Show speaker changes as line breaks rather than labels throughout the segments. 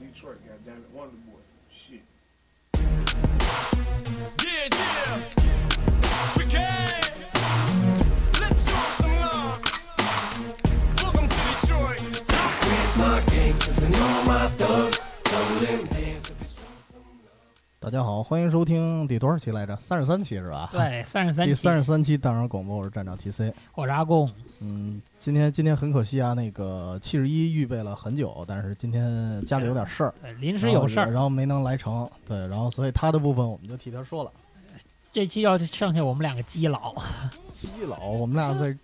Detroit, goddamn it, Wonder Boy. Shit.
Yeah, yeah. Chicane. Let's show 'em some love. Welcome to Detroit.
Where's my gangsters and all my thugs? Holding hands.
大家好，欢迎收听第多少期来着？三十三期是吧？，
对，三十三
第
期，
三十三期当然广播，我是站长 TC。
我是阿贡，
嗯，今天今天很可惜啊，那个七十一预备了很久，但是今天家里有点事儿，
对，临时有事
然后
儿，
然后没能来成。对，然后所以他的部分我们就替他说了。
这期要剩下我们两个基佬，
基佬，我们俩 在，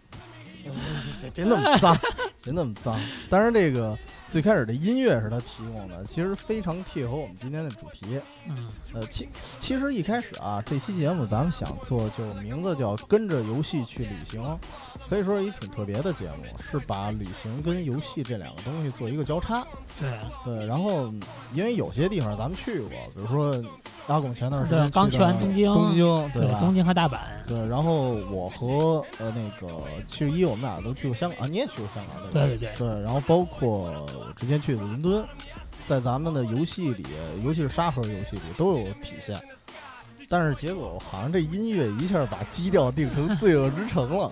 别别那么脏， 别那么脏。当然，这个最开始的音乐是他提供的，其实非常贴合我们今天的主题。
嗯，
呃，其其实一开始啊，这期节目咱们想做，就名字叫“跟着游戏去旅行”，可以说是一挺特别的节目，是把旅行跟游戏这两个东西做一个交叉。
对，
对，然后因为有些地方咱们去过，比如说阿拱前段时间
对刚
去
去完
的
东京
东京对
对，
吧？
东京和大阪，
对，然后我和呃那个七十一，我们俩都去过香港，啊你也去过香港对吧？
对对对，
对，然后包括我之前去的伦敦，在咱们的游戏里，尤其是沙盒游戏里都有体现。但是结果好像这音乐一下把基调定成《罪恶之城》了。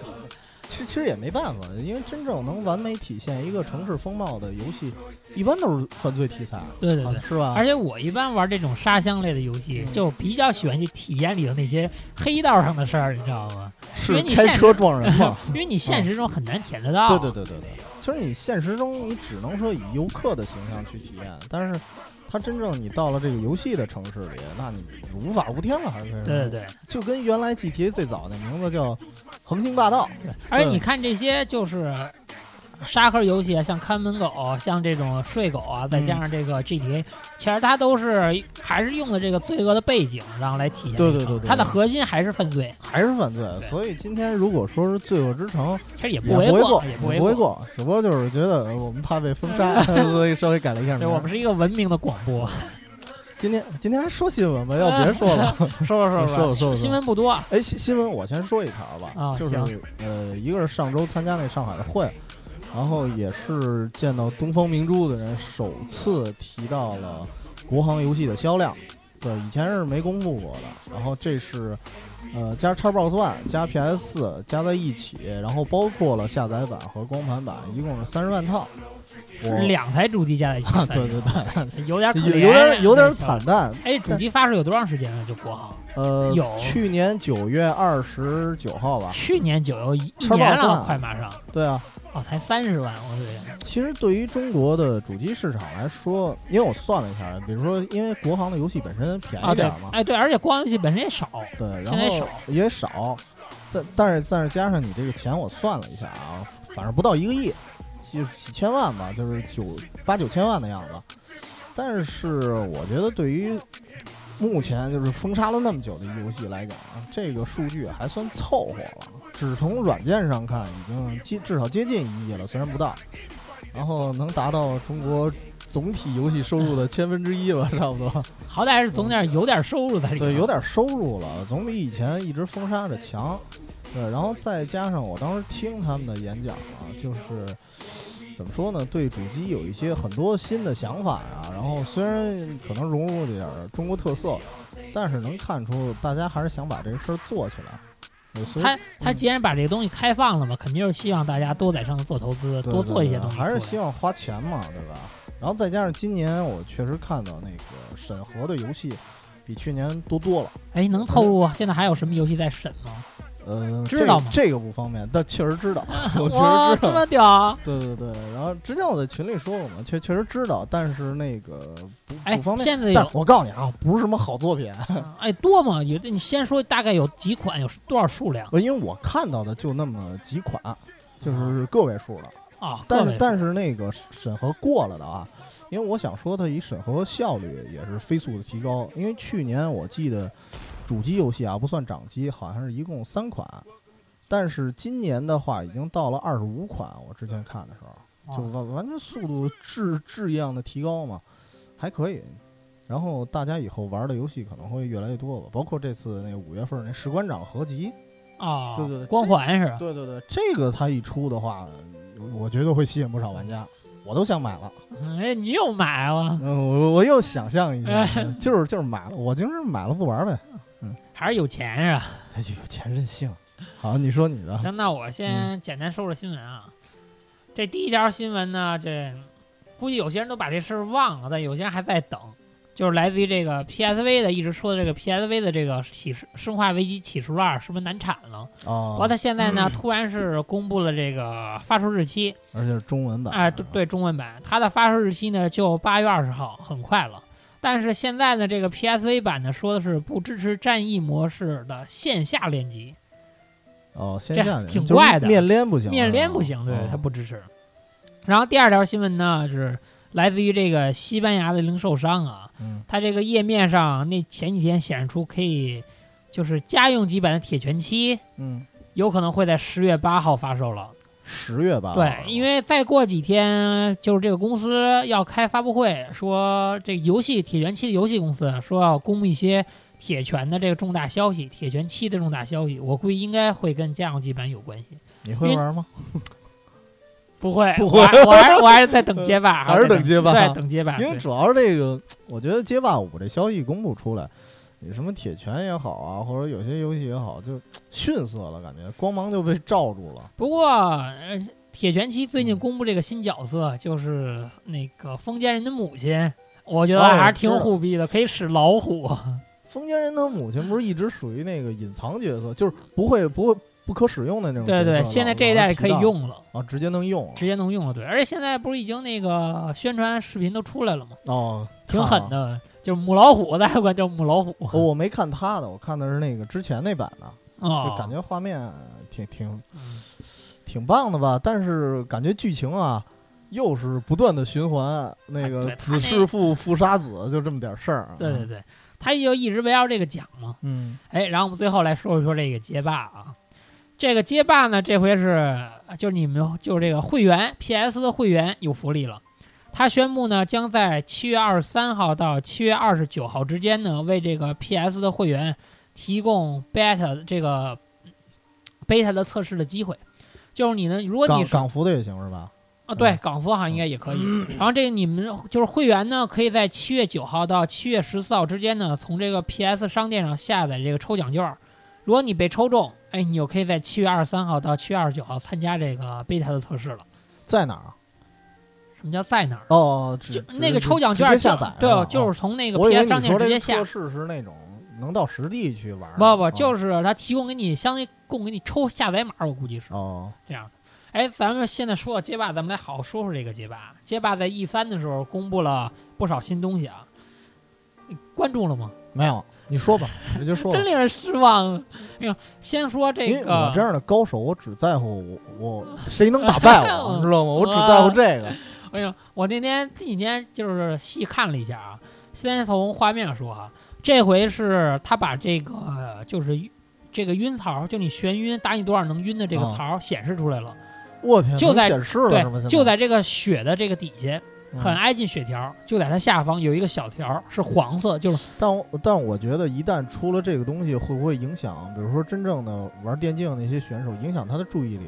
其实其实也没办法，因为真正能完美体现一个城市风貌的游戏，一般都是犯罪题材，
对对
啊
对。
是吧？
而且我一般玩这种沙箱类的游戏，就比较喜欢去体验里头那些黑道上的事儿，你知道吗？因
是
为你
开
现
车
实
撞人嘛。
因为你现实中很难体验得到。
啊对对对对对，啊其实你现实中你只能说以游客的形象去体验，但是它真正你到了这个游戏的城市里，那你无法无天了，还是
对对对，
就跟原来 GTA 最早那名字叫《横行霸道》，
而
嗯
且你看这些就是沙盒游戏啊，像看门狗，像这种睡狗啊，再加
嗯
上这个 GTA，、其实它都是还是用的这个罪恶的背景，然后来体现
对
这
对
个
对对
它的核心还是犯罪，
还是犯罪。所以今天如果说是《罪恶之城》，
其实也不
也
为
不为
过，
也
也
不
为
为。过，只不过就是觉得我们怕被封 杀，所以稍微改了一下
对
名
我
儿
们。是一个文明的广播，
今天今天还说新闻吧，要不别说 了。
说说
嗯说
说
说说
新闻不多，
哎，新新闻我先说一条吧，
啊
就是
行
呃，一个是上周参加那上海的会，然后也是见到东方明珠的人首次提到了国行游戏的销量，对，以前是没公布过的，然后这是呃加 Xbox One 加 PS 四加在一起，然后包括了下载版和光盘版，一共是三十万套，我
是两台主机加在一起
啊，，
三
对对对。
十有点可
有
怜，
有点有点惨。淡，
哎，主机发售有多长时间了？就国行，
呃，
有
去年九月二十九号吧，
去年九幺一一
吃饱
年
饭，
了快马上
对啊，
哦，才三十万，我的
其实对于中国的主机市场来说，因为我算了一下，比如说，因为国行的游戏本身便
啊
宜
对
点儿嘛，，
哎对，而且光游戏本身也少，
对，然
现在
后
少
也少，再但是但是加上你这个钱，我算了一下啊，反正不到一个亿，就是几千万吧，就是九八九千万的样子。但是我觉得对于目前就是封杀了那么久的游戏来讲啊，这个数据还算凑合了。只从软件上看，已经接至少接近一亿了，虽然不到，然后能达到中国总体游戏收入的千分之一吧， 差不多。
好歹是总点有点收入在里
嗯
头。
对，有点收入了，总比以前一直封杀着强。对，然后再加上我当时听他们的演讲啊，就是怎么说呢，对主机有一些很多新的想法啊。然后虽然可能融入了点儿中国特色，但是能看出大家还是想把这个事儿做起来。对所以
他他既然把这个东西开放了嘛，肯定是希望大家多在上头做投资，
对
多
对
做一
对
些东西出来。
还是希望花钱嘛，对吧？然后再加上今年我确实看到那个审核的游戏比去年多多了。
哎，能透露现在还有什么游戏在审吗？
呃，
知
这
道吗
这个不方便，但确实知 道，我确
哇，
实知
这
道。
么屌！啊
对对对，然后之前我在群里说过嘛，确确实知道，但是那个不
哎
不方，便。
现在
但
有
我告诉你啊，不是什么好作品，
哎多吗？有你先说大概有几款，有多少数量
因为我看到的就那么几款，就是个位数的。
啊？各
但
位
是但是那个审核过了的啊，因为我想说它以审核效率也是飞速的提高，因为去年我记得主机游戏啊不算掌机，好像是一共三款，但是今年的话已经到了二十五款，我之前看的时候就
哦
完完全速度质质一样的提高嘛，还可以。然后大家以后玩的游戏可能会越来越多吧，包括这次那五月份那士官长合集，
啊，
对对对
光环是吧？
对对对，这个它一出的话，我觉得会吸引不少玩家。我都想买了。
哎，你又买啊？
嗯，我我又想象一下
哎，
就是就是买了，我就是买了不玩呗。
还是有钱是吧？
他哎就有钱任性。好，你说你的，
行，那我先简单说说新闻啊。这第一条新闻呢，这估计有些人都把这事儿忘了，但有些人还在等，就是来自于这个 PSV 的，一直说的这个 PSV 的这个启示《生化危机启示录二》是不是难产了？
哦
完，，它现在呢，突然是公布了这个发售日期，
而且是中文版。
哎、对对，中文版，它的发售日期呢就八月二十号，很快了。但是现在呢，这个 PSV 版呢说的是不支持战役模式的线下练级，
哦，线
这
下
挺
就是
怪的
面连不行，
面连
是吧
不行，对
哦，
它不支持。然后第二条新闻呢是来自于这个西班牙的零售商啊，
嗯
它这个页面上那前几天显示出可以，就是家用级版的铁拳七
嗯，
有可能会在十月八号发售了。
十月吧。
对，因为再过几天就是这个公司要开发布会，说这个游戏《铁拳七》的游戏公司啊说要公布一些铁拳的这个重大消息，《铁拳七》的重大消息，我估计应该会跟家用机版有关系。
你会玩吗？
不会，
不会
我还我还我还是在等 街霸，
还是
在
等街霸
对，等街霸。
因为
啊对
主要是这个，我觉得街霸五这消息公布出来，你什么铁拳也好啊，或者有些游戏也好，就逊色了，感觉光芒就被罩住了。
不过，呃，铁拳七最近
嗯
公布这个新角色，就是那个封建人的母亲，我觉得
哦嗯
还是
知
挺
道
虎逼的，可以使老虎。
封建人的母亲不是一直属于那个隐藏角色，就是不会不会不可使用的那种角色
对
了。
对，现在这一代可以
老是提到
用了。
哦，直接能用了
直接能用了，对，而且现在不是已经那个宣传视频都出来了吗？
哦，
挺
看了
狠的，就是母老虎，大家管叫母老虎，
哦，我没看他的，我看的是那个之前那版的，
哦
就感觉画面挺挺
嗯
挺棒的吧，但是感觉剧情啊，又是不断的循环，那
啊
个
对他
子
那
弑父父杀子，就这么点事儿啊。
对对对，他就一直围绕这个讲嘛。
嗯，
哎，然后我们最后来说一说这个街霸啊，这个街霸呢，这回是就是你们就是这个会员 PS 的会员有福利了。他宣布呢，将在七月二十三号到七月二十九号之间呢，为这个 PS 的会员提供 beta 这个 beta 的测试的机会。就是你呢，如果
港
你是
港服的也行是吧？
啊，对，
嗯
港服好像应该也可以。然后这个你们就是会员呢，可以在七月九号到七月十四号之间呢，从这个 PS 商店上下载这个抽奖券儿。如果你被抽中，哎，你就可以在七月二十三号到七月二十九号参加这个 beta 的测试了。
在哪儿啊？
什么叫在哪儿？
哦，只
就
只
那个
只
抽奖
直
券
接
儿
下
就
载
对
是吧，
就
哦
是从那个
我以为你
PS 商店
说
直
这
接
个
下
测。试是那种能到实地去玩儿的，
不不，
哦
就是它提供给你相当于供给你抽下载码，我估计是。
哦，
这样的。哎，咱们现在说到街霸，咱们来好好说说这个街霸。街霸在 E 三的时候公布了不少新东西啊，你关注了吗？
没有，你说吧， 你直接说吧
真。令人失望。哎呀，先说这
因为我
个，
这样的高手，我只在乎我我谁能打败 我，你知道吗？我只在乎这个。
哎呀，我那天这几天就是细看了一下啊。先从画面上说哈、这回是他把这个呃就是这个晕槽，就你眩晕打你多少能晕的这个
哦
槽显示出来了，
我天，
就
能
在
显示了是吧？现
对，就在这个血的这个底下，
嗯
很挨近血条，就在它下方有一个小条是黄色，就是
但我但我觉得一旦出了这个东西，会不会影响，比如说真正的玩电竞那些选手，影响他的注意力？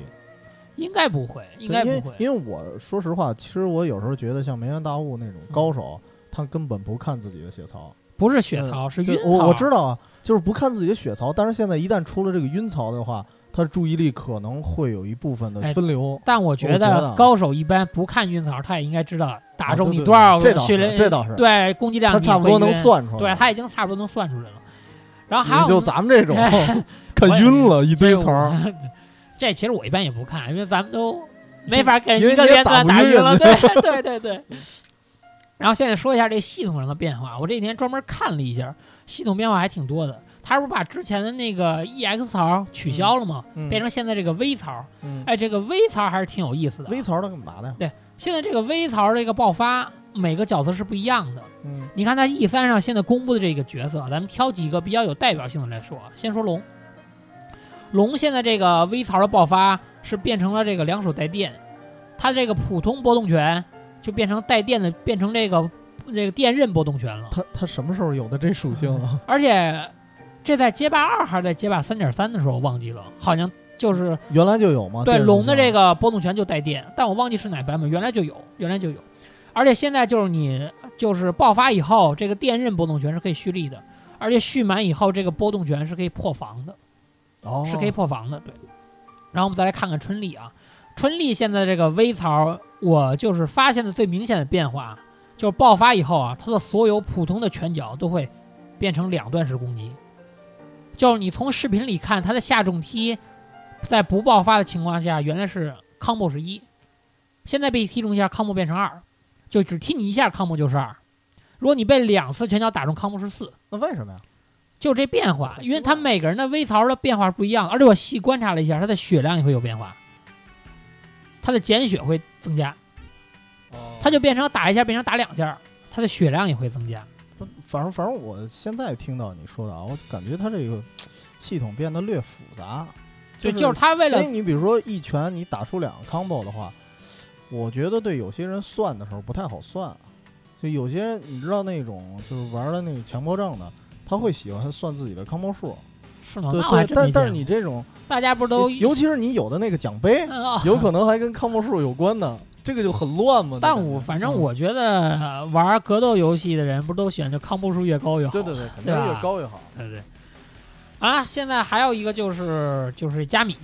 应该不会，应
对
该
因
不
为
会。
因为我说实话，其实我有时候觉得像梅园大悟那种
嗯
高手，他根本不看自己的血槽。
不是血槽，是
就
晕槽。
我我知道啊，就是不看自己的血槽，但是现在一旦出了这个晕槽的话，他的注意力可能会有一部分的
哎
分流。
但我觉
我觉得
得
啊
高手一般不看晕槽，他也应该知道打
啊
中
对
你
对
多少
这
个
倒
血
是
量，
这倒是
对攻击量，
他差不多能。算出来。
对，他已经差不多能算出来了。然后还
你
有
就
呢
咱们这种 看
我也
晕了，一堆
这
词儿，
我这其实我一般也不看，因为咱们都没法给
因为
人一个
你也
连
打
段
不
打
晕
晕了。
人
对对对对。然后现在说一下这系统上的变化，我这几天专门看了一下，系统变化还挺多的。他不是把之前的那个 EX 槽取消了吗？
嗯
变成现在这个 V 槽。
嗯
哎，这个 V 槽还是挺有意思的。
微槽它干嘛的呀？
现在这个 V 槽这个爆发，每个角色是不一样的。
嗯，
你看他 E 三上现在公布的这个角色，咱们挑几个比较有代表性的来说啊。先说龙，龙现在这个 V 槽的爆发是变成了这个两手带电，它这个普通波动拳就变成带电的，变成这个这个电刃波动拳了。
它它什么时候有的这
嗯
属性啊？
而且这在街霸二还是在街霸三点三的时候忘记了，好像就是
原来就有吗？
对龙的这
个
个波动拳就带电，但我忘记是哪版本，原来就有，原来就有，而且现在就是你就是爆发以后，这个电刃波动拳是可以蓄力的，而且蓄满以后，这个波动拳是可以破防的，
哦
是可以破防的，对。然后我们再来看看春丽啊，春丽现在这个微槽，我就是发现的最明显的变化啊，就是爆发以后啊，它的所有普通的拳脚都会变成两段式攻击，就是你从视频里看，它的下重踢在不爆发的情况下，原来是 combo 是一，现在被踢中一下 combo 变成二，就只踢你一下 combo 就是二，如果你被两次拳脚打中 combo 是四，
那为什么呀？
就这变化，因为它每个人的微槽的变化是不一样的，而且我细观察了一下，它的血量也会有变化，它的减血会增加，它就变成打一下变成打两下，它的血量也会增加。
反正反正我现在听到你说的啊，我感觉它这个系统变得略复杂。
就
就是
就是他为了
因为哎你比如说一拳你打出两个 combo 的话，我觉得对有些人算的时候不太好算啊。就有些人你知道那种就是玩的那个强迫症的，他会喜欢算自己的 combo 数。
是吗？
对
哦那我还
对，
真
但
没
但是
见
你
过
这种，
大家不是都
尤其是你有的那个奖杯，
嗯哦
有可能还跟 combo 数有关呢，这个就很乱嘛。
但我反
嗯
正我觉得呃玩格斗游戏的人不都喜欢就抗步数越高越好？
对对对，肯定
对吧
越高越好。
对对。啊，现在还有一个就是就是加米，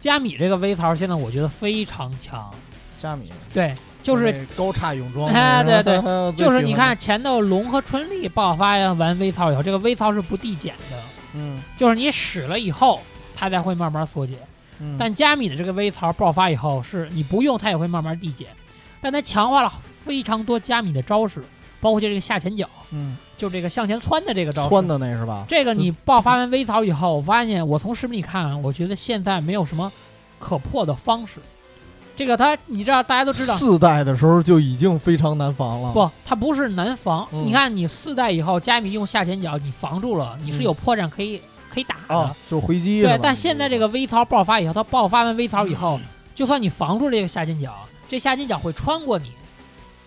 加米这个微槽现在我觉得非常强，
虾米
对，就是
那高叉泳装，
哎对对，
最喜
就
欢
是你看，前头龙和春丽爆发完微槽以后，这个微槽是不递减的，
嗯
就是你使了以后它才会慢慢缩减。
嗯，
但加米的这个微槽爆发以后，是你不用它也会慢慢递减，但它强化了非常多加米的招式，包括就这个下前脚，
嗯，
就这个向前窜的这个招式。
窜的嗯那是吧？
这个你爆发完微槽以后，我发现我从视频里看，啊我觉得现在没有什么可破的方式。这个它，你知道，大家都知道，
四代的时候就已经非常难防了。，
不，它不是难防。
啊嗯
你看，你四代以后，加米用下前脚你防住了，
嗯
你是有破绽可以、可以打的。
啊，就是回击是吧。嗯
对，但现在这个微槽爆发以后，它爆发完微槽以后，就算你防住这个下尖角，这下尖角会穿过你，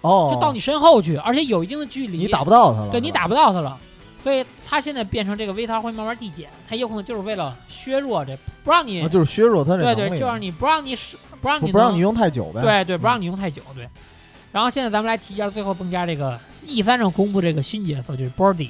哦，
就到你身后去，而且有一定的距离，
你打不到他了，
对你打不到它了。所以它现在变成这个微槽会慢慢递减，它有可能就是为了削弱这，不让你、
啊，就是削弱他这
对
能
对，
力
就让你不让你使，不让
不
你
不让
能
你用太久呗。，
对对，
嗯
不让你用太久，对。然后现在咱们来提一下，最后增加这个 E 三上公布这个新角色就是 Body，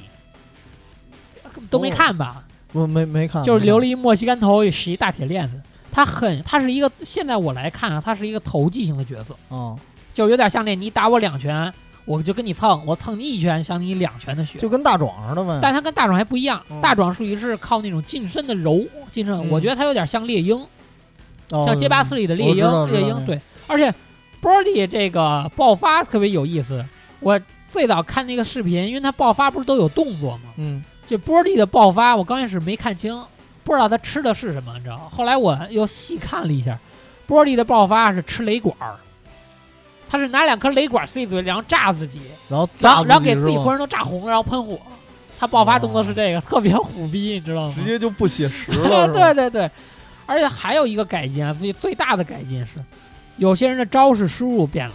都没
哦
看吧？
我没没看，
就是留
没
了一墨西干头，使一大铁链子。他很，他是一个现在我来看啊，他是一个投技型的角色，
看啊，
就是有点像那你打我两拳，我就跟你蹭，我蹭你一拳，想你两拳的血。
就跟大壮似的呗。
但他跟大壮还不一样
嗯，
大壮属于是靠那种近身的揉近身，
嗯
我觉得他有点像猎鹰，像街霸四里的猎
哦我知道知道
鹰，
嗯
猎
那
鹰对，而且 Brody 这个爆发特别有意思。我最早看那个视频，因为他爆发不是都有动作吗？
嗯
这波利的爆发，我刚开始没看清，不知道他吃的是什么，你知道吗？后来我又细看了一下，波利的爆发是吃雷管儿，他是拿两颗雷管塞嘴，然后炸自己，
然后
然
炸
后然后
己
给自己
是
浑
吧
身都炸红了，然后喷火。他爆发动作是这个，特别虎逼，你知道吗？
直接就不写实了，是吧
对对对，而且还有一个改进啊，最最大的改进是，有些人的招式输入变了。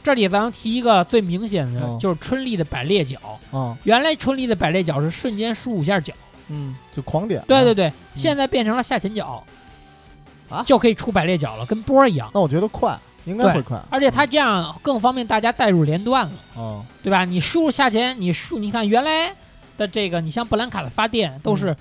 这里咱们提一个最明显的，
嗯
就是春丽的百裂脚。
啊，
原来春丽的百裂脚是瞬间输五下脚，
嗯，就狂点。
对对，对，现在变成了下前脚，
嗯啊
就可以出百裂脚了，跟波儿一样。
那我觉得快，应该
对
会快。
而且它这样更方便大家带入连段了，
啊，
对吧？你输入下前，你输，你看原来的这个，你像布兰卡的发电都是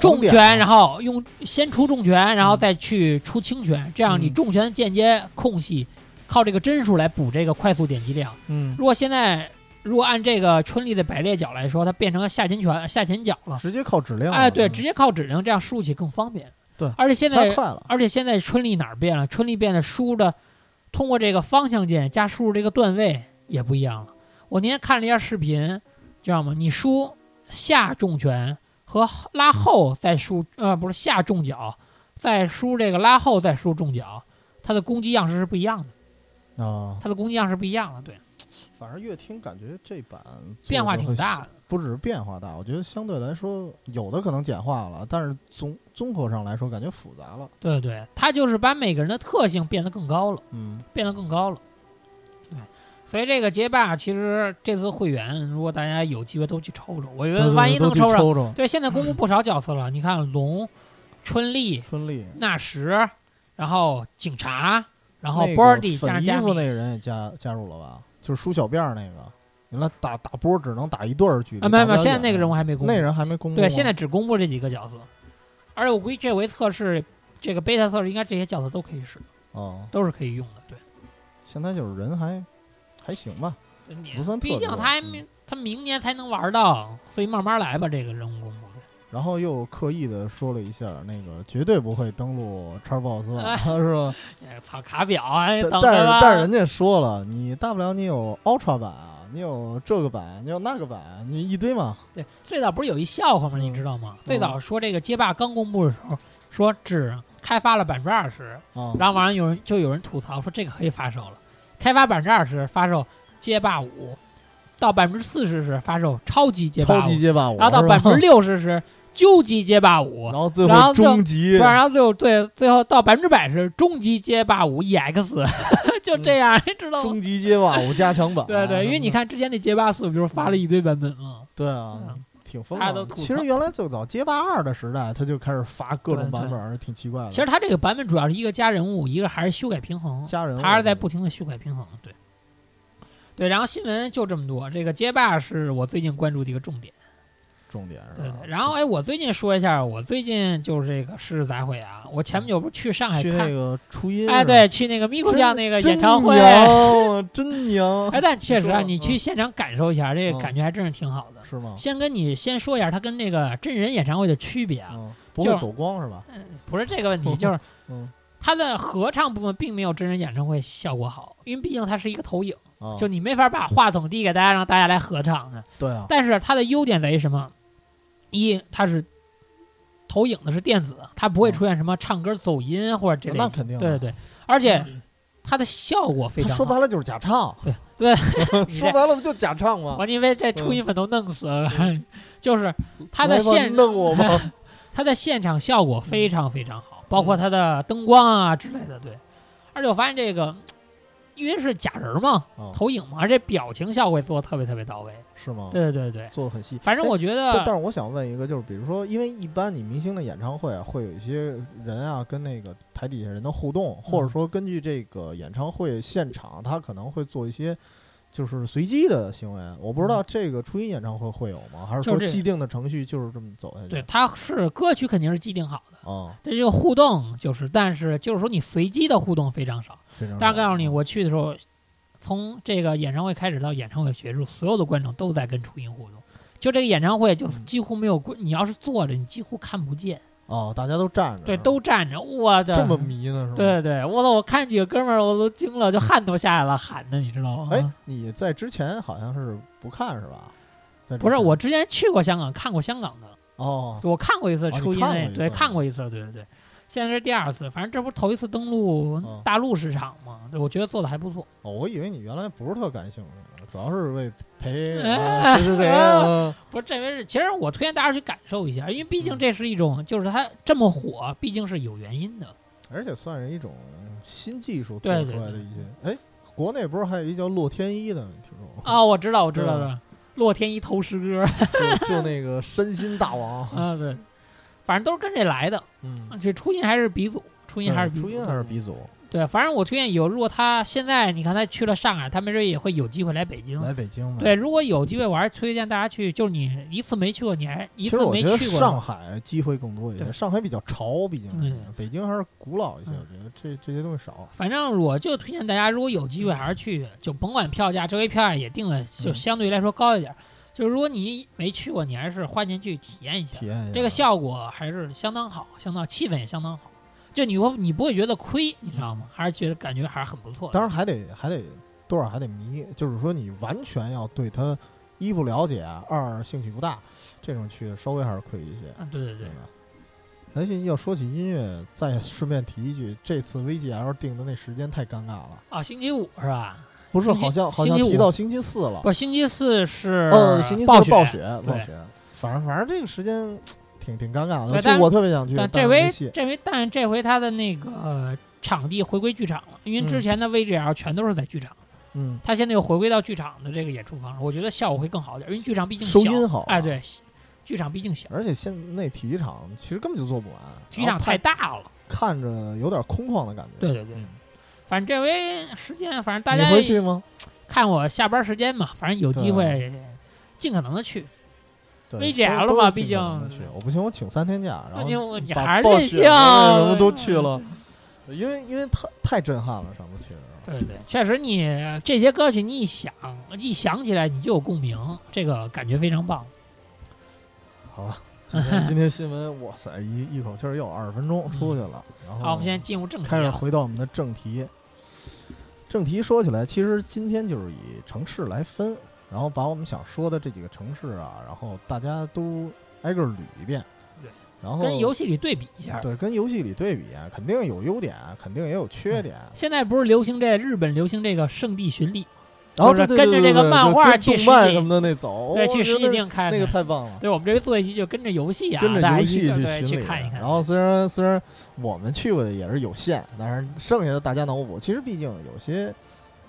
重
狂点啊
拳，然后用先出重拳，然后再去出轻拳，这样你
嗯
重拳间接空隙，靠这个帧数来补这个快速点击量。
嗯，
如果现在如果按这个春丽的百裂脚来说，它变成了下前拳、下前脚了。
直接靠指令了。
哎，对，
嗯
直接靠指令，这样输起更方便。
对
而且现
太
在
快了。
而且现在春丽哪儿变了？春丽变得输入的，通过这个方向键加输入这个段位也不一样了。我那天看了一下视频，知道吗？你输下重拳和拉后再输，呃，不是下重脚，再输这个拉后再输重脚，它的攻击样式是不一样的，
啊，
它的攻击样式不一样了，对，
反正越听感觉这版做
变化
得
挺
会
大的。
不只是变化大，我觉得相对来说有的可能简化了，但是综综合上来说感觉复杂了。
对对，它就是把每个人的特性变得更高了。
嗯，
变得更高了。对，所以这个街霸其实这次会员，如果大家有机会都去抽抽，我觉
对
得
对
万一
都
能
去
抽上，
抽，
对，现在公布不少角色了。你看龙、春丽、
春丽，
纳什，然后警察，然后
那个
波尔蒂加上
粉衣
加
服
米
那个人也加加入了吧？就是梳小辫儿那个，原来打打波只能打一对儿距离。
啊，没有没
打不
有，
了
现在那个
两
人物还没公布
那，人还没公布吗。
对，现在只公布这几个角色，而且我估计这回测试这个贝塔测试应该这些角色都可以使，
哦，
都是可以用的，对。
现在就是人还还行吧。
你
不算特
毕
别
竟
多
他还
嗯
没他明年才能玩到，所以慢慢来吧。这个人物公布，
然后又刻意的说了一下，那个绝对不会登录 Xbox 吧，
啊
是吧？
哎，操卡表啊，哎
但
等着
但是
吧。
但是人家说了，你大不了你有 Ultra 版啊，你有这个版，你有那个版，你一堆嘛。
对，最早不是有一笑话吗？你知道
嗯
吗？最早说这个街霸刚公布的时候，说只开发了百分之二十，
啊、
然后网上有人就有人吐槽说这个可以发售了，开发百分之二十发售街霸五，到百分之四十时发售超级街
超
霸五
级，街霸五，
然后到
是吧
百分之六十时究极街霸五
然，后最
然后
后
就
终极，
不是，然后最后最最后到百分之百是终极街霸五 EX，就 这样，知道吗？
终极街霸五加强版。啊
对对，因为你
看。
看之前那街霸四不就是发了一堆版本吗？
对啊
嗯，
挺疯
大家
狂
都
的。
吐槽
其实原来最早街霸二的时代，他就开始发各种版本，挺奇怪的。
其实它这个版本主要是一个加人物，一个还是修改平衡，
家人物
它是在不停的修改平衡。对，对，然后新闻就这么多。这个街霸是我最近关注的一个重点。
重点是
对
吧
对，？然后哎，我最近说一下，我最近就是这个是咋会啊？我前不久不是去上海
去那
看，
个初音，
哎，对，，去那个 Miku 酱那个演唱会，
娘，真娘
哎，，但确实啊，
嗯
你去现场感受一下，这个
嗯
感觉还真是挺好的。
是吗？
先跟你先说一下它跟这个真人演唱会的区别啊，
嗯，不
就
会
是
走光是吧？
不是这个 问题，就是
嗯
它的合唱部分并没有真人演唱会效果好，因为毕竟它是一个投影，
啊，
就你没法把话筒递给大家让大家来合唱的。
对啊，
但是它的优点在于什么？一，它是投影的是电子，它不会
嗯
出现什么唱歌走音或者这类
那
的。
肯定啊嗯
对对对，而且它的效果非
他
常好。
说白了就是假唱，
对，你
说
这
白了不就假唱吗？
我以为这初音粉都弄死了，就是它
来
的
嗯吧
现
弄我 吧，
它的现场效果
嗯
非常非常好，包括它的灯光啊之类的，对。而且我发现这个，因为是假人嘛，
哦
投影嘛，而且表情效果也做的特别特别到位。
是吗？
对对对，
做的很细。
反正
哎
我觉
但
得
但是我想问一个，就是比如说，因为一般你明星的演唱会啊，会有一些人啊跟那个台底下人的互动，或
嗯
者说根据这个演唱会现场，他可能会做一些就是随机的行为。我不知道这个初音演唱会会有吗？还是
嗯就
说
这
既定的程序就是这么走下去？
对，它是歌曲肯定是既定好的，
啊，
但这个互动就是，但是就是说你随机的互动非常少。
非常
但
好
是告诉你，我去的时候，从这个演唱会开始到演唱会结束，所有的观众都在跟初音互动。就这个演唱会，就
嗯
几乎没有观，你要是坐着，你几乎看不见。
哦，大家都站着，
对，都站着，我的
这么迷呢，是吗？。
对对，我操！我看几个哥们儿，我都惊了，就汗都下来了，喊的，你知道吗？嗯
哎，你在之前好像是不看是吧？在之
不是，
前
我之前去过香港，看过香港的，
哦，
我看过一次
哦你
初音
看
那，
过一
对，
次
看过一次，对对对。现在是第二次，反正这不是头一次登陆
嗯
大陆市场嘛，我觉得做的还不错。
哦，我以为你原来不是特感兴趣，主要是为陪
哎
啊 谁谁谁啊
不是，这回是其实我推荐大家去感受一下，因为毕
嗯
竟这是一种，就是它这么火，毕竟是有原因的。
而且算是一种新技术做
对
出
对
来的
对
一些。哎，国内不是还有一叫洛天依的，你听说过吗？
啊，我知道，我知道
对
了，洛天依投诗歌
就就那个身心大王，
啊，对，反正都是跟这来的。
嗯，
这初音还是鼻祖，初音还是鼻祖，
初音还是鼻祖，
对，反正我推荐有，如果他现在你看他去了上海，他没准也会有机会来北京。
来北京嘛。
对，，如果有机会，我还是推荐大家去，就是你一次没去过，你还一
其实
次
我
没
觉得
去过的
上
话，
海机会更多一些，
对
上海比较潮，毕竟是
嗯
北京还是古老一些。
嗯
我觉得这这些东西少。
反正我就推荐大家，如果有机会还是去，就甭管票价，这回票价也定的就
嗯
相对来说高一点儿。就是如果你没去过，你还是花钱去体验一下
体，验一下
这个效果还是相当好，相当气氛也相当好。就你会你不会觉得亏，你知道吗？还是觉得感觉还是很不错的。
当然还得还得多少还得迷，就是说你完全要对他一不了解，二兴趣不大，这种去稍微还是亏一些，
嗯，对对对
对。吧？而且要说起音乐，再顺便提一句，这次 VGL 定的那时间太尴尬了，
啊，星期五是吧？
不是
星期
好像好
星
像
期五
提到星期四了
不，是星期四是
呃，哦星期四
暴
是暴
雪，
雪
对
暴雪，反正反正这个时间挺挺尴尬
对
的，
但
就我特别想去，
但
但
这
是
回
没戏
这回但这回他的那个呃场地回归剧场了，因为之
嗯
前的 VGL 全都是在剧场，
嗯，
他现在又回归到剧场的这个演出方式，我觉得效果会更好一点，因为剧场毕竟
收
小
音好
哎
啊
对，剧场毕竟小，
而且现那体育场其实根本就做不完，
剧场
太
太大了。
看着有点空旷的感觉。
对对对
嗯
反正这回时间，反正大家
你会去吗？
看我下班时间嘛，反正有机会尽可能的去。
对
VGL
都都
嘛
尽
毕
可能地
竟
去我不行，我请三天假，然
那
后
就你
把
还是
暴
任
雪
性，
啊什么都去了，
嗯
因为因为太太震撼了，上次去的时候。
对对，确实你这些歌曲你一想一想起来你就有共鸣，这个感觉非常棒。
好吧，今 天今天新闻，哇塞，一一口气儿又二十分钟出去了。然后
嗯好，我们现在进入正题
哦开始
啊。
回到我们的正题。正题说起来，其实今天就是以城市来分，然后把我们想说的这几个城市啊，然后大家都挨个儿捋一遍
对，
然后
跟游戏里对比一下，
哦对跟游戏里对比，啊肯定有优点，肯定也有缺点。
现在不是流行这日本流行这个圣地巡礼，
然后
就是
哦对对
跟着
对
这个
对对
漫画
跟
去
动
实
漫
地
什么的那走，
对，
我
去
觉
实体
得
店看
那个
看
太棒了。
对，我们这回做一期就跟着游戏啊，
跟着
大家
游
一
戏
个对
巡
去
礼，啊哦
看一看。
然后虽然虽然我们去过的也是有限，但是剩下的大家脑补。其实毕竟有些，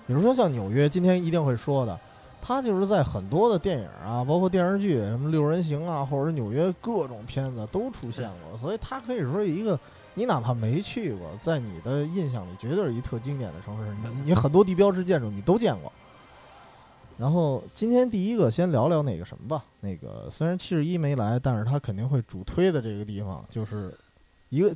比如说像纽约，今天一定会说的，它就是在很多的电影啊，包括电视剧，什么《六人行》啊，或者是纽约各种片子都出现过，所以它可以说一个。你哪怕没去过，在你的印象里绝对是一特经典的城市。你你很多地标式建筑你都见过。然后今天第一个先聊聊那个什么吧，那个虽然七十一没来，但是他肯定会主推的这个地方就是一个，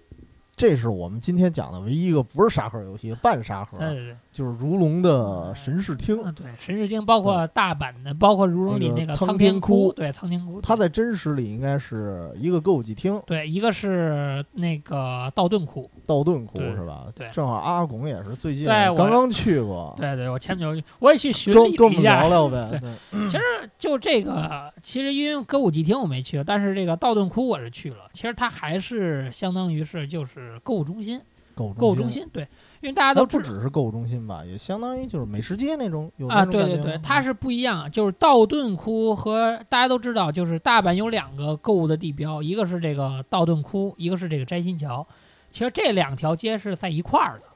这是我们今天讲的唯一一个不是沙盒游戏，半沙盒
对对对，
就是如龙的神视厅。
嗯对，神石经包括大阪的，包括如龙里
那个
那个
苍
苍
天
天
窟
对苍天窟，
它在真实里应该是一个歌舞伎厅，
对一个是那个道顿窟，
道顿窟
对
是吧？
对
正好阿拱也是最近
对我
刚刚去过，
对对，我前不久我也去巡
啊跟跟我
礼了
们
一下
聊，聊呗。
对
对
其实就这个，其实因为歌舞伎町我没去，但是这个道顿窟我是去了。其实它还是相当于是就是购物中心，
购
购物中
中，
心对，因为大家
它
都
不
知
只是购物中心吧，也相当于就是美食街那种有那
啊，
种
对
感
对
觉
对，
吗
它是不一样，就是道顿窟和大家都知道，就是大阪有两个购物的地标，一个是这个道顿窟，一个是这个摘星桥。其实这两条街是在一块儿的，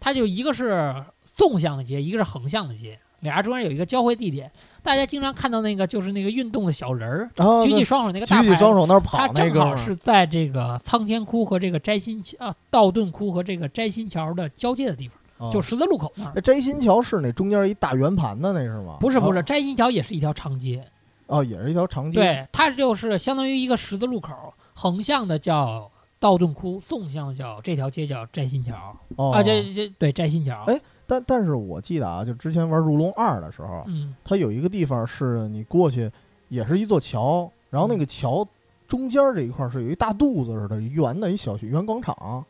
它就一个是纵向的街，一个是横向的街，俩人中间有一个交汇地点。大家经常看到那个就是那个运动的小人儿，
然后
举
啊那
起双手那个大
哦举
牌
起双
子
手那儿跑
它
那
正
个
好是在这个苍天窟和这个摘星桥啊道顿窟和这个摘星桥的交界的地方，就十字路口那儿。
哎摘星桥是那中间一大圆盘的那是吗？
不是不是，
哦，
摘星桥也是一条长街，
哦，也是一条长街。，
对，它就是相当于一个十字路口，横向的叫道顿窟，纵向的叫这条街叫摘星桥
哦，
啊，这这对摘星桥
哎，但但是我记得啊，就之前玩《如龙二》的时候，
嗯，
它有一个地方是你过去也是一座桥，然
嗯
后那个桥中间这一块是有一大肚子似的圆的一小圆广场，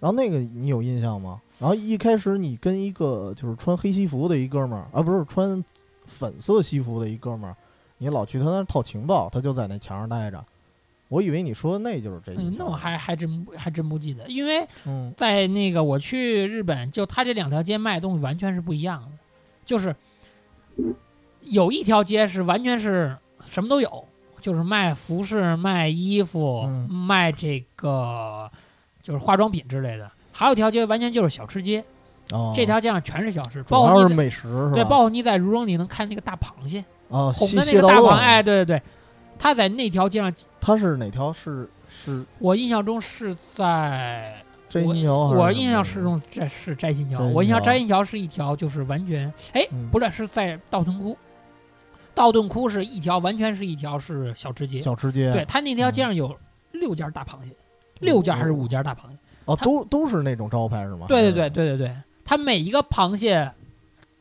然后那个你有印象吗？然后一开始你跟一个就是穿黑西服的一哥们儿啊，不是穿粉色西服的一哥们儿，你老去他那儿套情报，他就在那墙上待着。我以为你说的那就是这一条、
嗯，那我还还真不还真不记得，因为
嗯
在那个我去日本，就它这两条街卖的东西完全是不一样的，就是有一条街是完全是什么都有，就是卖服饰、卖衣服、
嗯
卖这个就是化妆品之类的，还有一条街完全就是小吃街，
哦，
这条街上全是小吃，
主
包
要
括你
是
在
美食是吧？
对，包括你在如龙你能看那个大螃蟹，
哦，
红
蟹
的那
蟹道
个大
乐
螃，哎，对对对，它在那条街上，
它是哪条？是是
我印象中是在
摘星桥还是什么？
我印象是中这是摘星桥，
摘星
我印象
桥
摘星桥是一条就是完全，哎，
啊嗯
不是是在道顿窟，道顿窟是一条完全是一条是小吃街，
小吃街，嗯
对，它那条街上有六家大螃蟹，六家还是五家大螃蟹？
哦，
它
都都是那种招牌是吗？
对对
还
对
是，
对对对，它每一个螃蟹，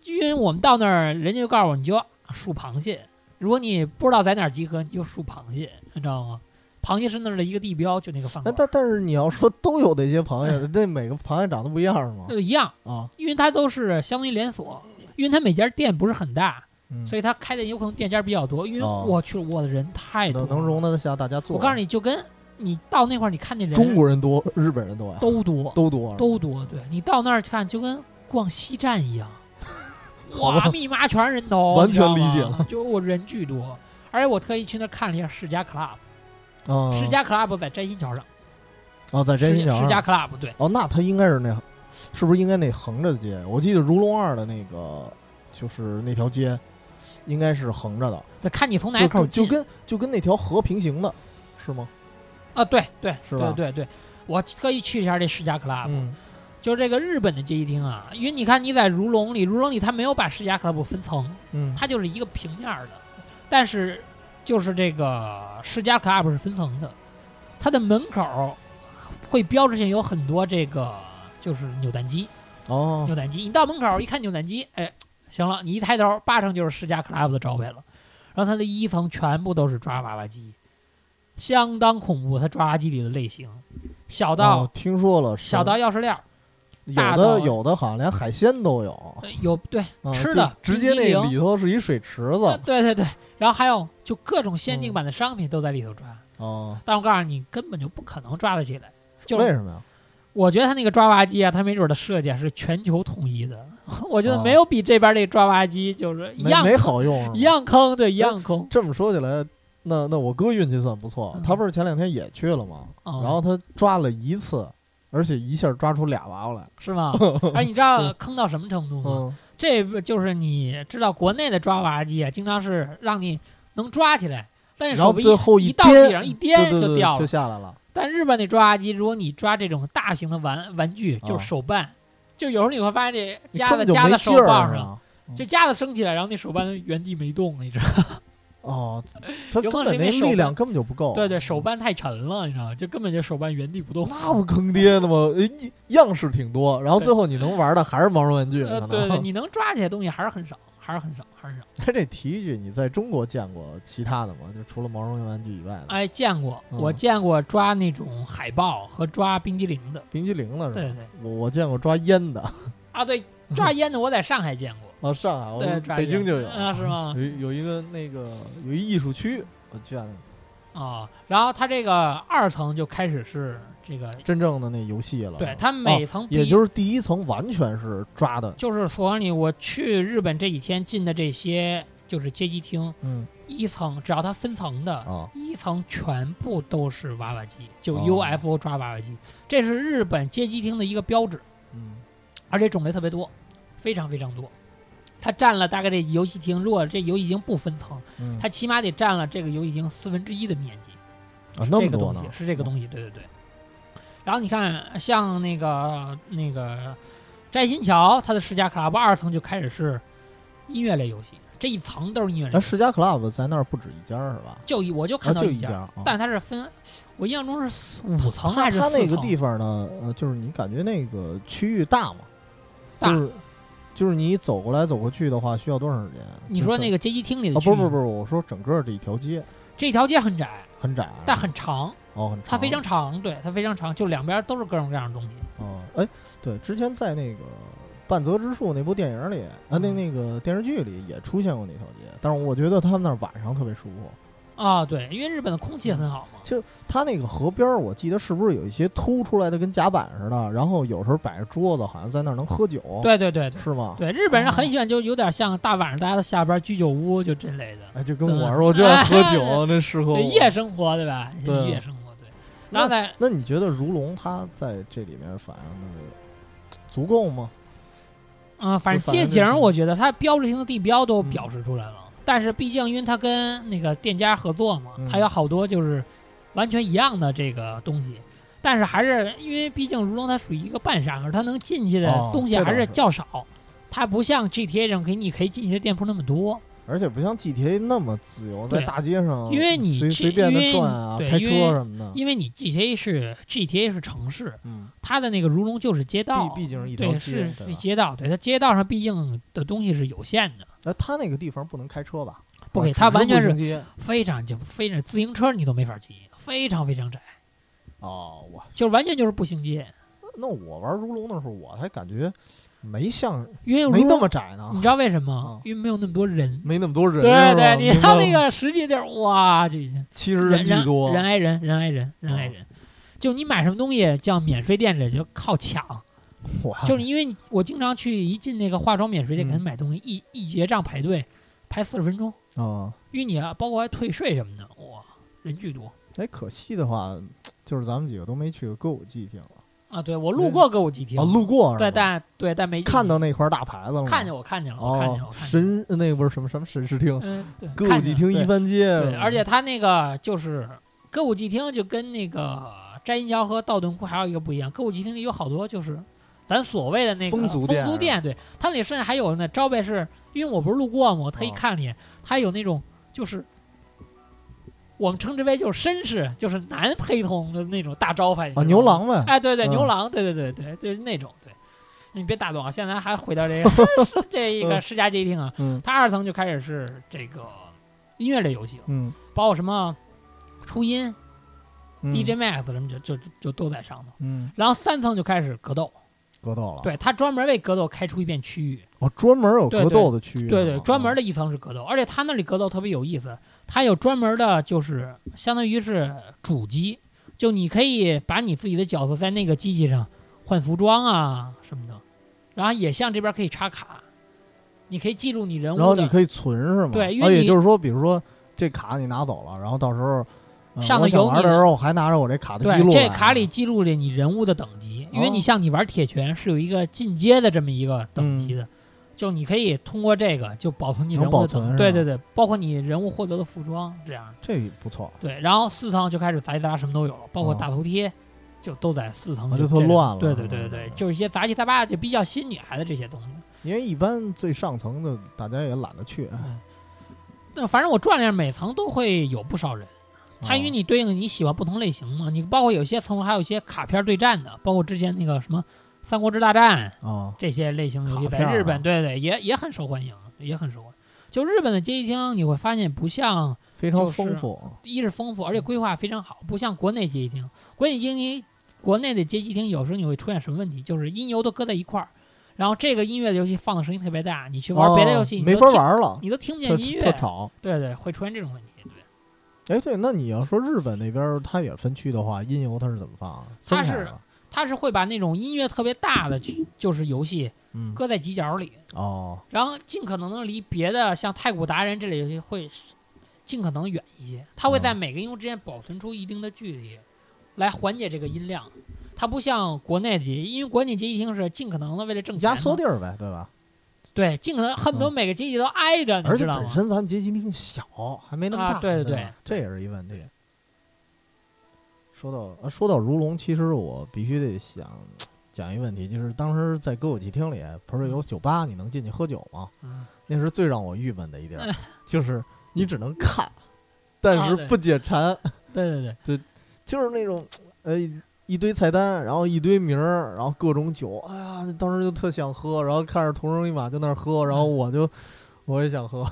因为我们到那儿人家就告诉我你就数螃蟹，如果你不知道在哪儿集合，你就数螃蟹，你知道吗？螃蟹是那儿的一个地标，就那个饭
那
馆，
但但是你要说都有那些螃 蟹，那每个螃蟹长得不一样是吗
那？个一样。
啊，
因为它都是相当于连锁，因为它每家店不是很大，
嗯
所以它开的有可能店家比较多。因为
哦
我去，我的人太多
能
了，
能容得下大家做。
哎
啊
我告诉，你就跟你到那块儿，你看那人
中国人多，日本人多呀，
都多
都多
都多，对你到那儿看就跟逛西站一 样，哇，密麻全是人头，
完全
你知道
理解
吗
了，
就我人巨多，而且我特意去那儿看了一下世家 club，、
啊，
世家 club 在摘星桥上，
哦，在摘
世
星
世
桥
家
上
club 对，
哦，那它应该是那，是不是应该那横着的街？我记得《如龙二》的那个就是那条街，应该是横着的，
得看你从哪
就
口
是就
进
跟就跟那条河平行的，是吗？
啊，对对
是
对
吧
对对，我特意去一下这世家 club，、
嗯，
就是这个日本的街机厅啊，因为你看你在如龙里，如龙里它没有把世家 club 分层，
嗯，
它就是一个平面儿的，但是就是这个世家 club 是分层的，它的门口儿会标志性有很多这个就是扭蛋机，
哦，
扭蛋机，你到门口儿一看扭蛋机，哎，行了，你一抬头，八成就是世家 club 的招牌了。然后它的一层全部都是抓娃娃机，相当恐怖。它抓娃娃机里的类型，小到、
哦听说了，是
小到钥匙链儿，
有
大
的
到
有的好像连海鲜都有，
呃有对
啊
吃
就
的
直
冰
接
激
那
凌
里头是一水池
呃
子
对对对，然后还有就各种限定
嗯
版的商品都在里头抓。
哦，
但我告诉你，根本就不可能抓得起来。就
为
是
什么呀？
我觉得他那个抓娃机啊，他没准儿的设计啊是全球统一的。 我觉得
哦
没有比这边儿这抓娃机就是一
没
样
没好哎用是吗，
一样坑，对一样坑。
这么说起来，那那我哥运气算不错，
嗯
他不是前两天也去了吗？
嗯
然后他抓了一次，而且一下抓出俩娃娃来。
是 吗？而你知道坑到什么程度吗？
嗯，
这不就是你知道国内的抓娃娃机啊，经常是让你能抓起来，但是
然后
手臂
最后
一
一
到
颠
地上一
对
颠
对
就
对
掉
就
了。
下来了。
但日本那抓娃娃机，如果你抓这种大型的玩玩具，就是
啊
手办，就有时候你会发现这
你
夹
根
子
本就
夹
没
在
劲
手
儿
腕上，
啊
就夹子升起来，然后那手办原地没动，你知道吗？
哦，他
有
根
可能
本
是因为
那
手
力
笨
量根本就不够。
对对，手办太沉了，你知道吗？就根本就手办原地不动。
那不坑爹的吗？哎一样式挺多，然后
对
最后你能玩的还是毛绒玩具。
呃，
可
对
能
对，你能抓起来的东西还是很少，还是很少，还是很少。
他这提一句，你在中国见过其他的吗？就除了毛绒玩具以外的，
哎，见过，
嗯
我见过抓那种海豹和抓冰激凌的。
冰激凌了是
对
吧？
对
我我见过抓烟的，
啊，对，抓烟的我在上海见过，
哦，上海，我
对，抓
北
烟
京就有
啊，是吗？
有一有一个那个有一艺术区，我见了
啊，然后它这个二层就开始是这个，
真正的那游戏了。啊
对，它每层
哦也
比
就是第一层完全是抓的，
就是所里我去日本这几天进的这些就是街机厅，
嗯
一层只要它分层的，
啊
一层全部都是娃娃机，就
哦
UFO 抓娃娃机，这是日本街机厅的一个标志。
嗯
而且种类特别多，非常非常多。它占了大概这游戏厅，如果这游戏厅不分层，
嗯，
它起码得占了这个游戏厅四分之一的面积。
啊
是
那
这
么
个
多
东
呢
西，，是这个东西，对对对。然后你看，像那个那个摘星桥，它的世家 club 二层就开始是音乐类游戏，这一层都是音乐类
那
游戏，
世家 club 在那儿不止一家儿啊是吧？
就一我就
啊，
看到
就一
家，
家。啊
但它是分，我印象中是四五层
它
还是
它
四层？
那个地方呢，呃，就是你感觉那个区域大嘛，
大
就是就是你走过来走过去的话，需要多长时间？
你说
个
那个街机厅里
啊
的？区域、
不不不，我说整个这一条街
这条街很窄，
很窄，
但很长。
哦很长，
它非常长，对，它非常长，就两边都是各种各样的东西。
哦，哎，对，之前在那个《半泽直树》那部电影里，啊，那
嗯
那个电视剧里也出现过那条街，但是我觉得他们那儿晚上特别舒服。
啊，对，因为日本的空气很好嘛。
它那个河边儿，我记得是不是有一些凸出来的跟甲板似的，然后有时候摆着桌子，好像在那儿能喝酒，，
对对对对
是吗？
对，日
嗯
本人很喜欢，就有点像大晚上大家都下班居酒屋就这类的，
哎，就跟
对
我似的，我就爱喝
哎
酒，那适合我
对夜生活对吧？
哦对啊
夜生活对。然后在
那你觉得如龙他在这里面反映的足够吗？
嗯，反正
反正
街景
就是嗯
我觉得它标志性的地标都表示出来了，但是毕竟因为它跟那个店家合作嘛，
嗯
它有好多就是完全一样的这个东西。但是还是因为毕竟如龙它属于一个半沙盒，它能进去的
哦
东西
这倒
还是
是
较少，它不像 GTA 上给你可以进去的店铺那么多。
而且不像 GTA 那么自由，
对啊
在大街上
因为你
随
去
随便
因为
的
你
转啊，
对
开
因
车
为
什么的，
因为你 GTA 是 GTA 是城市，
嗯，
它的那个如龙就是街道，
毕毕竟是一条
对
街，
是
对
是
吧
街道，对它街道上毕竟的东西是有限的，
哎，他那个地方不能开车吧？
不给
啊
它
只
完全
步
是
行街
非常就非常自行车你都没法骑，非常非常窄。
哦，我
就是完全就是步行街，
那我玩如龙的时候，我还感觉没像
因为
没
如
那
果
么窄呢
你，知道为什么
啊？
因为没有那么多人。
没那么多人，
对
是吧
对，你
明白
到
了
那个实际地儿，哇，就已经
其实
人
人
人
巨多，啊
人挨人，人挨人，人挨人。就你买什么东西，叫免税店里就靠
啊
抢，
我
就是你因为你我经常去一进那个化妆免税店给他
嗯
买东西，一一结账排队排四十分钟，
啊，
因为你啊，包括还退税什么的，哇，人巨多。
哎，可惜的话，就是咱们几个都没去过歌舞伎町了。
啊，对我路过歌舞伎町
啊，，路过是
对，
吧
但对但没进去
看到那块大牌子了吗？
看见我看见了，我看见了
哦
我，看见了，
神那个不是什么什么神视厅，
嗯，对，
歌舞
看
伎
见
厅
了
一番街
对
是
对，
吧，
而且他那个就是歌舞伎町就跟那个摘银桥和道顿窟还有一个不一样，歌舞伎町里有好多就是咱所谓的那个
风俗店
风俗店，对，它里甚至还有那招牌是，因为我不是路过嘛，我特意
哦
看了一眼，它有那种就是。我们称之为就是绅士，就是男陪同的那种大招牌
啊牛，郎们
你知道吗哎，对对，
嗯
牛郎，对对对对，就是那种，对，你别打断啊，现在还回到 这个这一个
嗯
世家街厅啊，
嗯
它二层就开始是这个音乐类游戏了，
嗯
包括什么初音、
嗯
DJ Max 什么就就就就都在上头。
嗯
然后三层就开始格斗，
格斗了，
对他专门为格斗开出一片区域，
哦，专门有
对
格
对
斗的区域，啊嗯
对对，专门
的
的一层是格斗，而且他那里格斗特别有意思，他有专门的，就是相当于是主机，就你可以把你自己的角色在那个机器上换服装啊什么的，然后也像这边可以插卡，你可以记录你人物的，
然后你可以存是吗？
对因为
啊也
你
就是说，比如说这卡你拿走了，然后到时候呃
上
我
头
想
有
玩
你
的
的
时候，我还拿着我这卡的记
对，
录来，
这卡里记录了你人物的等级，因为
哦
你像你玩铁拳是有一个进阶的这么一个等级的，就你可以通过这个就保存你人
嗯能保
物的等
存
级，对
是吧
对对，包括你人物获得的服装这样。
这不错，
对，然后四层就开始杂七杂八什么都有了，包括
哦
大头贴，就都在四层
啊就
这
特乱了嗯
对对对对对，就是一些杂七杂八就比较吸引女孩子这些东西。
因为一般最上层的大家也懒得去，
那反正我转了一下，每层都会有不少人。它
哦
与你对应你喜欢不同类型嘛，你包括有些层还有一些卡片对战的，包括之前那个什么《三国志大战》，
啊，
这些类型的游戏
卡
在
片儿
日
啊
本，对对，也也很受欢迎，也很受欢迎。就日本的街机厅，你会发现不像
非常
就是
丰富，
一是丰富，
嗯
而且规划非常好，不像国内街机厅。国内街机国内的街机厅有时候你会出现什么问题，就是音游都搁在一块儿，然后这个音乐的游戏放的声音特别大，你去玩别的游戏、
哦
你
没
都
法
听，
玩了，
你都听不
特
见音乐，
特吵。
对对，会出现这种问题。对，
哎，对，那你要说日本那边儿它也分区的话，音游它是怎么放啊？分
它
开
是
了
它是会把那种音乐特别大的去就是游戏
嗯
搁在犄角里，
哦
然后尽可能的离别的像太古达人这类游戏会尽可能远一些，它
嗯
会在每个音符之间保存出一定的距离，来缓解这个音量。它不像国内级，因为国内级一听是尽可能的为了挣钱
压
嘛，
缩地儿呗，对吧？
对，尽可能恨不得每个阶级都挨着，
嗯而且
你知道
本
吗？
身咱们街机厅小，还没那么
啊
大，
对
对
对
吧
对
这也是一问题。说到呃说到如龙，其实我必须得想讲一问题，就是当时在歌舞伎厅里，不是有酒吧，你能进去喝酒吗？
嗯
那是最让我郁闷的一 点儿，就是你只能看，但是
啊对
不解馋，
对对对，
就是那种呃一堆菜单，然后一堆名儿，然后各种酒，哎呀，当时就特想喝，然后看着同生一马在那儿喝，然后我就我也想喝，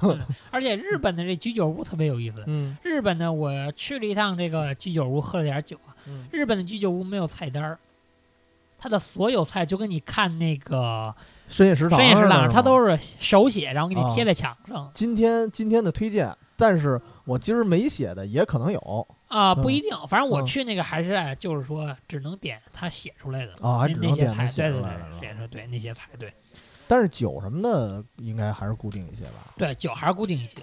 而且日本的这居酒屋特别有意思。
嗯
日本呢，我去了一趟这个居酒屋，喝了点酒啊。
嗯
日本的居酒屋没有菜单儿，它的所有菜就跟你看那个
深夜食堂，啊
深夜食堂，
他
它都是手写，然后给你贴在墙上
今天今天的推荐，但是我今儿没写的也可能有
啊，
嗯
不一定。反正我
嗯
去那个还是哎就是说，只能点他写出来的
啊，还
那
只
那
能
些
点
菜
能，
对
写
对
出来了
对，写出来对那些菜，对
但是酒什么的应该还是固定一些吧。
对，酒还是固定一些。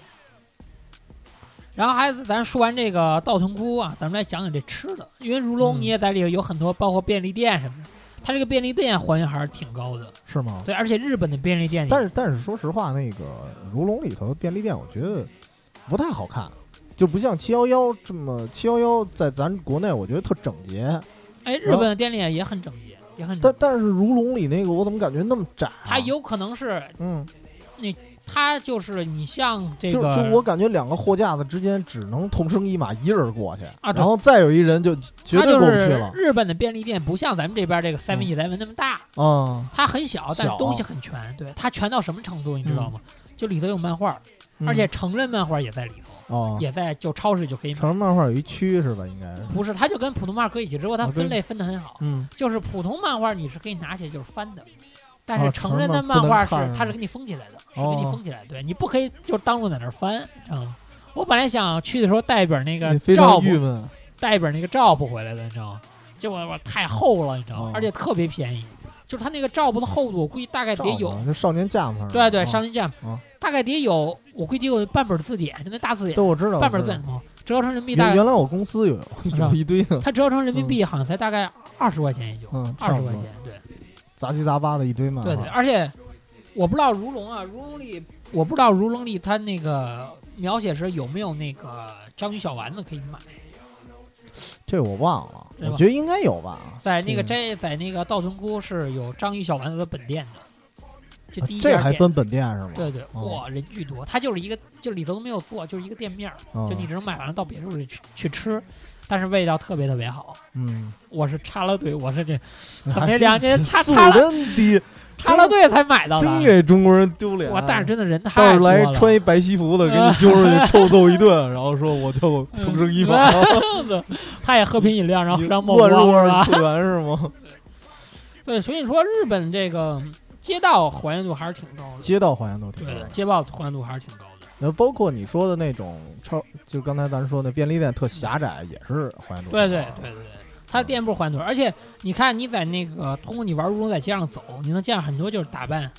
然后还是咱说完这个道屯窟啊，咱们来讲讲这吃的，因为如龙
嗯
你也在里头有很多，包括便利店什么的，它这个便利店还原还是挺高的。
是吗？
对，而且日本的便利店里，
但是但是说实话，那个如龙里头的便利店，我觉得不太好看，就不像七幺幺这么七幺幺在咱国内我觉得特整洁，
哎，日本的店里也很整洁，也很整
但
洁。
但是如龙里那个我怎么感觉那么窄、啊？
它有可能是
嗯，
它就是你像这
就
个，
就我感觉两个货架子之间只能同生一马一人过去，
啊对
然后再有一人就绝
它
对
就
过不
是
去了。
日本的便利店不像咱们这边这个 Seven Eleven 那么大，
嗯
它很小，但
小啊
东西很全。对，它全到什么程度，你知道吗？就里头有漫画，
嗯
而且成人漫画也在里头，
哦，
也在就超市就可以买。
成人漫画有一区是吧？应该是，
不是，它就跟普通漫画搁一起，只不过它
啊对
分类分得很好。
嗯，
就是普通漫画你是可以拿起来就是翻的，但
啊
是成人
成
的
人漫
漫
不能
画是
看是吧啊
它是给你封起来的，是
哦
给你封起来的，对你不可以就当众在那儿翻，啊。我本来想去的时候带一本那个
也非
照
常
布
郁，闷。
带一本那个罩布回来的，你知道吗？结果我太厚了，你知道吗
哦？
而且特别便宜，就是它那个罩布的厚度，我估计大概得
照
有，
着就少年家嘛。
对对，
啊
上金剑
哦，
大概得有，我估计得有半本字典，就那大字典
对，，我知道。
半本
我
字
知道
典头，折合成人民币大
原
概，
原来我公司有
是吧
有一堆呢。
它折合成人民币好像才大概二十块钱也就
嗯
二
差
十
不多
块钱，对
杂七杂八的一堆漫画，
对对，而且我不知道如龙啊，如龙里我不知道如龙里他那个描写时有没有那个章鱼小丸子可以买，
这我忘了，
对吧
我觉得应该有吧。
在那个
嗯
斋在那个道顿窟是有章鱼小丸子的本店的，这第一
啊这
家
还
店。
分本店是吗？
对对，
哦
哇，人巨多，它就是一个，就里头都没有做，就是一个店面儿，
嗯
就你只能买完了到别处去去吃，但是味道特别特别好。
嗯，
我是插了队，我是这
还
没良心
真
差
素
差了
真低，
插了队才买到
真
的。
给中国人丢脸。
哇，但是真的人
到
太
时候
多
来
了，嗯
穿一白西服的，给你揪出去臭揍一顿，然后说我就同生一法， 然后
他也喝瓶饮料，然后
你
喝上冒
乱入
光是
二
吧？
次元是吗？
对，所以说日本这个街道还原度还是挺高 的，
街道还原度挺
对
高
的，
的，
街道还原度还是挺高的。
然后包括你说的那种超，就刚才咱说的便利店特狭窄，也是还原度挺高
对
的。啊
对对对对，它店铺还原度，而且你看你在那个通过你玩如龙在街上走，你能见到很多就是打扮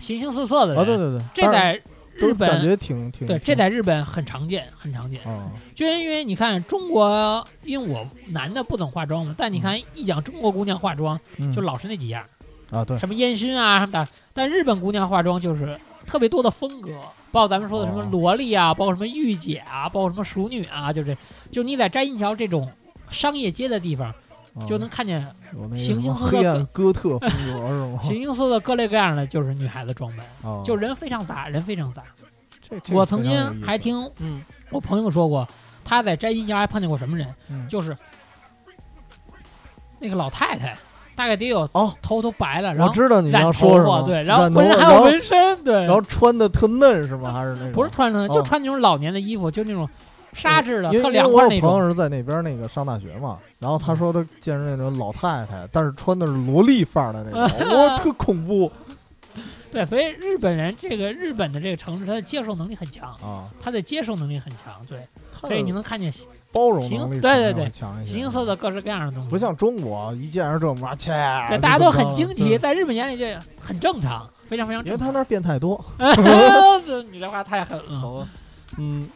形形色色的人。
啊对对对，
这
当然
在
都
日
感
本
觉挺挺
对，这
挺
在日本很常见，很常见。
啊
就因为你看中国，因为我男的不怎么化妆嘛，但你看一讲中国姑娘化妆，
嗯
就老是那几样，
啊对
什么烟熏啊什么的。但日本姑娘化妆就是特别多的风格，包括咱们说的什么
哦
萝莉啊，包括什么御姐啊，包括什么熟女啊，就这，就你在摘金桥这种商业街的地方，
啊
就能看见
有那
形
什
形
么
色色
黑暗
各
哥特风格是吗？
形形色色、各类各样的就是女孩子装扮，
啊
就人非常杂，人非常杂。
这这
我
非常有
曾
意
经
思
还听
嗯
我朋友说过，他在摘金桥还碰见过什么人，
嗯
就是那个老太太，大概得有
哦
头都白了，然
我
后
知道你要
染
说
头
什么
发，，对，然后
染头发
浑身还
然
有
后
纹身，对
然，后穿的特嫩是吗？还是那种
不是穿着就
哦
穿那种老年的衣服，就那种纱质的，
因
特
为因为
凉
我
快
有
那
朋
种。
友是在那边那个上大学嘛，然后他说他见着那种老太太，但是穿的是萝莉范儿的那种， 我特恐怖
对，所以日本人这个日本的这个城市，他的接受能力很强，
啊！
他的接受能力很强，对，
他
所以你
的
能看见
包容
形
能力
对
肯
对
定
对
会强一些，
形形色色、各式各样的东西。
哎不像中国一见着这嘛，切，
对，
这
大家都很
么着
惊奇，，在日本眼里这很正常，非常非常
嗯对因为
正
他
常。 哎
那儿变态多。
这你这话太狠 了。
吧，嗯，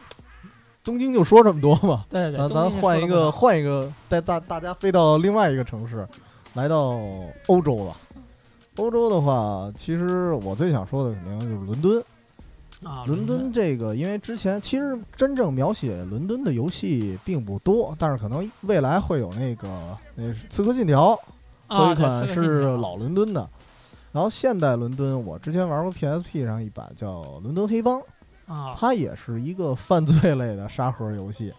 东京就说这么多吧，
对对对，
咱
东
咱
京
换
说
一
得
个
好
换一个，带大大家飞到另外一个城市，来到欧洲吧。欧洲的话，其实我最想说的肯定就是伦敦。
啊，
伦敦这个，因为之前其实真正描写伦敦的游戏并不多，但是可能未来会有那个那《刺客信条》有
啊，
一
对
款
刺客信
是
条
老伦敦的。然后现代伦敦，我之前玩过 PSP 上一版叫《伦敦黑帮》，
啊，
它也是一个犯罪类的沙盒游戏。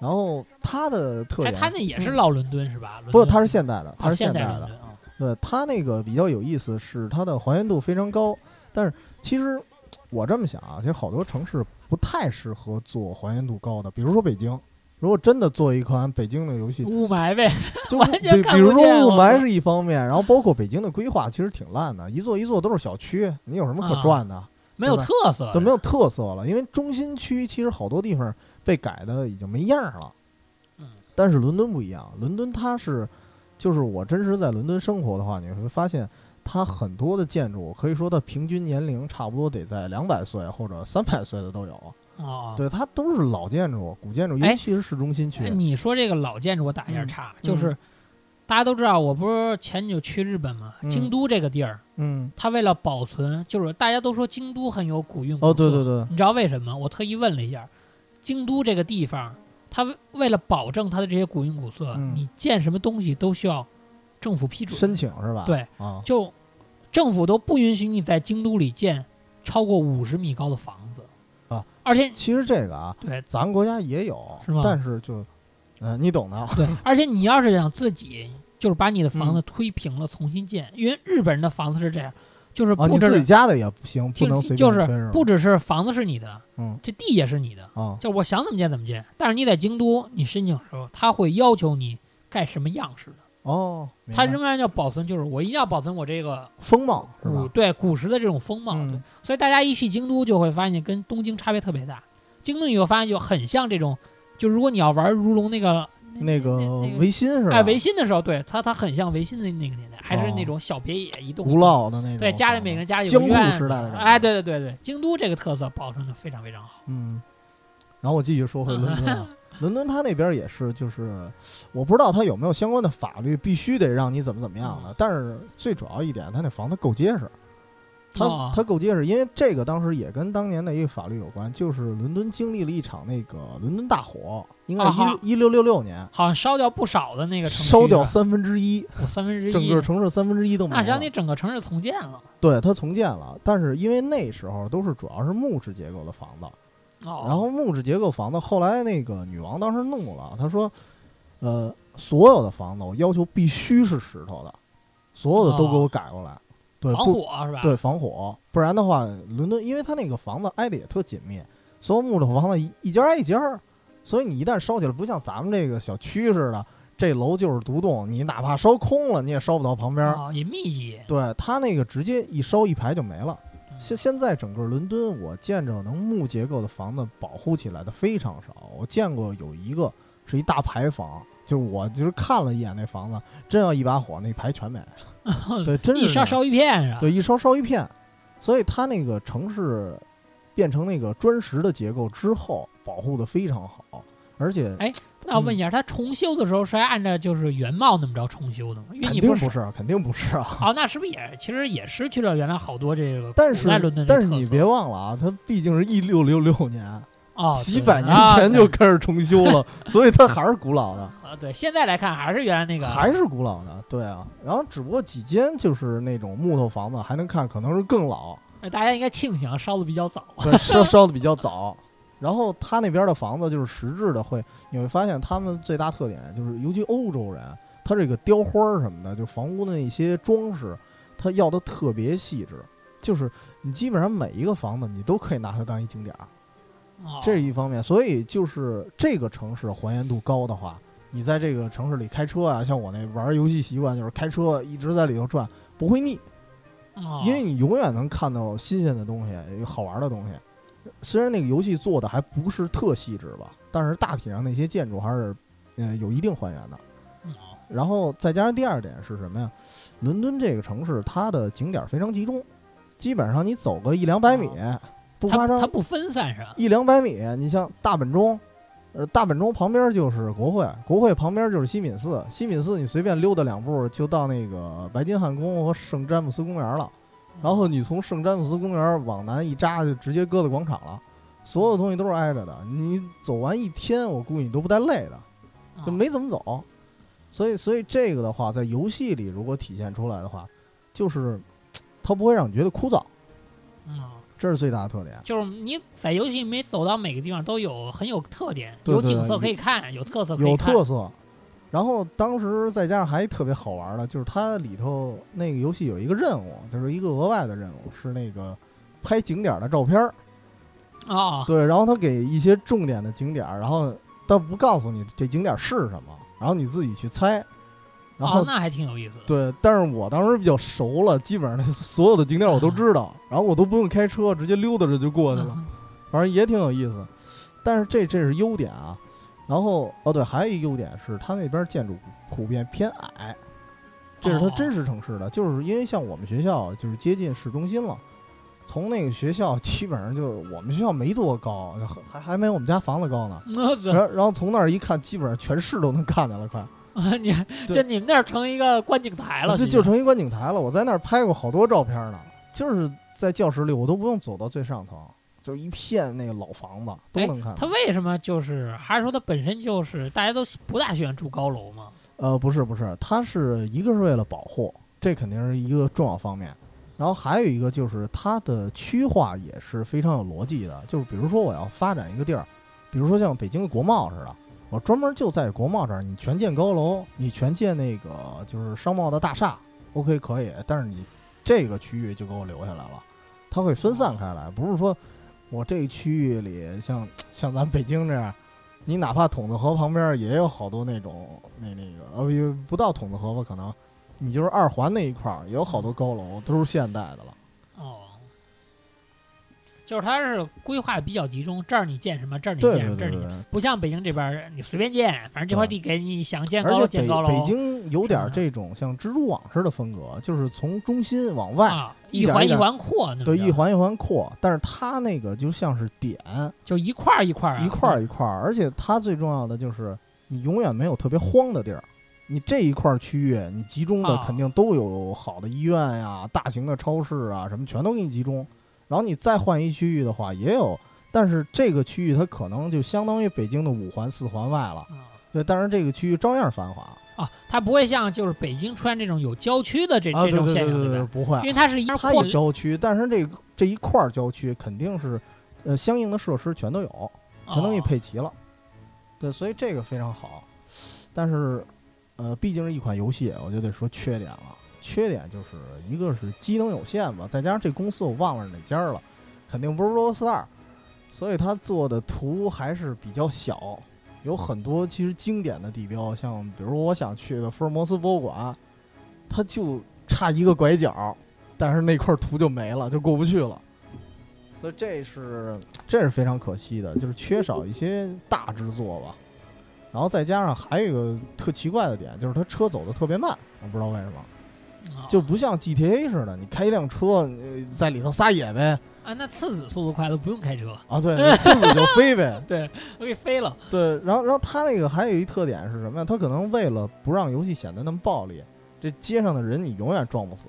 然后它的特
哎，
点，嗯
他那也是老伦敦是吧？伦
不，
敦
它是现代的，它
啊
是现
代
代
伦
的。
敦啊
对，它那个比较有意思是它的还原度非常高，但是其实我这么想啊，其实好多城市不太适合做还原度高的，比如说北京。如果真的做一款北京的游 戏，
雾霾呗，
就
完全
比
看
比如
不见
说雾
我
霾
操
是一方面，然后包括北京的规划其实挺烂的，一座一座都是小区，你有什么可
啊
转的？
没有
对吧
特色，
都没有特色了，因为中心区其实好多地方被改的已经没样儿了。
嗯，
但是伦敦不一样，伦敦它是，就是我真实在伦敦生活的话，你会发现它很多的建筑，可以说它平均年龄差不多得在两百岁或者三百岁的都有。
啊。
对，它都是老建筑、古建筑，
哎
尤其是市中心区
哎。你说这个老建筑，我打一下
嗯
岔，就是大家都知道，我不是前久去日本嘛，
嗯
京都这个地儿，
嗯，
它为了保存，就是大家都说京都很有古韵，
哦，
古色
对对对，
你知道为什么？我特意问了一下，京都这个地方，它为为了保证它的这些古韵古色，
嗯
你建什么东西都需要政府批准，
申请是吧？
对
啊，
就政府都不允许你在京都里建超过五十米高的房子
啊！
而且
其实这个啊，
对
咱们国家也有，
是吗
但是就，嗯，你懂的啊。
对，而且你要是想自己就是把你的房子
嗯
推平了重新建，因为日本人的房子是这样，就是
啊，
不
你
只
自
是、
己家的也不行，不
就
能随便
就是
推吗
不只是房子是你的，
嗯
这地也是你的。
啊
就是我想怎么建怎么建。但是你在京都，你申请的时候，他会要求你盖什么样式的，
哦，明
他
白
仍然要保存，就是我一定要保存我这个
风貌是
古
吧？
对古时的这种风貌。
嗯
对，所以大家一去京都就会发现跟东京差别特别大。京都你会发现就很像这种，就如果你要玩如龙那个
那个
那个
维新是吧？
哎维新的时候，对它它很像维新的那个年代，还是
哦
那种小别野一栋
古老的那种，
对家里每个人家里有
江
个
户
院
时代的感觉
哎，对对对对，京都这个特色保存的非常非常好。
嗯。然后我继续说回伦敦啊，伦敦他那边也是，就是我不知道他有没有相关的法律，必须得让你怎么怎么样
嗯
的。但是最主要一点，他那房子够结实，他
哦
他够结实，因为这个当时也跟当年的一个法律有关，就是伦敦经历了一场那个伦敦大火，应该
啊哈
一一六六六年，
好像烧掉不少的那个城区，啊
烧掉三分之一，
我三分之一，啊
整个城市三分之一都没
那相
了
当。于整个城市重建了。
对，它重建了，但是因为那时候都是主要是木质结构的房子。
哦，
然后木质结构房子，后来那个女王当时怒了，她说：“呃，所有的房子我要求必须是石头的，所有的都给我改过来，对
防
不？
火是吧？
对防火，不然的话，伦敦因为它那个房子挨得也特紧密，所有木头房子一一家挨一家儿，所以你一旦烧起来，不像咱们这个小区似的，这楼就是独栋，你哪怕烧空了，你也烧不到旁边儿。
哦，也密集。
对它那个直接一烧一排就没了。现现在整个伦敦，我见着能木结构的房子保护起来的非常少。我见过有一个是一大排房，就我就是看了一眼那房子，真要一把火，那排全没。对，真是
一烧
这样，
烧一片是吧？
对一烧烧一片。所以它那个城市变成那个砖石的结构之后，保护的非常好，而且
哎那我
嗯
问一下，它重修的时候是按照就是原貌那么着重修的吗？因为
肯
你
定
是
不是，肯定不是啊。
哦，那是不是也其实也失去了原来好多这个
但
古代
是
伦敦的
但
特
是
色？
你别忘了啊，它毕竟是一六六六年。
哦，
几
对
百年
啊
前就
对
开始重修 了，所以它还是古老的，
啊，对，现在来看还是原来那个
还是古老的，对啊。然后只不过几间就是那种木头房子，还能看，可能是更老，
哎大家应该庆幸啊烧的比较 早。
对，烧烧的比较早。然后他那边的房子就是实质的会，你会发现他们最大特点就是，尤其欧洲人，他这个雕花儿什么的，就房屋的那些装饰，他要的特别细致。就是你基本上每一个房子，你都可以拿它当一景点儿。
哦
这是一方面，所以就是这个城市还原度高的话，你在这个城市里开车啊，像我那玩儿游戏习惯就是开车一直在里头转，不会腻，
哦
因为你永远能看到新鲜的东西，有好玩的东西。虽然那个游戏做的还不是特细致吧，但是大体上那些建筑还是，呃，有一定还原的。
哦
然后再加上第二点是什么呀？伦敦这个城市它的景点儿非常集中，基本上你走个一两百米，不
啊哦它
夸张
它，不分散是吧？
一两百米，你像大本钟，呃，大本钟旁边就是国会，国会旁边就是西敏寺，西敏寺你随便溜达两步就到那个白金汉宫和圣詹姆斯公园了，然后你从圣詹姆斯公园往南一扎就直接鸽子广场了，所有东西都是挨着的，你走完一天，我估计你都不带累的。
嗯
就
啊
没怎么走。所以，所以这个的话，在游戏里如果体现出来的话，就是它不会让你觉得枯燥，
嗯哦
这是最大的特点。
就是你在游戏里没走到每个地方都有很有特点，
对
有
对
景色
有
可以看，有特色可以
有
看
特色。然后当时再加上还特别好玩的，就是它里头那个游戏有一个任务，就是一个额外的任务，是那个拍景点的照片儿。
哦
对，然后他给一些重点的景点儿，然后他不告诉你这景点儿是什么，然后你自己去猜。然后
哦，那还挺有意思的。
对，但是我当时比较熟了，基本上那所有的景点我都知道，然后我都不用开车，直接溜达着就过去了，
嗯
反正也挺有意思。但是这这是优点啊，然后哦对，还有一优点是它那边建筑普遍偏矮，这是它
哦
真实城市的，就是因为像我们学校就是接近市中心了，从那个学校基本上就我们学校没多高，还还还没我们家房子高呢。
那这
然后然后从那儿一看，基本上全市都能看见了，快。
啊 你
对啊
这你们那儿成一个观景台了，
这
其
就
实
成一观景台了。我在那儿拍过好多照片呢，就是在教室里，我都不用走到最上层，就是一片那个老房子都
哎
能看。
它为什么就是还是说它本身就是大家都喜不大喜欢住高楼嘛？
呃，不是不是，它是一个是为了保护，这肯定是一个重要方面。然后还有一个就是它的区划也是非常有逻辑的，就是比如说我要发展一个地儿，比如说像北京的国贸似的，我专门就在国贸这儿，你全建高楼，你全建那个就是商贸的大厦，OK 可以，但是你这个区域就给我留下来了，它会分散开来，不是说我这个区域里像像咱北京这样，你哪怕筒子河旁边也有好多那种那那个呃不不到筒子河吧，可能你就是二环那一块儿也有好多高楼，都是现代的了。
哦，就是它是规划比较集中，这儿你建什么，这儿你建
对
什
对
么，这儿
对
你建，
对，
不像北京这边儿你随便建，反正这块地给你想建高
而
楼
且
建
北
高楼。
北京有点这种像蜘蛛网似的风格，就是从中心往外，
啊，
一
一
点
环
一点
环扩，那么
对，
着
一环一环扩，但是它那个就像是点
就一块儿一块儿啊
一块儿一块儿，而且它最重要的就是你永远没有特别荒的地儿。你这一块儿区域，你集中的
啊
肯定都有好的医院呀、大型的超市啊，什么全都给你集中。然后你再换一区域的话，也有，但是这个区域它可能就相当于北京的五环、四环外了。
啊
对，但是这个区域照样繁华
啊，它不会像就是北京出现这种有郊区的这
啊！对
这
对
种
对
现
对
象，
对
吧？
不会
因，为它是一
它
扩
也郊区，但是这个这一块儿郊区肯定是，呃，相应的设施全都有。全都给你
哦
配齐了。对，所以这个非常好。但是，呃，毕竟是一款游戏，我就得说缺点了。缺点就是一个是机能有限吧，再加上这公司我忘了是哪家了，肯定不是罗斯二，所以它做的图还是比较小，有很多其实经典的地标，像比如我想去的福尔摩斯博物馆，它就差一个拐角，但是那块图就没了，就过不去了。所以这是这是非常可惜的，就是缺少一些大制作吧。然后再加上还有一个特奇怪的点，就是它车走的特别慢，我不知道为什么，
哦
就不像 GTA 似的，你开一辆车呃在里头撒野呗，
啊，那次子速度快了，不用开车，
啊对，你自己就飞 呗，
对我给飞了。
对，然后然后它那个还有一特点是什么呀？它可能为了不让游戏显得那么暴力，这街上的人你永远撞不死，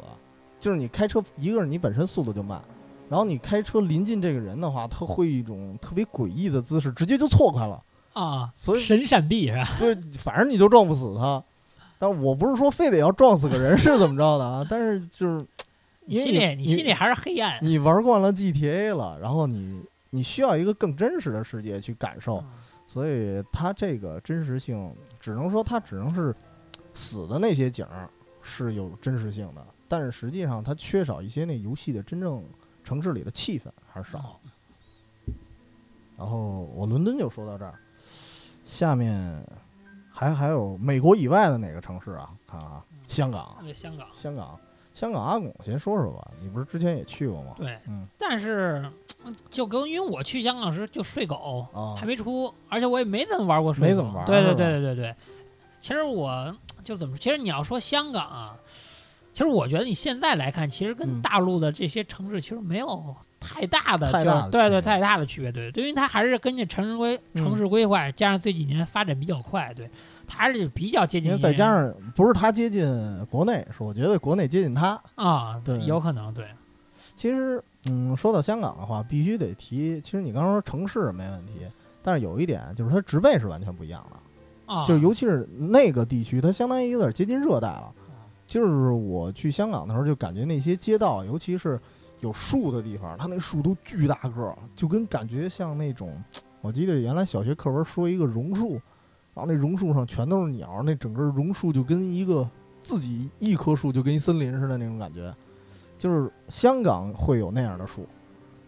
就是你开车，一个是你本身速度就慢，然后你开车临近这个人的话，他会一种特别诡异的姿势，直接就错开了，
啊，
所以
神闪避是吧？
对，反正你就撞不死他。但我不是说非得要撞死个人是怎么着的啊，但是就是
你
因为
心里
你
你心里还是黑暗。啊
你玩惯了 GTA 了，然后你你需要一个更真实的世界去感受，
嗯
所以它这个真实性，只能说它只能是死的那些景儿是有真实性的，但是实际上它缺少一些那游戏的真正城市里的气氛还是少。
少
然后我伦敦就说到这儿，下面还还有美国以外的哪个城市啊？看啊，香港，
对香港
香港，香港阿拱先说说吧，你不是之前也去过吗？
对
嗯，
但是嗯就跟因为我去香港时就睡狗，
啊
还，没出，而且我也没怎么玩过水
没
果
怎么玩
对对
是吧
对对对对，其实我就怎么说，其实你要说香港啊，其实我觉得你现在来看，其实跟
嗯
大陆的这些城市其实没有太大的
太
就
大的
对
区
对
别
太大的区别，对，对因为它还是根据城市规城
嗯
市规划，加上这几年发展比较快，对，它还是比较接
因
近
为
于。
再加上不是他接近国内，是我觉得国内接近他。
啊，
对
有可能对
其实，嗯，说到香港的话，必须得提，其实你刚刚说城市没问题，但是有一点就是它植被是完全不一样的。
啊，
就是尤其是那个地区，它相当于有点接近热带了。
啊
就是我去香港的时候，就感觉那些街道，尤其是有树的地方，它那树都巨大个儿，就跟感觉像那种，我记得原来小学课文说一个榕树，然后那榕树上全都是鸟，那整个榕树就跟一个自己一棵树就跟一森林似的那种感觉。就是香港会有那样的树，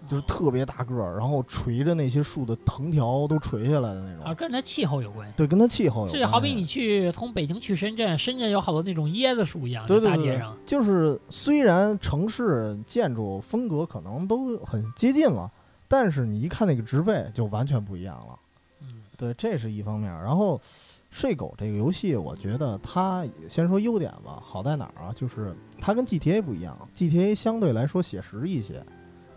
就是特别大个儿，然后垂着那些树的藤条都垂下来的那种。
啊，跟它气候有关系。
对，跟它气候有关系。啊
这就好比你去从北京去深圳，深圳有好多那种椰子树一样，
对对
啊大
对
街
对
上
就是虽然城市建筑风格可能都很接近了，但是你一看那个植被就完全不一样了。
嗯，
对，这是一方面。然后，《睡狗》这个游戏，我觉得它先说优点吧，好在哪儿啊？就是它跟 GTA 不一样，GTA 相对来说写实一些，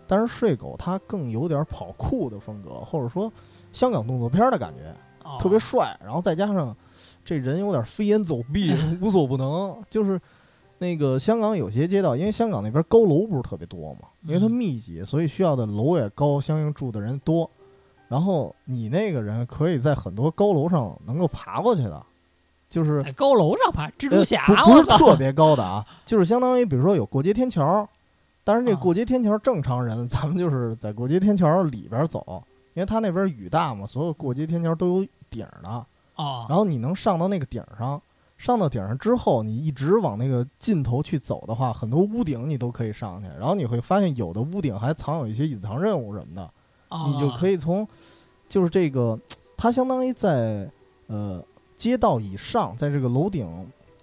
但是《睡狗》它更有点跑酷的风格，或者说香港动作片儿的感觉。
哦
特别帅，然后再加上这人有点飞檐走 壁，无所不能。就是那个香港有些街道，因为香港那边高楼不是特别多嘛，因为它
嗯
密集，所以需要的楼也高，相应住的人多。然后你那个人可以在很多高楼上能够爬过去的，就是
在高楼上爬蜘蛛
呃
侠，
不不
我
是
操！
特别高的 啊，就是相当于比如说有过街天桥，但是这
啊
过街天桥正常人咱们就是在过街天桥里边走，因为它那边雨大嘛，所有过街天桥都有顶儿的。
哦，
然后你能上到那个顶儿上，上到顶儿上之后，你一直往那个尽头去走的话，很多屋顶你都可以上去。然后你会发现，有的屋顶还藏有一些隐藏任务什么的，你就可
以
以从，就是这个，它相当于在呃街道以上，在这个楼顶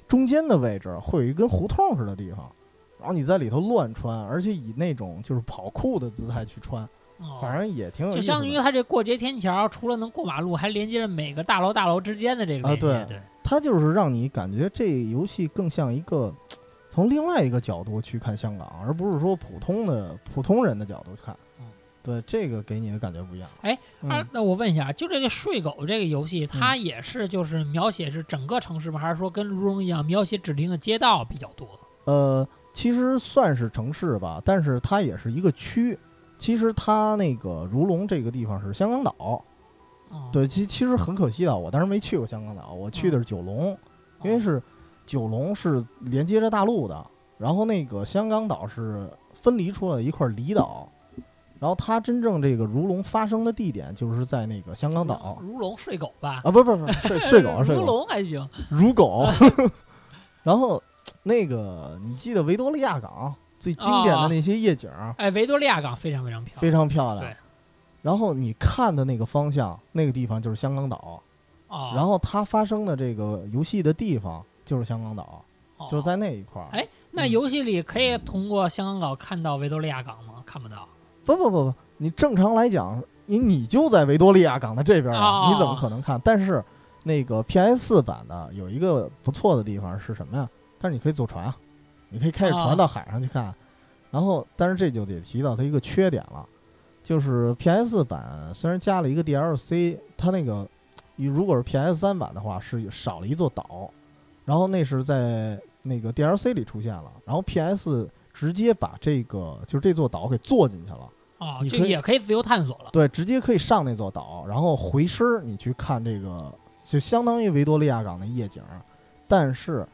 中间的位置，会有一根胡同似的地方，然后你在里头乱穿，而且以那种就是跑酷的姿态去穿，
哦
反正也挺有意思
就
的。
相当于它这过节天桥，除了能过马路，还连接着每个大楼大楼之间的这个
啊
连接。
对
对
它就是让你感觉这游戏更像一个从另外一个角度去看香港，而不是说普通的普通人的角度去看
嗯。
对，这个给你的感觉不一样。
哎
嗯，
啊，那我问一下，就这个睡狗这个游戏，它也是就是描写是整个城市吗？还是说跟如龙一样描写指定的街道比较多？
呃，其实算是城市吧，但是它也是一个区。其实它那个如龙这个地方是香港岛，
哦，
对，其其实很可惜的，啊我当时没去过香港岛，我去的
嗯
是九龙，
哦，
因为是九龙是连接着大陆的，然后那个香港岛是分离出了一块离岛，然后它真正这个如龙发生的地点就是在那个香港岛
如龙睡狗吧？呃
啊，不不不，睡睡狗啊睡
如
狗，
龙还行，
如狗。 然后那个你记得维多利亚港最经典
哦
的那些夜景儿
哎，维多利亚港非常非常漂亮
非常漂亮
对，
然后你看的那个方向那个地方就是香港岛，
哦，
然后它发生的这个游戏的地方就是香港岛，
哦
就是在那一块儿。
哎，那
嗯
游戏里可以通过香港岛看到维多利亚港吗？看不到。
不不不不，你正常来讲，你你就在维多利亚港的这边
哦
啊，你怎么可能看？但是那个 PS 版的有一个不错的地方是什么呀？但是你可以坐船啊，你可以开着
哦
船到海上去看。然后，但是这就得提到它一个缺点了，就是 PS 版虽然加了一个 DLC，它那个如果是 PS 三版的话是少了一座岛，然后那是在那个 DLC 里出现了，然后 PS 直接把这个就是这座岛给做进去了。
哦，
你
就
可以
也可以自由探索了。
对，直接可以上那座岛，然后回身儿你去看这个，就相当于维多利亚港的夜景儿，但是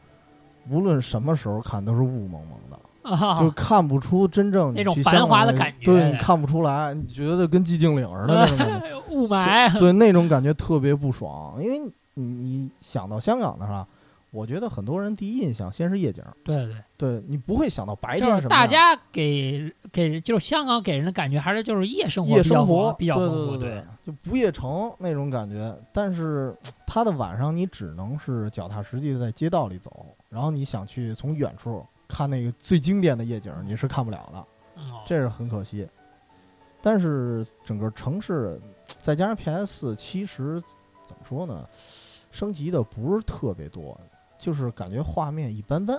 无论什么时候看都是雾蒙蒙的，
啊，
就看不出真正你
那种
去
繁
香港
华的
那
感觉
对，你看不出来，你觉得跟寂静岭似的那种感
雾
觉，
霾。
对那种感觉特别不爽，因为你你想到香港的话，我觉得很多人第一印象先是夜景儿，
对对
对你不会想到白
对，
天
就是是
什么
大
样
家给给就是香港给人的感觉还是就是夜生活
夜
呃比较
生活
丰比较
对
丰富，
对对，就不夜城那种感觉。但是它的晚上你只能是脚踏实地的在街道里走，然后你想去从远处看那个最经典的夜景，你是看不了的，
嗯哦
这是很可惜。但是整个城市再加上 PS，其实怎么说呢，升级的不是特别多，就是感觉画面一般般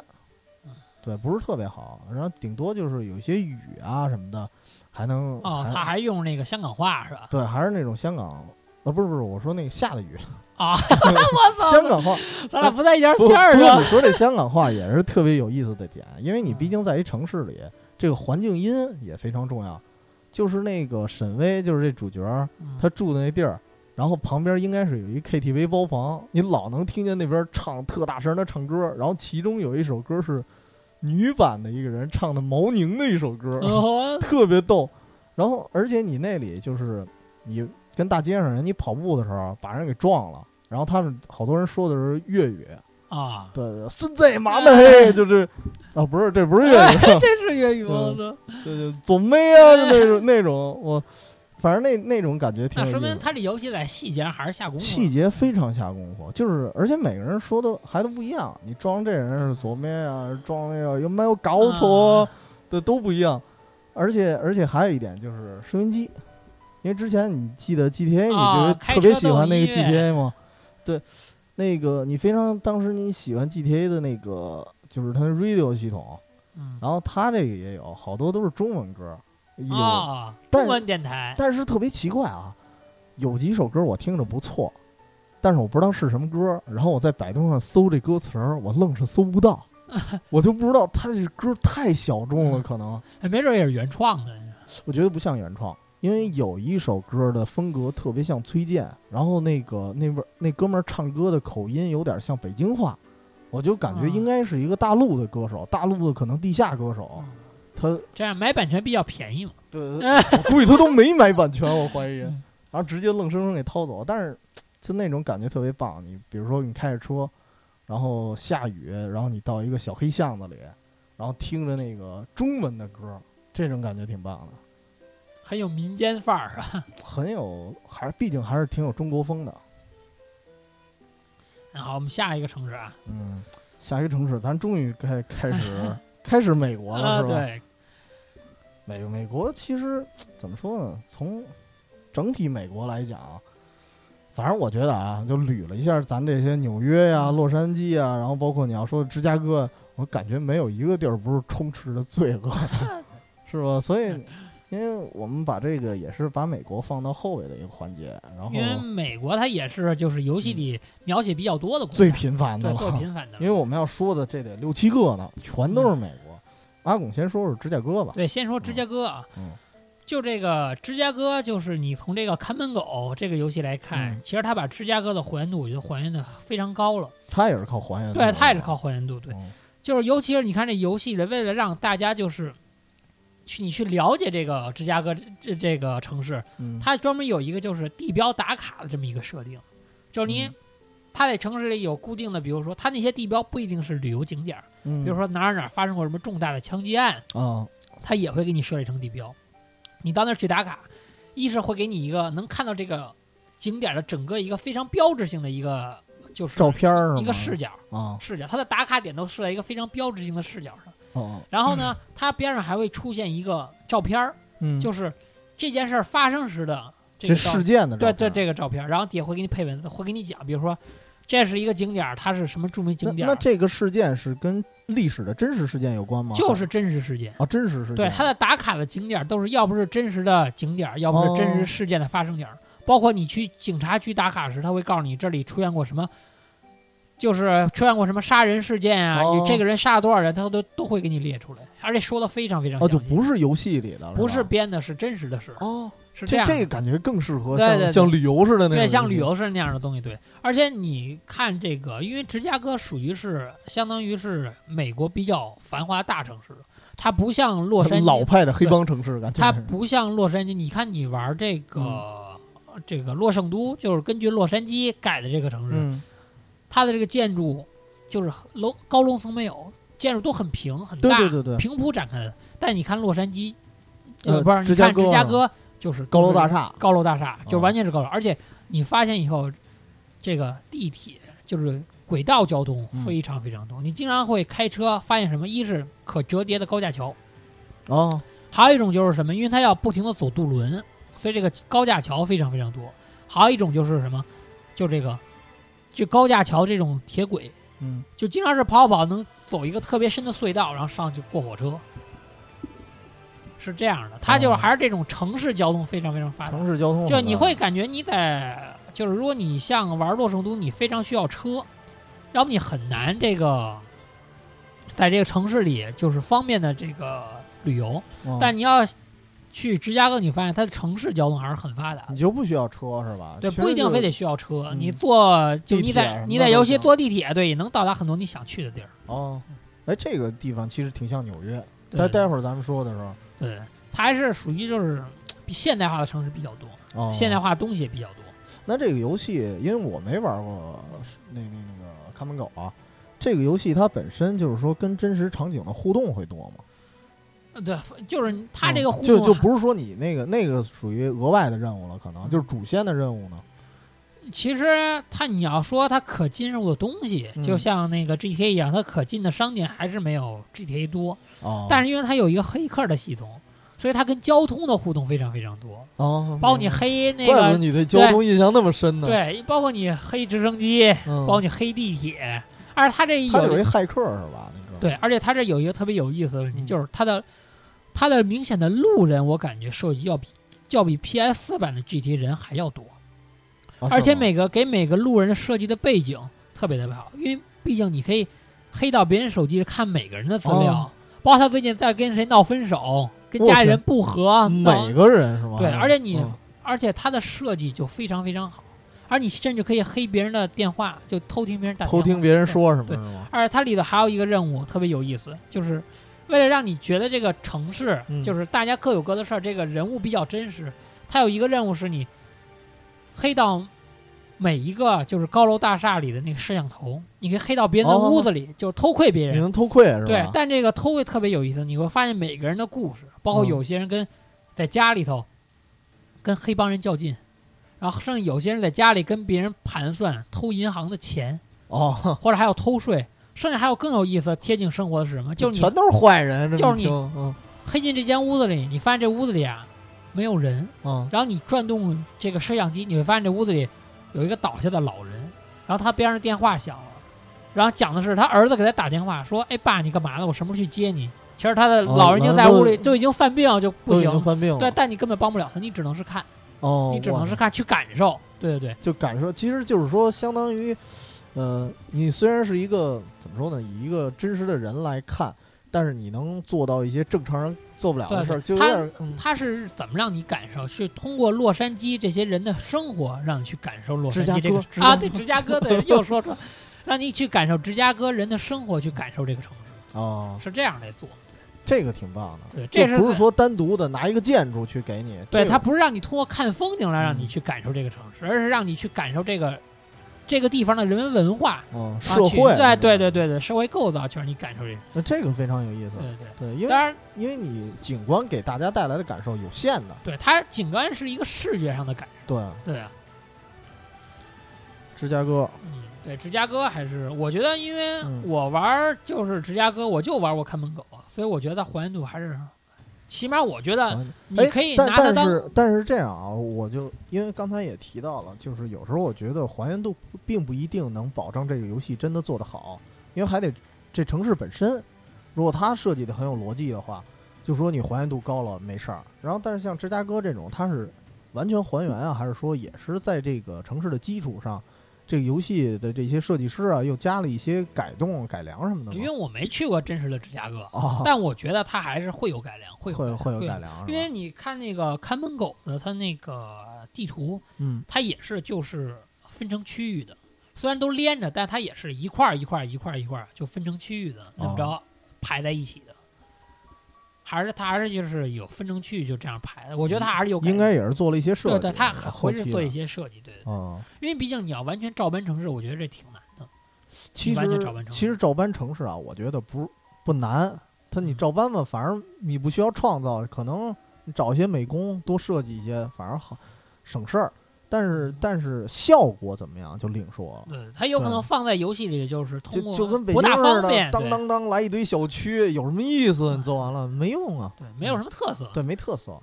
嗯。
对，不是特别好，然后顶多就是有些雨啊什么的，还能
哦，他还用那个香港话是吧？
对，还是那种香港，呃，不是不是，我说那个下的雨，
啊，
我
操
香港话，
咱俩不在一条
不
线儿
不过
上
你。说这香港话也是特别有意思的点，因为你
嗯
毕竟在一城市里，这个环境音也非常重要。就是那个沈巍，就是这主角儿，
嗯
他住的那地儿，然后旁边应该是有一 KTV 包房，你老能听见那边唱特大声的唱歌，然后其中有一首歌是女版的一个人唱的毛宁的一首歌，
哦
特别逗。然后，而且你那里就是你跟大街上人，你跑步的时候把人给撞了，然后他们好多人说的是粤语，哎
啊，
对对，孙子妈的嘿，就是啊，不是，这不是粤语，
这是粤语吗？我
嗯
操
对对，总妹啊，就那种那种，我反正那那种感觉挺
那
有意
说
思的。
明他这游戏在细节上还是下功夫。
细节非常下功夫，就是而且每个人说的还都不一样，你装这人是左面啊，装那个有没有搞错、
啊
的都不一样，而且而且还有一点就是收音机，因为之前你记得 GTA，、
啊
你就是
开
特别
车
喜欢
都有
那个
音乐
GTA 吗？对，那个你非常当时你喜欢 GTA 的那个就是它的 radio 系统，
嗯
然后它这个也有好多都是中文歌，有、
啊，
但
中文电台
但是特别奇怪啊，有几首歌我听着不错，但是我不知道是什么歌，然后我在百度上搜这歌词儿，我愣是搜不 到，我就不知道它这歌太小众了，可能
哎没准也是原创的。
我觉得不像原创，因为有一首歌的风格特别像崔健，然后那个那边那哥们儿唱歌的口音有点像北京话，我就感觉
啊
应该是一个大陆的歌手，大陆的可能地下歌手
嗯，
他
这样买版权比较便宜嘛。
对，我估计他都没买版权，我怀疑，然后直接愣生生给掏走。但是就那种感觉特别棒，你比如说你开着车，然后下雨，然后你到一个小黑巷子里，然后听着那个中文的歌，这种感觉挺棒的，
很有民间范儿啊。
很有，还是毕竟还是挺有中国风的。
那 好，我们下一个城市啊，
嗯，下一个城市，咱终于该开始开始美国了，
啊
是吧？
对，
美美国其实怎么说呢？从整体美国来讲，反正我觉得啊，就捋了一下咱这些纽约呀、
嗯
洛杉矶啊，然后包括你要说的芝加哥，我感觉没有一个地儿不是充斥着罪 恶，是吧？所以，因为我们把这个也是把美国放到后尾的一个环节，然后嗯
因为嗯美国它也是就是游戏里描写比较多的国家，
最频繁的
对最
了，
频繁的了，
因为我们要说的这得六七个呢，全都是美国。阿拱先说说芝加哥吧，
嗯对，先说芝加哥啊，
嗯
就这个芝加哥，就是你从这个看门狗这个游戏来看，
嗯
其实它把芝加哥的还原度，我觉得还原的非常高了。
他也是靠还原的，
对，它也是靠还原度，对，
嗯
就是尤其是你看这游戏里，为了让大家就是去你去了解这个芝加哥这这这个城市，
嗯，
它专门有一个就是地标打卡的这么一个设定，就是你。
嗯
它在城市里有固定的，比如说它那些地标不一定是旅游景点儿，
比
比如说哪儿哪儿发生过什么重大的枪击案，
啊，
它也会给你设立成地标。你到那儿去打卡，一是会给你一个能看到这个景点的整个一个非常标志性的一个就是
照片儿是吗
一个视角
啊，
视角，它的打卡点都设在一个非常标志性的视角上。
哦，
然后呢，它边上还会出现一个照片儿，
嗯，
就是这件事儿发生时的这
这
个照
事件的
对
照
对
片
这个照片儿，然后底下会给你配文字，会给你讲，比如说这是一个景点儿，它是什么著名景点
那
儿
那，这个事件是跟历史的真实事件有关吗？
就是真实事件。
啊，真实事件。
对，它的打卡的景点儿都是要不是真实的景点儿，要不是真实
哦
事件的发生点儿。包括你去警察局打卡时，他会告诉你这里出现过什么，就是出现过什么杀人事件啊，
哦
你这个人杀了多少人，他都都会给你列出来，而且说的非常非常
哦，就
详细。
不是游戏里的，
不
是
是
吧
编的，是真实的事，
哦，
是
这
样的。
这个感觉更适合
对对对
像像旅游似的那种游戏，
对，像旅游是那样的东西，对。而且你看这个，因为芝加哥属于是相当于是美国比较繁华的大城市，它不像洛杉矶
老派的黑帮城市感觉。
它不像洛杉矶，你看你玩这个、
嗯
这个洛圣都，就是根据洛杉矶改的这个城市，
嗯，
它的这个建筑就是楼高楼层没有，建筑都很平很
对
大，
对对对
平铺展开的。但你看洛杉矶，
呃
不是你
芝加
看
哥
芝加哥就是
高楼大，厦，
高楼大厦就
哦
完全是高楼，而且你发现以后，这个地铁就是。轨道交通
嗯
非常非常多，你经常会开车发现什么？一是可折叠的高架桥，嗯
哦，
还有一种就是什么？因为它要不停的走渡轮，所以这个高架桥非常非常多。还有一种就是什么？就这个，就高架桥这种铁轨，
嗯，
就经常是跑跑跑能走一个特别深的隧道，然后上去过火车，是这样的。它就是
哦
还是这种城市交通非常非常发达，
城市交通
啊就你会感觉你在就是如果你像玩洛圣都，你非常需要车，要不你很难这个在这个城市里就是方便的这个旅游。
哦，
但你要去芝加哥，你发现它的城市交通还是很发达的
你就不需要车是吧？
对，
嗯其实
不一定
就
非得需要车，
嗯
你坐就
地铁
你在
什
你
么
在
都
游戏
行
坐地铁，对，也能到达很多你想去的地儿。
哦。哎，这个地方其实挺像纽约。
对
待待会儿咱们说的时候，
对，它还是属于就是比现代化的城市比较多，
哦，
现代化东西也比较多。
那这个游戏，因为我没玩过那那那个看门狗啊，这个游戏它本身就是说跟真实场景的互动会多吗？
呃对，就是它这个
嗯
互
就
动
就
啊
不是说你那个那个属于额外的任务了，可能就是主线的任务呢。
其实它你要说它可进入的东西，就
嗯
像那个 GTA 一样，它可进的商店还是没有 GTA 多。
哦，
但
是
是因为它有一个黑客的系统，所以它跟交通的互动非常非常多，
哦，
包括你
明白
黑那
怪不得
个
你对交通印象那么深呢。，
对，包括你黑直升机，
嗯，
包括你黑地铁，而且它这
他有
有
一骇客是吧？那个，
对，而且它这有一个特别有意思的问题，
嗯
就是它的它的明显的路人，我感觉设计要比要比 PS 四版的 GTA 人还要多。
啊
而且
是吗
每个给每个路人设计的背景特别特别好，因为毕竟你可以黑到别人手机看每个人的资料，
哦
包括他最近在跟谁闹分手，跟家里人不和，闹
嗯每个人是吧？
对，而且你、
嗯
而且他的设计就非常非常好，而你甚至可以黑别人的电话，就偷听别人打电话
偷听别人
对
说什么
对
是吗？
而且它里头还有一个任务特别有意思，就是为了让你觉得这个城市、
嗯
就是大家各有各的事儿，这个人物比较真实。它有一个任务是你黑到每一个就是高楼大厦里的那个摄像头，你可以黑到别人的
哦
屋子里，就是偷窥别
你
人。
能偷窥是吧？
对，但这个偷窥特别有意思，你会发现每个人的故事，包括
嗯
有些人跟、在家里头跟黑帮人较劲，然后剩下有些人在家里跟别人盘算偷银行的钱。
哦，
或者还有偷税，剩下还有更有意思、贴近生活的是什么？就是你
全都是坏人，这么
就是你
一听嗯
黑进这间屋子里，你发现这屋子里啊没有人，
嗯
然后你转动这个摄像机，你会发现这屋子里有一个倒下的老人，然后他边上电话响了，然后讲的是他儿子给他打电话说：“哎，爸，你干嘛呢？我什么时候去接你？”其实他的
哦
老人已经在
老人
屋
都
里就已经犯病了，就不
都已经
行。
犯病了，
对，但你根本帮不了他，你只能是看，
哦，
你只
哇
能是看去感受。对对对，
就感受，其实就是说，相当于，呃，你虽然是一个怎么说呢，以一个真实的人来看，但是你能做到一些正常人做不了的
对
事儿，就有
他
点儿，嗯，
他是怎么让你感受？是通过洛杉矶这些人的生活，让你去感受洛
芝加
杉矶这
哥
个
芝加
啊，对，芝加哥，对，又说出来，让你去感受芝加哥人的生活，去感受这个城市，
哦，
是这样来做。
这个挺棒的，
对，这
就不
在
是说单独的拿一个建筑去给你，
对，
这个
它不是让你通过看风景来让你
嗯
去感受这个城市，而是让你去感受这个这个地方的人文文化、
嗯，
啊
社
去
会，
对对对，对对，社会构造，就是你感受这个。
那这个非常有意思
对，对对，
对，因为
当然，
因为你景观给大家带来的感受有限的，
对它景观是一个视觉上的感
对，
受，对啊，
芝加哥，
嗯，对，芝加哥还是我觉得，因为
嗯
我玩儿就是芝加哥，我就玩过看门狗，啊所以我觉得还原度还是，起码我觉得
嗯
你
哎
可以
但
拿它
但
当
是但是这样啊，我就因为刚才也提到了，就是有时候我觉得还原度不并不一定能保证这个游戏真的做得好，因为还得这城市本身，如果它设计的很有逻辑的话，就说你还原度高了没事儿。然后但是像芝加哥这种，它是完全还原啊，还是说也是在这个城市的基础上，这个游戏的这些设计师啊又加了一些改动、改良什么的吗
因为？我没去过真实的芝加哥，
啊，
但我觉得它还是会有改良，会有
会会有
会有
改良，
因为你看那个看门狗的它那个地图，
嗯
它也是就是分成区域的，虽然都连着，但它也是一块儿一块儿一块儿一块儿就分成区域的那么
哦
着排在一起的。还是它还是就是有分成区域就这样排的，我觉得它还是有改
应该
良
也是做了一些设计，
对对，它还
后
会
期
是
的
做一些设计，对，对
嗯，
因为毕竟你要完全照搬城市，我觉得这挺难的。
其
完全
实
照搬城市
其实照搬城市啊，我觉得不不难。它你
嗯
照搬吧，反而你不需要创造，可能你找一些美工多设计一些，反而好省事儿。但是
嗯
但是效果怎么样就另说了，
对，它有可能放在游戏里，就是通
哦就
过
就跟北
不
京
大
似
方
的，
便，
当当当来一堆小区，有什么意思？
嗯
你做完了没用啊？
对，对没有什么特色。
对，没特色。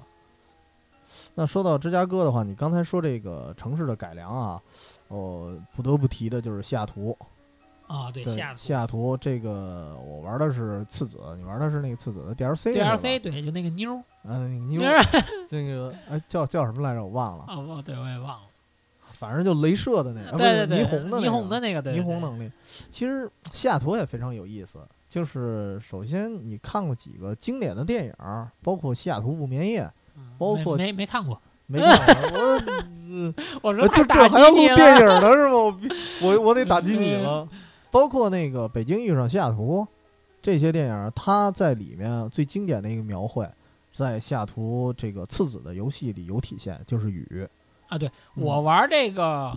那说到芝加哥的话，你刚才说这个城市的改良啊，哦，不得不提的就是西雅图。
啊，对，
对，
西雅图
西雅图这个我玩的是次子，你玩的是那个次子的 DLC 是吧。
DLC 对，就那个妞儿
嗯， 你
妞
有
儿
这个哎叫叫什么来着？我忘了，
啊，我对我也忘了。
反正就镭射的那个，啊不
对对
是霓虹
对，
的
霓虹
那
的那个，
个
对
霓虹。
对
能力。其实西雅图也非常有意思，就是首先你看过几个经典的电影儿，包括《西雅图不眠夜》，
嗯
包
没
括
没没看过，
没看过我嗯
我说
呃
太
就
打
这
击
还要录
你了嗯
电 影呢是吗？我逼我我得打击你了。 包括那个《北京遇上西雅图》这些电影，它在里面最经典的一个描绘，在西雅图这个次子的游戏里有体现，就是雨。
啊！对
嗯
我玩这个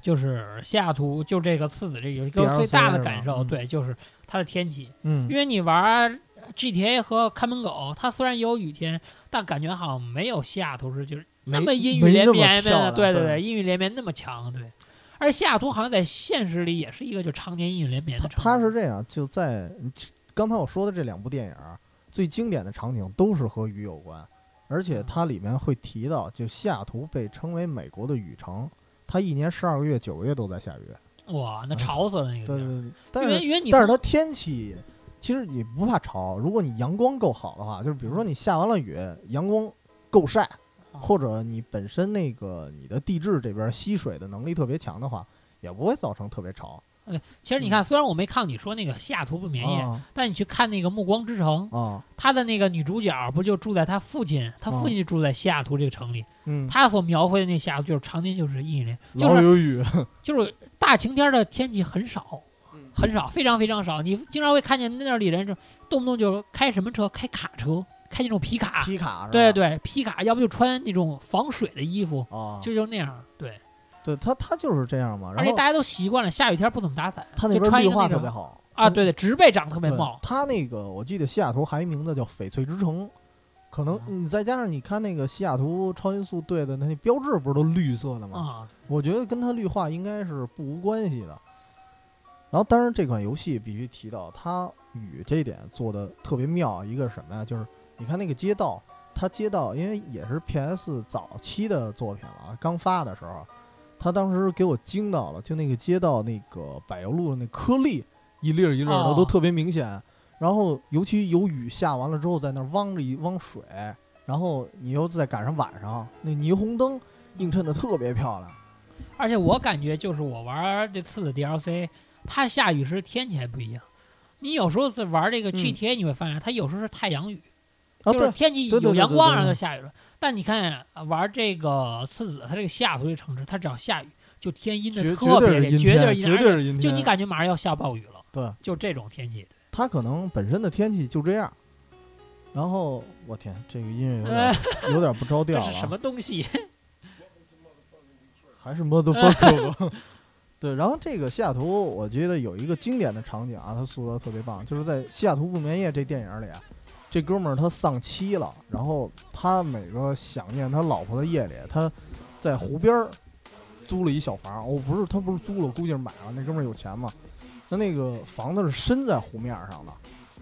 就是西雅图，就这个次子这游戏，给我
DLC
最大的
是吧
感受，
嗯
对，就是它的天气。
嗯
因为你玩 GTA 和看门狗，它虽然也有雨天，但感觉好像没有西雅图是就是那
没
么阴雨
没
连
那么
绵
漂
的，
亮
对
对
对，阴雨连绵那么强，对。而西雅图好像在现实里也是一个就常年阴雨连绵
它
的城市。
它是这样，就在刚才我说的这两部电影，最经典的场景都是和雨有关，而且
嗯
它里面会提到，就西雅图被称为美国的雨城，它一年十二个月九个月都在下雨。
哇，那潮死了那个地
对
儿。
嗯对对，但
因
是
为因为你
但是
从
它天气，其实你不怕潮，如果你阳光够好的话，就是比如说你下完了雨，阳光够晒，
啊
或者你本身那个你的地质这边吸水的能力特别强的话，也不会造成特别潮。
其实你看，虽然我没看你说那个西雅图不眠夜，
嗯啊
但你去看那个《暮光之城》，
啊，
他的那个女主角不就住在他父亲，他父亲就住在西雅图这个城里，
嗯，
他所描绘的那西雅图就是常年就是阴雨连，就
老
是啊
有雨，
就是大晴天的天气很少，
嗯
很少，非常非常少。你经常会看见那里人就动不动就开什么车，开卡车，开那种皮卡，
皮卡是吧？
对对，皮卡，要不就穿那种防水的衣服，
啊，
就就那样，对。
对它它就是这样嘛。
而
然
且
后
大家都习惯了，下雨天不怎么打伞，
它那
就
边
穿一
绿
个那
化特
种
别好
啊，对对，植被长得特别
对
茂，
它那个我记得西雅图还有一名字叫翡翠之城。可能
啊
你再加上你看那个西雅图超音速队的那些标志，不是都绿色的吗？
啊，
我觉得跟它绿化应该是不无关系的。然后，当啊然这款游戏必须提到它雨这一点做的特别妙，一个是什么呀？就是你看那个街道，它街道因为也是 PS 早期的作品了，啊刚发的时候，它当时给我惊到了，就那个街道那个柏油路的那颗粒一粒儿一粒儿的
哦
都特别明显，然后尤其有雨下完了之后，在那儿汪着一汪水，然后你又再赶上晚上，那霓虹灯映衬的特别漂亮。
而且我感觉就是我玩这次的 DLC，它下雨时天气还不一样。你有时候是玩这个
嗯
GTA，你会发现它有时候是太阳雨，
啊，
就是
对，
天气
对对
有
对
阳
对
光，
对
然后就
对
下雨了。但你看啊玩这个次子，它这个西图这城市，它只要下雨就天阴的
绝
特别
对
厉害，
是
绝
阴
对
天，
是
绝
阴
对
天，而
是阴
且
天。
就你感觉马上要下暴雨了，
对，
就这种天气。
它可能本身的天气就这样。然后我天，这个音乐有点、
呃，
有点不着调
这
了
是什
啊，
么东西？
还是 motherfucker 吧。对，然后这个西雅图，我觉得有一个经典的场景啊，它塑造得特别棒，就是在《西雅图不眠夜》这电影里啊，这哥们儿他丧妻了，然后他每个想念他老婆的夜里，他在湖边儿租了一小房，哦，不是，他不是租了，估计是买了，那哥们儿有钱嘛，他那个房子是伸在湖面儿上的，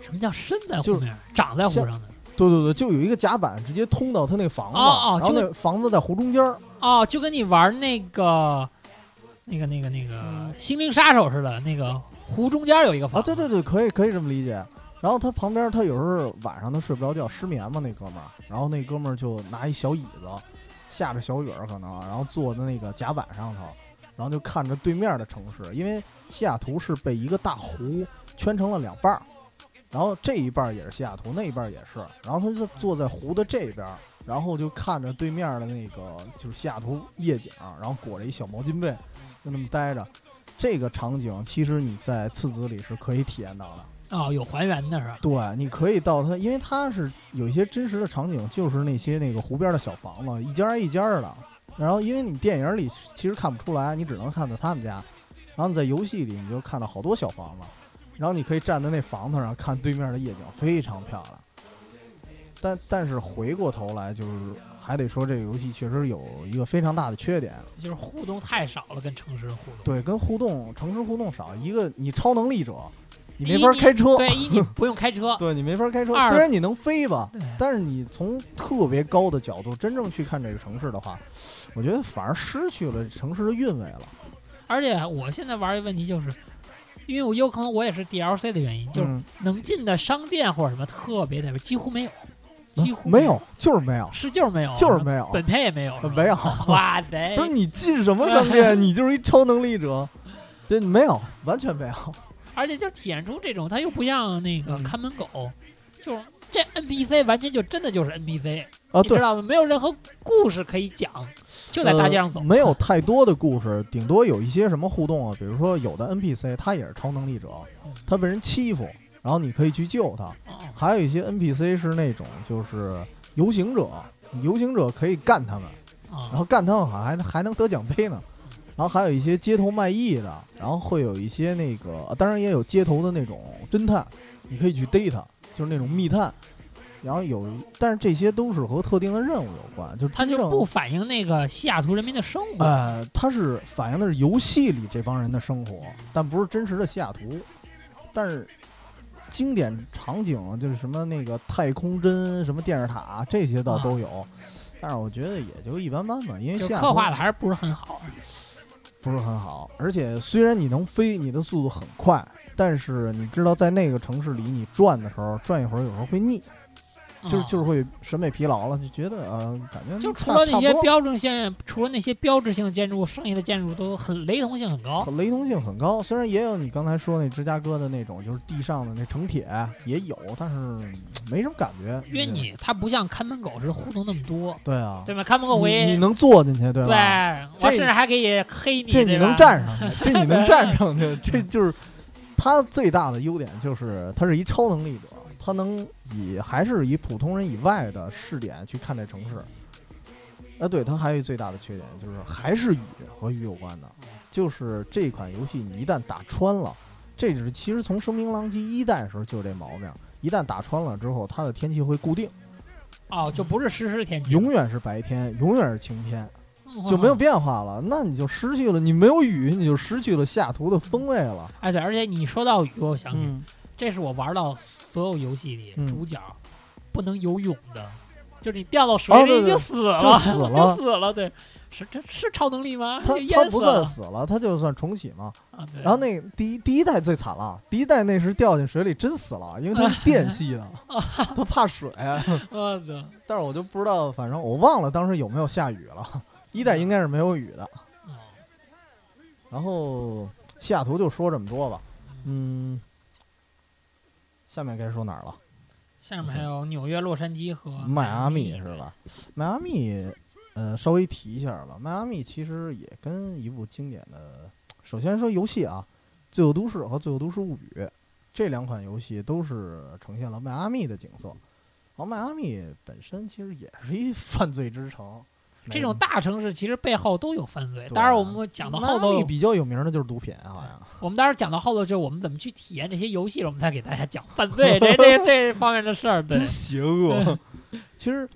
什么叫身在
就
湖
是
面，长在湖
像
上的？
对对对，就有一个甲板直接通到他那房子，
哦哦
然后
就
那房子在湖中间儿。
哦，就跟你玩那个、那个、那个、那个《心灵杀手》似的，那个湖中间有一个房。
啊，嗯对对对，可以可以这么理解。然后他旁边，他有时候晚上他睡不着觉，失眠嘛，那哥们儿。然后那哥们儿就拿一小椅子，下着小雨儿可能，啊然后坐在那个甲板上头，然后就看着对面的城市，因为西雅图是被一个大湖圈成了两半儿，然后这一半儿也是西雅图，那一半儿也是。然后他就坐在湖的这边儿，然后就看着对面的那个就是西雅图夜景，啊然后裹着一小毛巾被，就那么待着。这个场景其实你在次子里是可以体验到的。
哦，有还原的是吧？
对，你可以到它，因为它是有一些真实的场景，就是那些那个湖边的小房子，一家儿一家儿的。然后，因为你电影里其实看不出来，你只能看到他们家。然后你在游戏里，你就看到好多小房子，然后你可以站在那房子上看对面的夜景，非常漂亮。但但是回过头来，就是还得说这个游戏确实有一个非常大的缺点，
就是互动太少了，跟城市的互动。
对，跟互动城市互动少，一个你超能力者，你
一
没法
你
开车，，
对，一你不用开车
对你没法开车。
二
虽然你能飞吧，
对
但是你从特别高的角度真正去看这个城市的话，我觉得反而失去了城市的韵味了。
而且我现在玩儿的问题就是，因为我有可能我也是 DLC 的原因，就是
嗯
能进的商店或者什么特别特别几乎没有，几
嗯
乎
没有，，就是没有，
是就是没有，
就是没有，
本片也没有，是吧
没有
哇塞
不！是你进什么商 店，你就是一超能力者。对，没有，完全没有。
而且就体现出这种，它又不像那个
嗯
看门狗，就是这 NPC 完全就真的就是 NPC，、
啊，
你知
对，
道吗？没有任何故事可以讲，就 在大街上走。
呃没有太多的故事，顶多有一些什么互动啊，比如说有的 NPC 他也是超能力者
嗯，
他被人欺负，然后你可以去救他。
哦
还有一些 NPC 是那种就是游行者，游行者可以干他们，然
哦
后干他们好像还还能得奖杯呢。然后还有一些街头卖艺的，然后会有一些那个，呃当然也有街头的那种侦探，你可以去逮他，就是那种密探。然后有，但是这些都是和特定的任务有关，就
它
真
就
正
不反映那个西雅图人民的生活。
呃，它是反映的是游戏里这帮人的生活，但不是真实的西雅图。但是经典场景就是什么那个太空针、什么电视塔这些倒都有，但是我觉得也就一般般吧，因为
啊就
西雅
刻
图
画的还是不是很好，
不是很好。而且虽然你能飞，你的速度很快，但是你知道在那个城市里你转的时候，转一会儿有时候会腻，就是
嗯
就是会审美疲劳了，就觉得呃感觉
就除
差
了那
差不
些
多
标准性，除了那些标志性的建筑，剩下的建筑都很雷同性很高。
很雷同性很高。虽然也有你刚才说那芝加哥的那种，就是地上的那城铁也有，但是嗯没什么感觉。
因为你它不像看门狗似的互动那么多，
对啊，
对吧？看门狗我
你你
也
能坐进去对
对
吧？
我
这
甚至还可以黑你，
这你
对吧
能站上 去，这你能站上去，这就是它最大的优点，就是它是一超能力者，它能以还是以普通人以外的视点去看这城市。啊，对，它还有一最大的缺点就是还是雨和雨有关的，就是这款游戏你一旦打穿了，这只是其实从《声名狼藉》一代的时候就有这毛病，一旦打穿了之后，它的天气会固定，
哦，就不是实时天气，
永远是白天，永远是晴天。
嗯
就没有。变化了，那你就失去了，你没有雨，你就失去了西雅图的风味了。
哎，对，而且你说到雨，我想起来
嗯
这是我玩到所有游戏里
嗯
主角不能游泳的，就是你掉到水
哦对
里
对
你就死了，
就 死了
啊就死了。对，是这是超能力吗？
他
就
他
淹死
不算
了
死了，他就算重启嘛。
啊。对
然后那第一第一代最惨了，第一代那是掉进水里真死了，因为他 是电系的，
哦
他怕水。啊
我操，
但是我就不知道，反正我忘了当时有没有下雨了。一代应该是没有雨的。
嗯
然后西雅图就说这么多吧。嗯，下面该说哪儿了？
下面还有纽约、洛杉矶和
啊迈阿密
密
是？吧？迈阿密，呃，稍微提一下吧。迈阿密其实也跟一部经典的，首先说游戏啊，《罪恶都市》和《罪恶都市物语》这两款游戏都是呈现了迈阿密的景色。而迈阿密本身其实也是一 犯罪之城，
这种大城市其实背后都有犯罪。
对啊
当然，我们讲到后
迈阿密
头，
比较有名的就是毒品，啊好像。
我们当时讲到后头，就是我们怎么去体验这些游戏，我们才给大家讲 犯罪这这这方面的事儿。对
真，邪恶。 其实，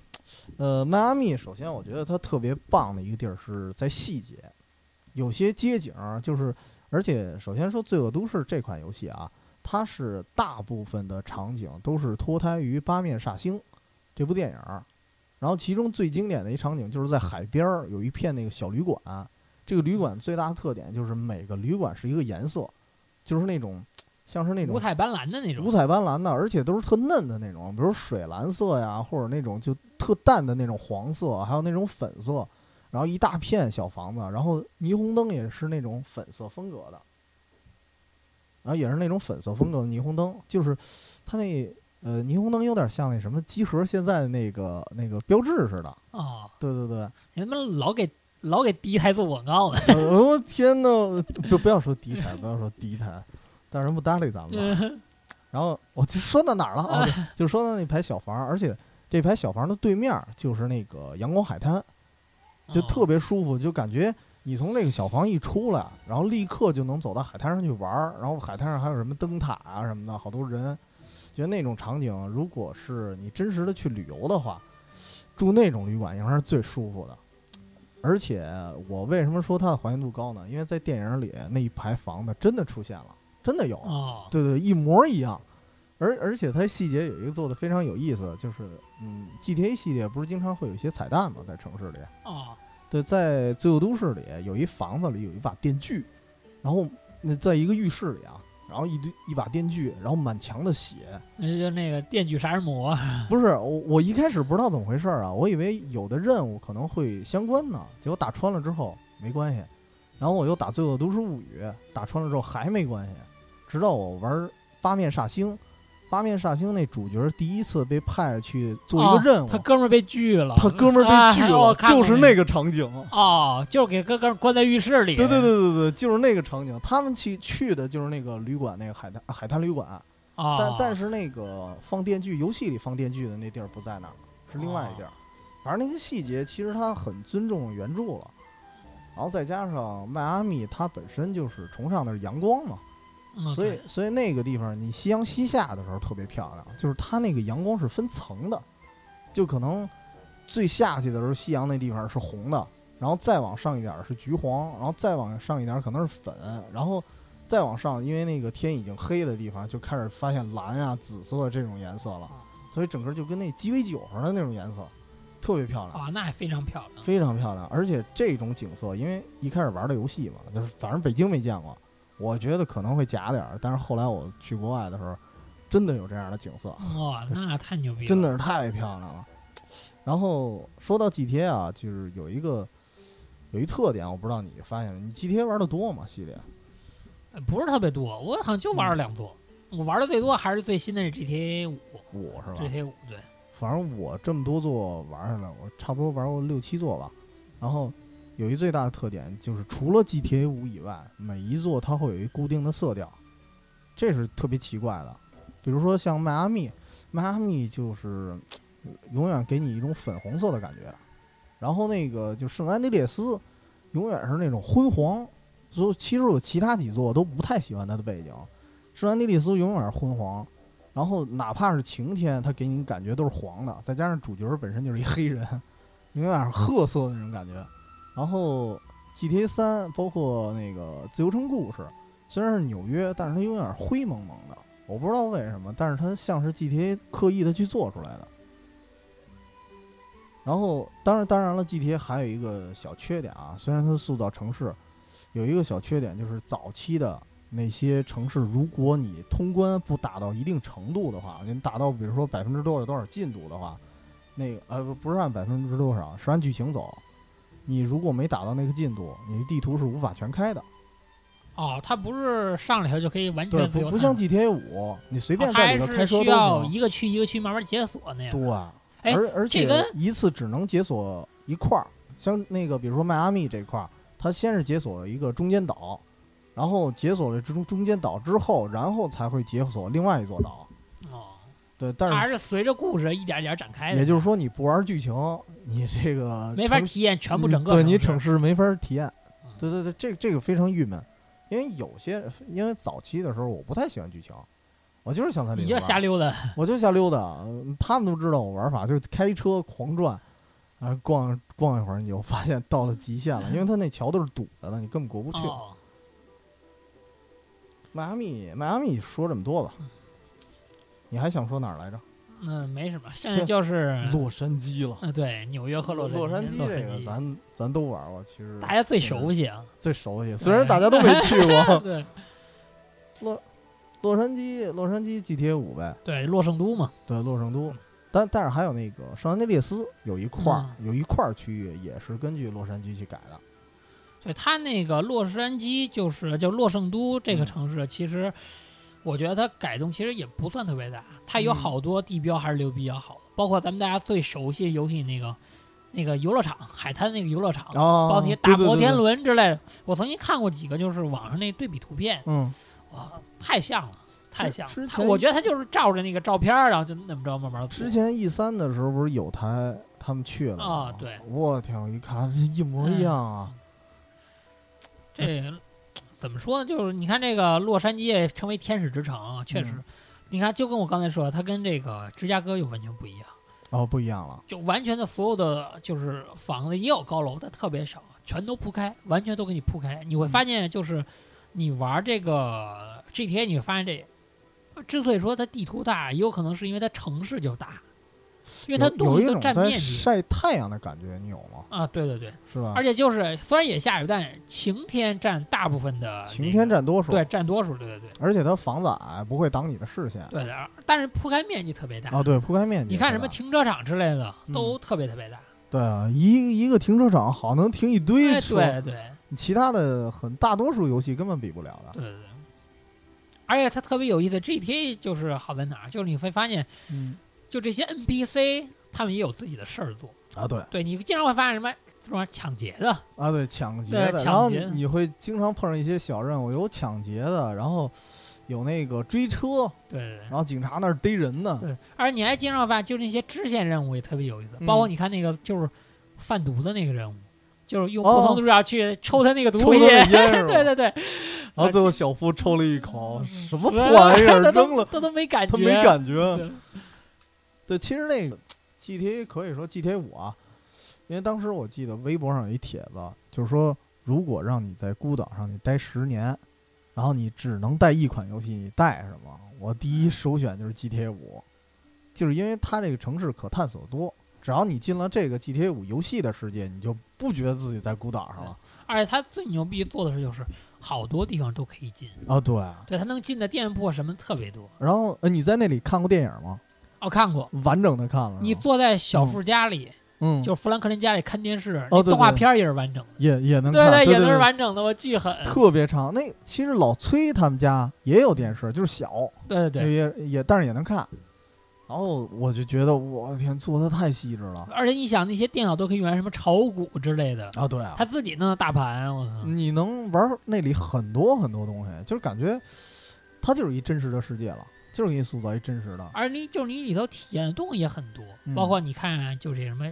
呃，迈阿密首先我觉得它特别棒的一个地儿是在细节，有些街景儿就是，而且首先说《罪恶都市》这款游戏啊，它是大部分的场景都是脱胎于《八面煞星》这部电影儿，然后其中最经典的一场景就是在海边儿有一片那个小旅馆，这个旅馆最大的特点就是每个旅馆是一个颜色，就是那种像是那种
五彩斑斓的那种
五。彩斑斓的，而且都是特嫩的那种，比如水蓝色呀，或者那种就特淡的那种黄色，还有那种粉色，然后一大片小房子，然后霓虹灯也是那种粉色风格的，然后也是那种粉色风格的霓虹灯，就是它那呃霓虹灯有点像那什么集合现在的那个那个标志似的，
哦，
对对对，
你他妈老给老给第一台做广告呢。
呃我、天呐，不不要说第一台，不要说第一台，但是人不搭理咱们了。啊然后我就说到哪儿了啊？对就说到那排小房，而且这排小房的对面就是那个阳光海滩， 就特别舒服，就感觉你从那个小房一出来，然后立刻就能走到海滩上去玩儿。然后海滩上还有什么灯塔啊什么的，好多人。觉得那种场景，如果是你真实的去旅游的话，住那种旅馆应该是最舒服的。而且我为什么说它的还原度高呢？因为在电影里那一排房子真的出现了，真的有。
哦，
对对，一模一样。而而且它细节有一个做的非常有意思，就是嗯，GTA 系列不是经常会有一些彩蛋嘛，在城市里。
哦哦，
对，在《罪恶都市》里有一房子里有一把电锯，然后那在一个浴室里啊，然后一堆一把电锯，然后满墙的血。
那就那个电锯杀人魔。
不是我，我一开始不知道怎么回事儿啊，我以为有的任务可能会相关呢，结果打穿了之后没关系，然后我又打《罪恶都市物语》，打穿了之后还没关系，直到我玩《八面煞星》，《八面煞星》那主角第一次被派去做一
哦
个任务，
他哥们儿被锯了，
他哥们儿被
哎
拒
我
了，
看
就
过
是
那
那个场景。
哦，就是给哥哥关在浴室里。
对对对对对，就是那个场景。他们去去的就是那个旅馆，那个海滩海滩旅馆，
哦，
但但是那个放电锯游戏里放电锯的那地儿不在那儿，是另外一地儿。反正那些细节其实他很尊重原著了，然后再加上迈阿密它本身就是崇尚的是阳光嘛，
嗯
所以
对
所以那个地方你夕阳西下的时候特别漂亮，就是它那个阳光是分层的，就可能最下去的时候夕阳那地方是红的，然后再往上一点儿是橘黄，然后再往上一点儿可能是粉，然后再往上，因为那个天已经黑的地方就开始发现蓝啊、紫色这种颜色了，所以整个就跟那鸡尾酒似的那种颜色，特别漂亮。
啊，那也非常漂亮。
非常漂亮，而且这种景色，因为一开始玩的游戏嘛，就是反正北京没见过，我觉得可能会假点儿，但是后来我去国外的时候，真的有这样的景色，
哇，哦那太牛逼了！
真的是太漂亮了。然后说到 GTA 啊，就是有一个有一特点，我不知道你发现没，你 GTA 玩的多吗？系列
呃不是特别多，我好像就
嗯
玩了两座，我玩的最多还是最新的是 GTA 五
我是吧？
，GTA 五对，
反正我这么多座玩下来，我差不多玩过六七座吧。然后有一最大的特点就是，除了 GTA 五以外，每一座它会有一固定的色调，这是特别奇怪的。比如说像迈阿密，迈阿密就是呃永远给你一种粉红色的感觉，然后那个就圣安地列斯，永远是那种昏黄。所以其实我其他几座都不太喜欢它的背景，圣安地列斯永远是昏黄，然后哪怕是晴天，它给你感觉都是黄的，再加上主角本身就是一黑人，你有点儿褐色的那种感觉。然后 GTA 三包括那个自由城故事，虽然是纽约，但是它有点灰蒙蒙的，我不知道为什么，但是它像是 GTA 刻意的去做出来的。然后，当然，当然了，GTA 还有一个小缺点啊，虽然它塑造城市，有一个小缺点就是早期的那些城市，如果你通关不打到一定程度的话，你打到比如说百分之多少多少进度的话，那个呃不不是按百分之多少，是按剧情走。你如果没打到那个进度，你的地图是无法全开的。
哦，它不是上来以后就可以完
对，
全自由
不不
探
像 GTA 五，你随
索，
便
它
在
哦还
里头开
是
车都
需要
行。
一个区一个区慢慢解锁那样。
对，
哎
而而
这
且
跟
一次只能解锁一块儿，像那个比如说迈阿密这块儿，它先是解锁一个中间岛，然后解锁了中中间岛之后，然后才会解锁另外一座岛。
哦，
对，
它
但
还
是
是随着故事一点一点展开的，
也就是说你不玩剧情，你这个
没法
城
体验全部
嗯
整个
对你
城
城
市。
市没法体验
嗯。
对对对，这个这个非常郁闷，因为有些因为早期的时候我不太喜欢剧情，我就是想在里
你
面
就
玩
瞎溜达，
我就瞎溜达，嗯他们都知道我玩法，就开车狂转，啊，逛逛一会儿，你就发现到了极限了，因为他那桥都是堵着的，你根本过不去。
哦，
迈阿密，迈阿密说这么多吧，
嗯
你还想说哪儿来着？
那没什么，剩下就是，
洛杉矶了，
嗯，对，纽约和洛
洛
杉
杉矶
矶
这个咱咱都玩过，其实
大家最熟悉啊，
最熟悉，虽然大家都没去过。
对
洛杉矶，洛杉矶 GTA 五呗，
对，洛圣都嘛，
对，洛圣
嗯
都。但但是还有那个圣安地列斯有一块儿、
嗯
有一块儿区域也是根据洛杉矶去改的，
对，它那个洛杉矶就是就洛圣都这个
嗯
城市，其实我觉得它改动其实也不算特别大，它有
嗯
好多地标还是留比较好的，包括咱们大家最熟悉的游戏那个那个游乐场，海滩那个游乐场，
哦，
包括那些
对
大
对
摩
对
天
对
轮之类的。我曾经看过几个，就是网上那对比图片，
嗯，
哇，太像了。
之
太像了
之
它
前
我觉得它就是照着那个照片儿，然后就那么着慢慢做。
之前 E 三的时候不是有台他们去了吗
啊对，
我天，我一看这一模一样啊，
这个怎么说呢？就是你看这个洛杉矶也成为天使之城，确实，
嗯
你看就跟我刚才说的，它跟这个芝加哥就完全不一样，
哦不一样了，
就完全的所有的就是房子也有高楼，但特别少，全都铺开，完全都给你铺开。你会发
嗯
现，就是你玩这个 GTA，你会发现这之所以说它地图大，也有可能是因为它城市就大，因为它
有有
东
一
西都
种
占
在
面积
晒太阳的感觉，你有吗？
啊，对对对，
是吧
而？且就是虽然也下雨，但晴天占大部分的、
晴天。占多数，
对，占多数，对对对，
而且它房子矮，不会挡你的视线。
对的，而但是铺开面积特别大。
啊，对，铺开面积。
啊你看什么
是吧？
停车场之类的
嗯
都特别特别大。
对啊，一一个停车场好能停一堆
哎，
车，
对对对
其他的很大多数游戏根本比不了的。
对对。而且它特别有意思，GTA 就是好在哪儿，就是你会发现，
嗯
就这些 NPC 他们也有自己的事儿做。
啊，对
对你经常会发现什么什么抢劫的，
啊，对，抢劫
对
的，
抢
然后
劫
你会经常碰上一些小任务，有抢劫的，然后有那个追车，
对对对
然后警察那儿逮人呢。
对。而你还经常会发现，就是那些支线任务也特别有意思，
嗯
包括你看那个就是贩毒的那个任务，就是用
哦
不同的视角去抽他那个毒
抽
品。
他的 烟是吧
对对对，
然后最后小夫抽了一口，什么玩意 儿
他
扔
都
了，
他都没感觉，
他没感觉。
对。
对，其实那个 GTA 可以说 GTA 五啊，因为当时我记得微博上有一帖子，就是说如果让你在孤岛上你待十年，然后你只能带一款游戏，你带什么？我第一首选就是 GTA 五，就是因为它这个城市可探索多，只要你进了这个 GTA 五游戏的世界，你就不觉得自己在孤岛上了。
而且它最牛逼做的是，就是好多地方都可以进，
啊，对。
对，它能进的店铺什么特别多。
然后，呃，你在那里看过电影吗？
我看过，
完整的看了是吗。
你坐在小富家里，
嗯，
就是富兰克林家里看电视，
哦
那
对
动画片儿也是完整的，
也也能看，
对，
对
也都是完整的，我巨狠，
特别长。那其实老崔他们家也有电视，就是小，
对对对。
也也但是也能看。然后我就觉得，我天，做的太细致了
而且你想，那些电脑都可以用来什么炒股之类的，
啊！嗯对啊，
他自己弄的大盘，我操！
你能玩那里很多很多东西，就是感觉它就是一真实的世界了，就是给你塑造一真实的
而你就是你里头体验的东西也很多，
嗯
包括你看啊就这什么，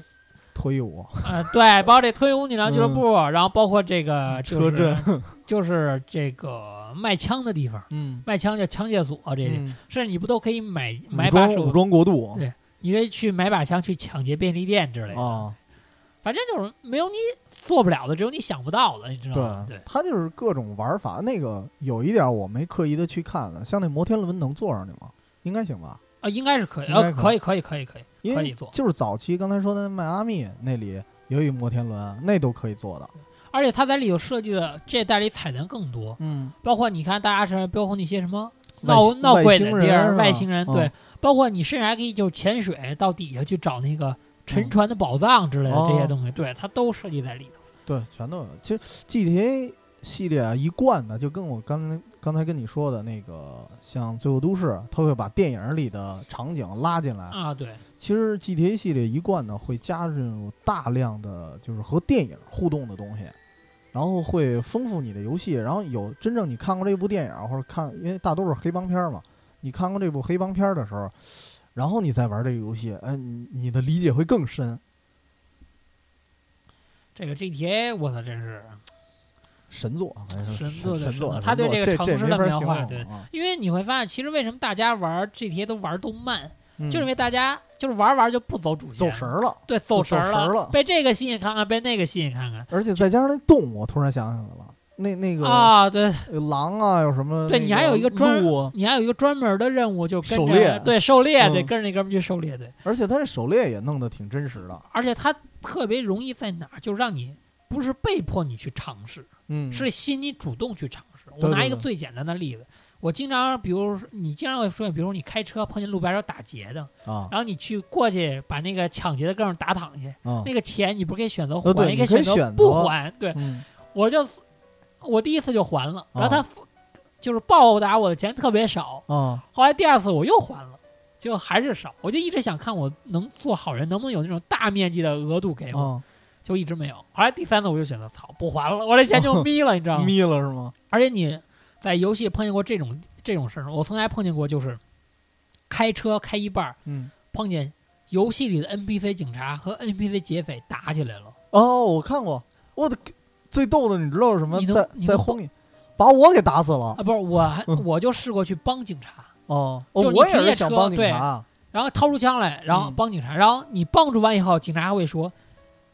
推舞
呃，对，包括这 推舞女郎俱乐部，然后包括这个
嗯
就
车
是
震，
就是这个卖枪的地方，
嗯，
卖枪叫枪械所这里，
嗯
甚至你不都可以买买
武
把
装武
手，
装国度
对你可以去买把枪去抢劫便利店之类的。
啊，
反正就是没有你做不了的，只有你想不到的，你知道吗？对，
它就是各种玩法。那个有一点我没刻意的去看了，像那摩天轮能坐上去吗？应该行吧？
啊，应该是可以，
应该
呃，
可
可以，可以，可以，可以，
因
可
为
以做。
就是早期刚才说的迈阿密那里有一摩天轮，那都可以做的。
而且它在里头设计了这代里彩蛋更多，
嗯，
包括你看大家是包括那些什么
外
闹
星
闹鬼
外星
的
人
地
是
儿，
吧
外星人，对
嗯，
包括你甚至还可以就潜水到底下去找那个沉船的宝藏之类的
嗯哦
这些东西，对，它都设计在里头。
对，全都有。其实 GTA 系列啊，一贯的就跟我刚才刚才跟你说的那个，像《最后都市》，它会把电影里的场景拉进来。
啊，对，
其实 GTA 系列一贯呢会加入大量的就是和电影互动的东西，然后会丰富你的游戏。然后有真正你看过这部电影，或者看，因为大都是黑帮片儿嘛，你看过这部黑帮片儿的时候，然后你再玩这个游戏，哎，你你的理解会更深。
这个 GTA，我操，真是，
神作，啊反正是
神作对
神作
神作
神作，
他对这个城市的
没法
描
形
画
容
对
啊
因为你会发现，其实为什么大家玩 GTA 都玩动漫，
嗯
就是因为大家就是玩玩就不走主
走
线，
神儿了，
对，走
走
神儿
神儿了
被这个吸引看看，被那个吸引看看。
而且再加上那动物，我突然想起来了，那那个
啊，对，
有狼啊，有什么
对
那
你还有一个专
鹿啊
你还有一个专门的任务，就跟
狩
着
猎
对狩猎，对，
嗯
跟着那哥们儿去狩猎，对。
而且他这狩猎也弄得挺真实的，
而且它特别容易在哪儿，就让你不是被迫你去尝试，
嗯，
是吸引你主动去尝试。我
对
拿
对
一个
对
最简单的例子，我经常，比如说你经常会说，比如你开车碰见路边有打劫的，
啊
然后你去过去把那个抢劫的哥们儿打躺下，
啊，
那个钱你不是可以选择还，
呃对
也可以
你可以
择
选
不
择
还。对，
嗯
我就我第一次就还了，然
啊
后他就是报答我的钱特别少，
啊，
后来第二次我又还了，就还是少。我就一直想看我能做好人能不能有那种大面积的额度给我，
啊
就一直没有。后来第三次我就选择操不还了，我这钱就
哦
眯了，你知道吗？
眯了是吗？
而且你在游戏碰见过这种这种事儿吗，我曾经还碰见过，就是开车开一半儿
嗯，
碰见游戏里的 NPC 警察和 NPC 劫匪打起来了，
哦，我看过，我的最逗的，你知道是什么
你？能
在
你
在
能
轰你，把我给打死了
啊，不是我还
嗯
我就试过去帮警察。
哦，
就
哦
你
我
停
也
下
是想
车
帮警
对
察，
然后掏出枪来，然后
嗯
帮警察，然后你帮助完以后，警察还会说：“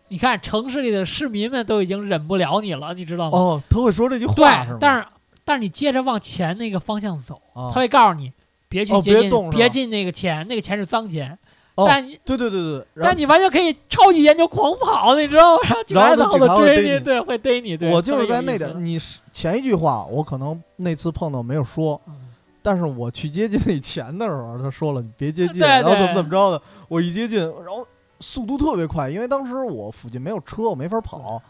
你看城市里的市民们都已经忍不了你了，你知道吗？”
哦，他会说这句
对
话是吗？，
但是但是你接着往前那个方向走，
啊
他会告诉你别去
哦
接
别
近，
动是吧
别进那个钱，那个钱是脏钱。
哦
但你
对对对对，然后
但你完全可以超级研究狂跑，你知道 吗？警察在
然
后
后警察
头
会
追
逮你
对，会逮你。对，
我就是在
特
那
别有意思
点，你是前一句话我可能那次碰到没有说
嗯，
但是我去接近你钱的时候，他说了你别接近，
对
然后
对
怎么怎么着的，我一接近，然后速度特别快，因为当时我附近没有车，我没法跑，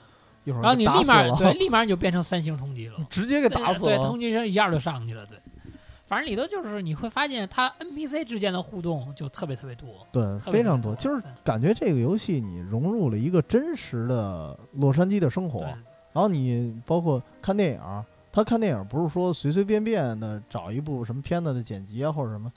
一会儿
然后
就
你
打
立
死
马对，
了，
立马你就变成三星冲击了。
直接给打死
对，
了
通。缉生一下就上去了，对。反正里头就是你会发现，它 NPC 之间的互动就特别特别多，
对，
特别
非常
特
多，
别
就是
对
感觉这个游戏你融入了一个真实的洛杉矶的生活，
对
然后你包括看电影儿，他看电影儿不是说随随便便的找一部什么片子的剪辑啊或者什么，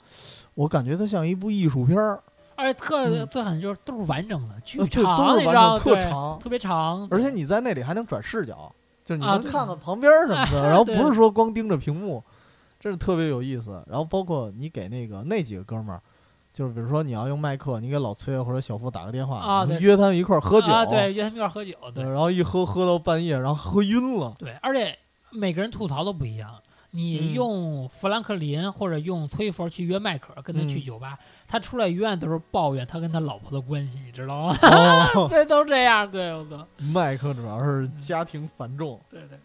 我感觉它像一部艺术片儿，
而且特
嗯
最狠就是都是完整的，巨
呃对
长，
都
你
是
知
完
道
整
对
特长，
特别长，
而且你在那里还能转视角，就是你
啊
能
对
看看旁边儿什么的， 然后
对
不是说光盯着屏幕，这是特别有意思。然后包括你给那个那几个哥们儿。就是比如说你要用麦克，你给老崔或者小付打个电话，
啊
你
对
约他们一块儿喝酒，哦
啊，对，约他们一块儿喝酒，对
然后一喝喝到半夜，然后喝晕 了。
对，而且每个人吐槽都不一样。你
嗯
用富兰克林或者用崔佛去约迈克尔，跟他去
嗯
酒吧，他出来医院的时候抱怨他跟他老婆的关系，你知道吗？
哦，
对，都这样，对，我操，
麦克主要是家庭繁重。
对对，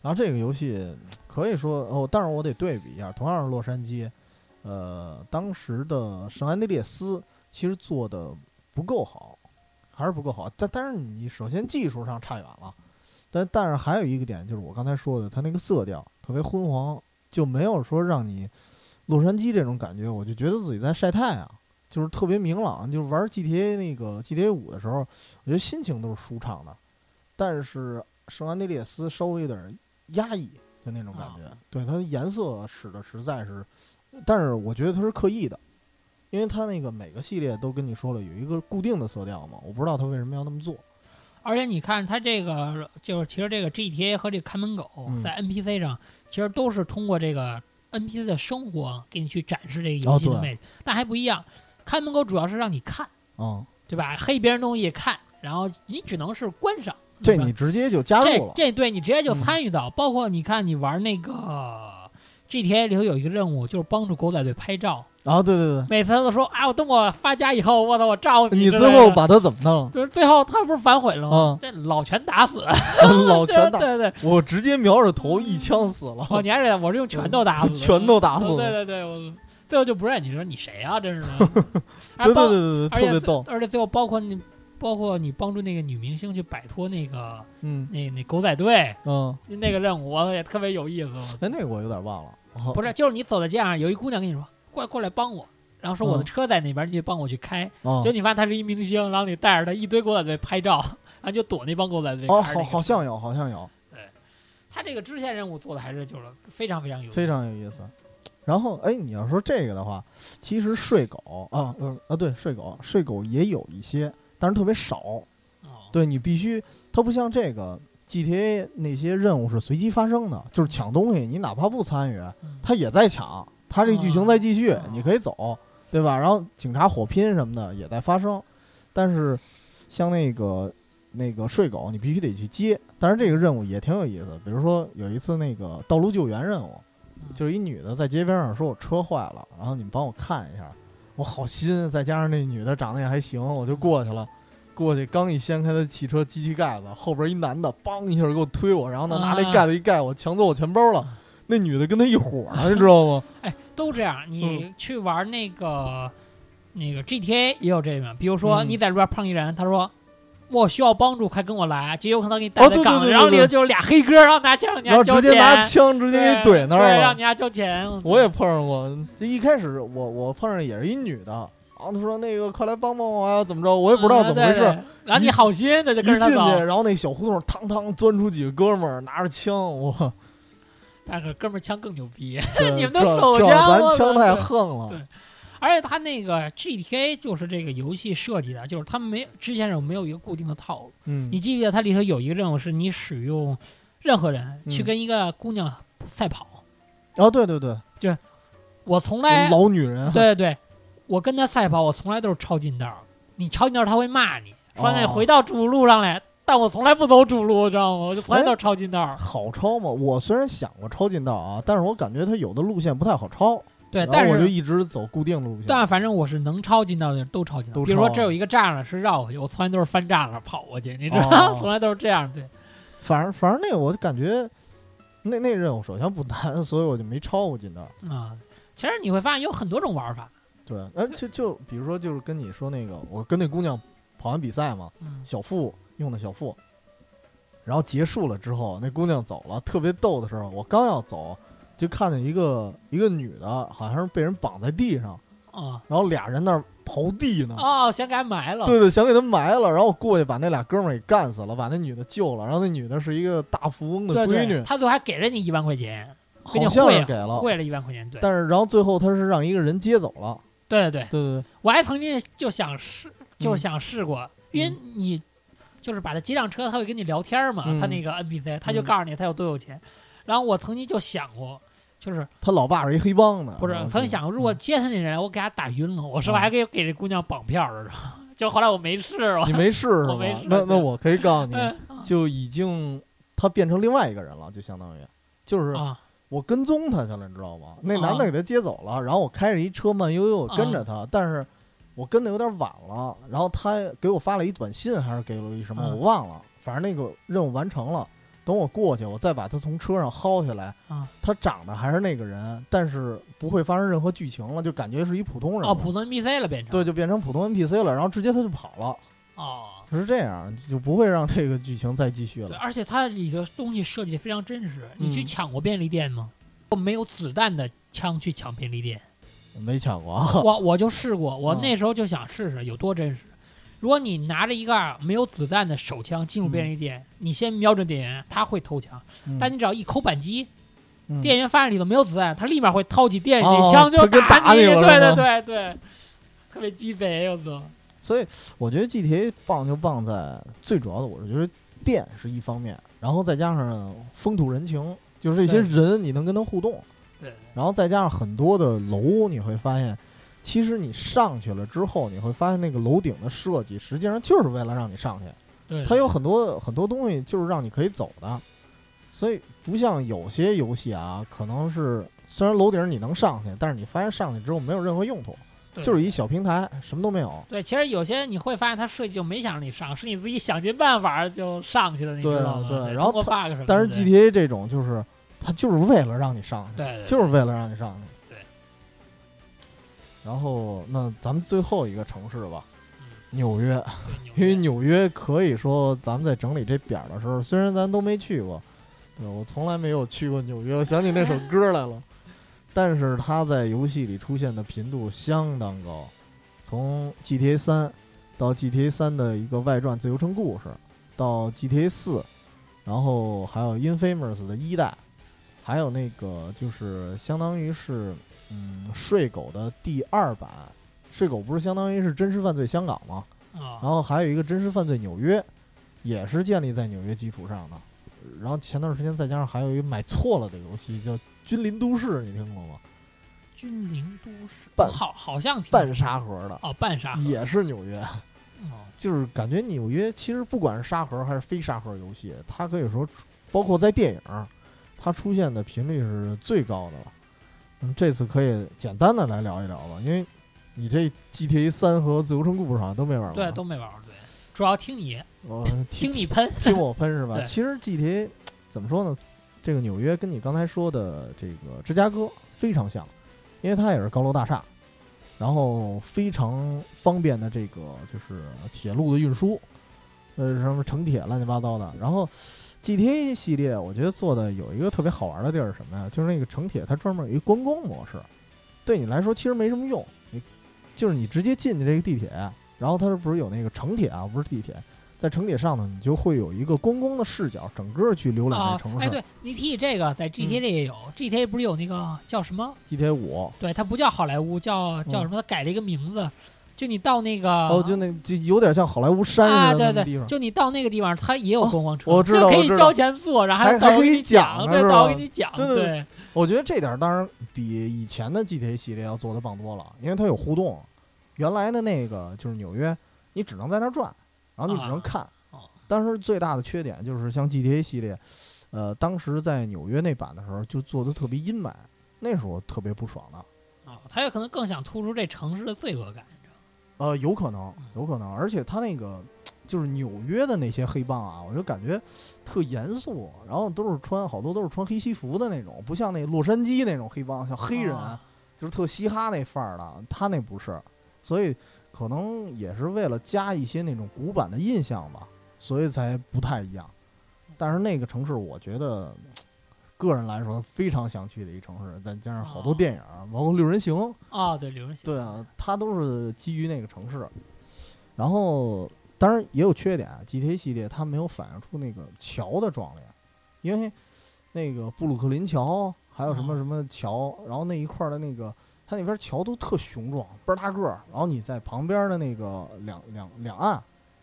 然后这个游戏可以说哦，但是我得对比一下，同样是洛杉矶，呃，当时的圣安地列斯其实做的不够好，还是不够好。但但是你首先技术上差远了，但但是还有一个点就是我刚才说的，它那个色调特别昏黄，就没有说让你洛杉矶这种感觉，我就觉得自己在晒太阳。就是特别明朗，就是玩 GTA 那个 GTA 五的时候，我觉得心情都是舒畅的。但是圣安地列斯稍微有点压抑，就那种感觉。
啊
对它的颜色使的实在是，但是我觉得它是刻意的，因为它那个每个系列都跟你说了有一个固定的色调嘛，我不知道它为什么要那么做。
而且你看，它这个就是其实这个 GTA 和这个看门狗
嗯
在 NPC 上，其实都是通过这个 NPC 的生活给你去展示这个游
哦
戏的
对
魅力，但还不一样。看门狗主要是让你看，
嗯，
对吧？黑别人东西看，然后你只能是观赏。
这
对吧
你直接就加入
这
了。
这对你直接就
嗯
参与到，包括你看你玩那个 GTA 里头有一个任务，就是帮助狗仔队拍照，
然啊后对对
每次他都说啊，我等我发家以后，我操，我照顾
对，你
之
最
类
后
的
把他怎么弄
？就是最后他不是反悔了
嗯？
吗这老拳打死，
老拳打，
啊
嗯
对对对，
我直接瞄着头一枪死
哦，
了，
你还是我是用拳头打死 的，
拳头打死
对
了。
对对，我最后就不认你说你谁啊？真是的， 还
对对
包
对对对，
而
特别
且最
逗。
而且最后包括你，包括你帮助那个女明星去摆脱那个
嗯
那那狗仔队
嗯，
那个任务，我也特别有意思。
哎，那个我有点忘了。
不是，就是你走在街上，有一姑娘跟你说过来过来帮我，然后说我的
嗯
车在那边，你就帮我去开。
哦
结果你发现她是一明星，然后你带着她一堆狗仔队拍照，然后就躲那帮狗仔队。
哦，
开着那
好
个
好
车
像有，好像有，
他这个支线任务做的还是就是非常非常有意思
非常有意思。然后，哎，你要说这个的话，其实睡狗啊，呃啊，对，睡狗，睡狗也有一些，但是特别少。
哦
对你必须，它不像这个 GTA 那些任务是随机发生的，就是抢东西，你哪怕不参与，
嗯
他也在抢，他这剧情在继续
哦，
你可以走，对吧？然后警察火拼什么的也在发生，但是像那个那个睡狗，你必须得去接。但是这个任务也挺有意思的，比如说有一次那个道路救援任务，
嗯
就是一女的在街边上说我车坏了，然后你们帮我看一下，我好心，再加上那女的长得也还行，我就过去了。过去刚一掀开她汽车机器盖子，后边一男的梆一下给我推我，然后呢拿这
啊
盖子一盖我，抢走我钱包了。那女的跟他一伙儿，你知道吗？
哎，都这样。
嗯
你去玩那个、那个 GTA 也有这个，比如说
嗯
你在路边碰一人，他说。我需要帮助，快跟我来！就有可能给你带
哦
在
对对
杠子，
对对
然后里头
对
就有俩黑哥，然后拿 枪让你
然
家
后
交
直
钱，
接拿枪直接给你
对
怼那
对
儿
让
了
你。家交钱。操
我也碰上过，这一开始我我碰上也是一女的，然后她说那个快来帮帮我啊，怎么着？我也不知道怎么回。
嗯
事。
对对然后你好心的就
一
跟
进
着他
去，
走，
然后那小胡同嘡嘡钻出几个哥们儿，拿着枪， 我
但是哥们儿枪更牛逼，
这
你们都
这
手
这
枪我
咱枪
操
太
对
横了
对。而且他那个 GTA 就是这个游戏设计的，就是他们没之前有没有一个固定的套路。
嗯，
你记不记得它里头有一个任务是你使用任何人
嗯
去跟一个姑娘赛跑？
哦，对对对，
我从来
老女人，
哎对对对，我跟她赛跑，我从来都是抄近道儿。你抄近道儿，她会骂你，说
哦
你回到主路上来。但我从来不走主路，知道吗？我就从
哎
来都是抄近道儿。
好抄吗？我虽然想过抄近道啊，但是我感觉它有的路线不太好抄，
对，
然
但
后我就是一直走固定的路线。
但反正我是能抄近道儿的都抄近道儿。
都
比如说
抄啊
这有一个栅栏是绕过去，我从来都是翻栅栏跑过去，你知道
哦
吗？ 从来都是这样。对，
反正反正那个我就感觉那那任务首先不难，所以我就没抄过近道。
啊、其实你会发现有很多种玩法。
对，而且就比如说就是跟你说那个，我跟那姑娘跑完比赛嘛，
嗯，
小腹用的小腹，然后结束了之后，那姑娘走了，特别逗的时候，我刚要走，就看见一个一个女的，好像是被人绑在地上，
啊、
然后俩人那儿刨地呢。
哦，想给他埋了。
对对，想给她埋了，然后我过去把那俩哥们儿给干死了，把那女的救了，然后那女的是一个大富翁的
对
闺
对，
女，
他最后还给了你一万块钱，给你
好像
汇
是
了
给了，
汇了一万块钱。对，
哦但是然后最后她是让一个人接走了，
对对对，
对对对，
我还曾经就想试，就
嗯
是想试过，因为你就是把他接上车，他会跟你聊天嘛，
嗯
他那个 NPC 他就
嗯
告诉你他有多有钱。然后我曾经就想过，就是
她老爸是一黑帮的，
不是
然后
曾
就
经想过，如果接他那人，我给他打晕了，我是不是
嗯
还可以给这姑娘绑票儿？ 就后来我没试，我
你没试是
我
吗
没试？
那那
对
我可以告诉你，
嗯
就已经他变成另外一个人了，就相当于就是
啊
我跟踪他去了，你知道吗？那男的给他接走了，然后我开着一车慢悠悠地跟
啊
着他，但是我跟的有点晚了，然后他给我发了一短信还是给了我一什么，
嗯
我忘了，反正那个任务完成了。等我过去，我再把他从车上薅下来
啊。
他长得还是那个人，但是不会发生任何剧情了，就感觉是一普通人
哦，
了。
普通 NPC 了变成
对，就变成普通 NPC 了，然后直接他就跑了。
哦。
是这样，就不会让这个剧情再继续
对，
了。
啊而且它里头东西设计的非常真实。你去
嗯
抢过便利店吗？我没有子弹的枪去抢便利店，
我没抢过啊，
我我就试过，我
嗯
那时候就想试试有多真实。如果你拿着一个没有子弹的手枪进入
嗯
便利店，你先瞄准店员，他会偷枪。嗯但你只要一扣扳机，
嗯
店员发现里头没有子弹，他立马会掏起店里的
哦
枪就
他跟打
你。
你了
对
是
对
吗
对对，特别鸡贼，我操！
所以我觉得 GTA 棒就棒在最主要的，我是觉得店是一方面，然后再加上风土人情，就是这些人你能跟他互动，
对对
然后再加上很多的楼，你会发现，其实你上去了之后，你会发现那个楼顶的设计实际上就是为了让你上去，
对，
它有很多很多东西就是让你可以走的。所以不像有些游戏啊，可能是虽然楼顶你能上去，但是你发现上去之后没有任何用途，
对
就是一小平台，什么都没有。
对，其实有些你会发现它设计就没想让你上，是你自己想尽办法就上去的，你知
对
道吗？
对然后
通过
它
bug 什么的。
但是
嗯
GTA
对
这种就是它就是为了让你上去，
对对对
就是为了让你上去。
对。
然后那咱们最后一个城市吧
嗯，
纽约。
对
因为
纽约
纽约可以说，咱们在整理这表的时候，虽然咱都没去过，对我从来没有去过纽约，我想起那首歌来了，但是它在游戏里出现的频度相当高，从 GTA 三到 GTA 三的一个外传《自由城故事》，到 GTA 四，然后还有 Infamous 的一代，还有那个就是相当于是嗯睡狗的第二版，睡狗不是相当于是真实犯罪香港吗？然
啊，
后还有一个真实犯罪纽约，也是建立在纽约基础上的。然后前段时间再加上还有一个买错了的游戏叫《君临都市》，你听过吗？
君临都市，哦
半
好好像挺
半嗯沙盒的，
哦，半沙
也是纽约，
哦，
就是感觉纽约其实不管是沙盒还是非沙盒游戏，它可以说出包括在电影，它出现的频率是最高的了。嗯，这次可以简单的来聊一聊吧，因为你这 GTA 三和自由城故事好像都没玩过，啊
对，都没玩过，对，主要听你
我
听你喷，
听我喷是吧？
对
其实 GTA 怎么说呢？这个纽约跟你刚才说的这个芝加哥非常像，因为它也是高楼大厦，然后非常方便的这个就是铁路的运输，呃，什么城铁乱七八糟的。然后 GTA 系列我觉得做的有一个特别好玩的地儿是什么呀？就是那个城铁它专门有一观光模式，对你来说其实没什么用，你就是你直接进去这个地铁，然后它这不是有那个城铁啊，不是地铁。在城铁上呢，你就会有一个观光的视角，整个去浏览
啊
这城，市。
哎，对你提起这个，在 GTA
嗯
里也有、g t a 不是有那个叫什么？
GTA 五
对，它不叫好莱坞，叫叫
嗯
什么？它改了一个名字。就你到那个
哦，就那就有点像好莱坞
啊，
山似的
对
那个地
对，
方。
就你到那个地方，它也有
哦
观光车，
我知道
就可
我
以
知道
交钱坐，然后
还
导游
还可
给
以
你讲，
讲呢
对，
是吧
导游给你讲，
对对对
对
我觉得这点儿当然比以前的 GTA 系列要做的棒多了，因为它有互动。原来的那个就是纽约，你只能在那儿转，然后你只能
啊
看
哦。
但是最大的缺点就是像 GTA 系列，呃，当时在纽约那版的时候就做的特别阴霾，那是我特别不爽的。
啊，他有可能更想突出这城市的罪恶感，
呃，有可能，有可能，而且他那个就是纽约的那些黑帮啊，我就感觉特严肃，然后都是穿好多都是穿黑西服的那种，不像那洛杉矶那种黑帮，像黑人、
啊
就是特嘻哈那范儿的，他那不是，所以可能也是为了加一些那种古板的印象吧，所以才不太一样。但是那个城市，我觉得个人来说非常想去的一城市，再加上好多
哦
电影儿，包括《六人行》，
哦，对，流人行，
对啊，它都是基于那个城市，然后当然也有缺点啊。GTA 系列它没有反映出那个桥的壮烈，因为那个布鲁克林桥还有什么
哦
什么桥，然后那一块儿的那个它那边桥都特雄壮，倍儿大个儿。然后你在旁边的那个两两两岸，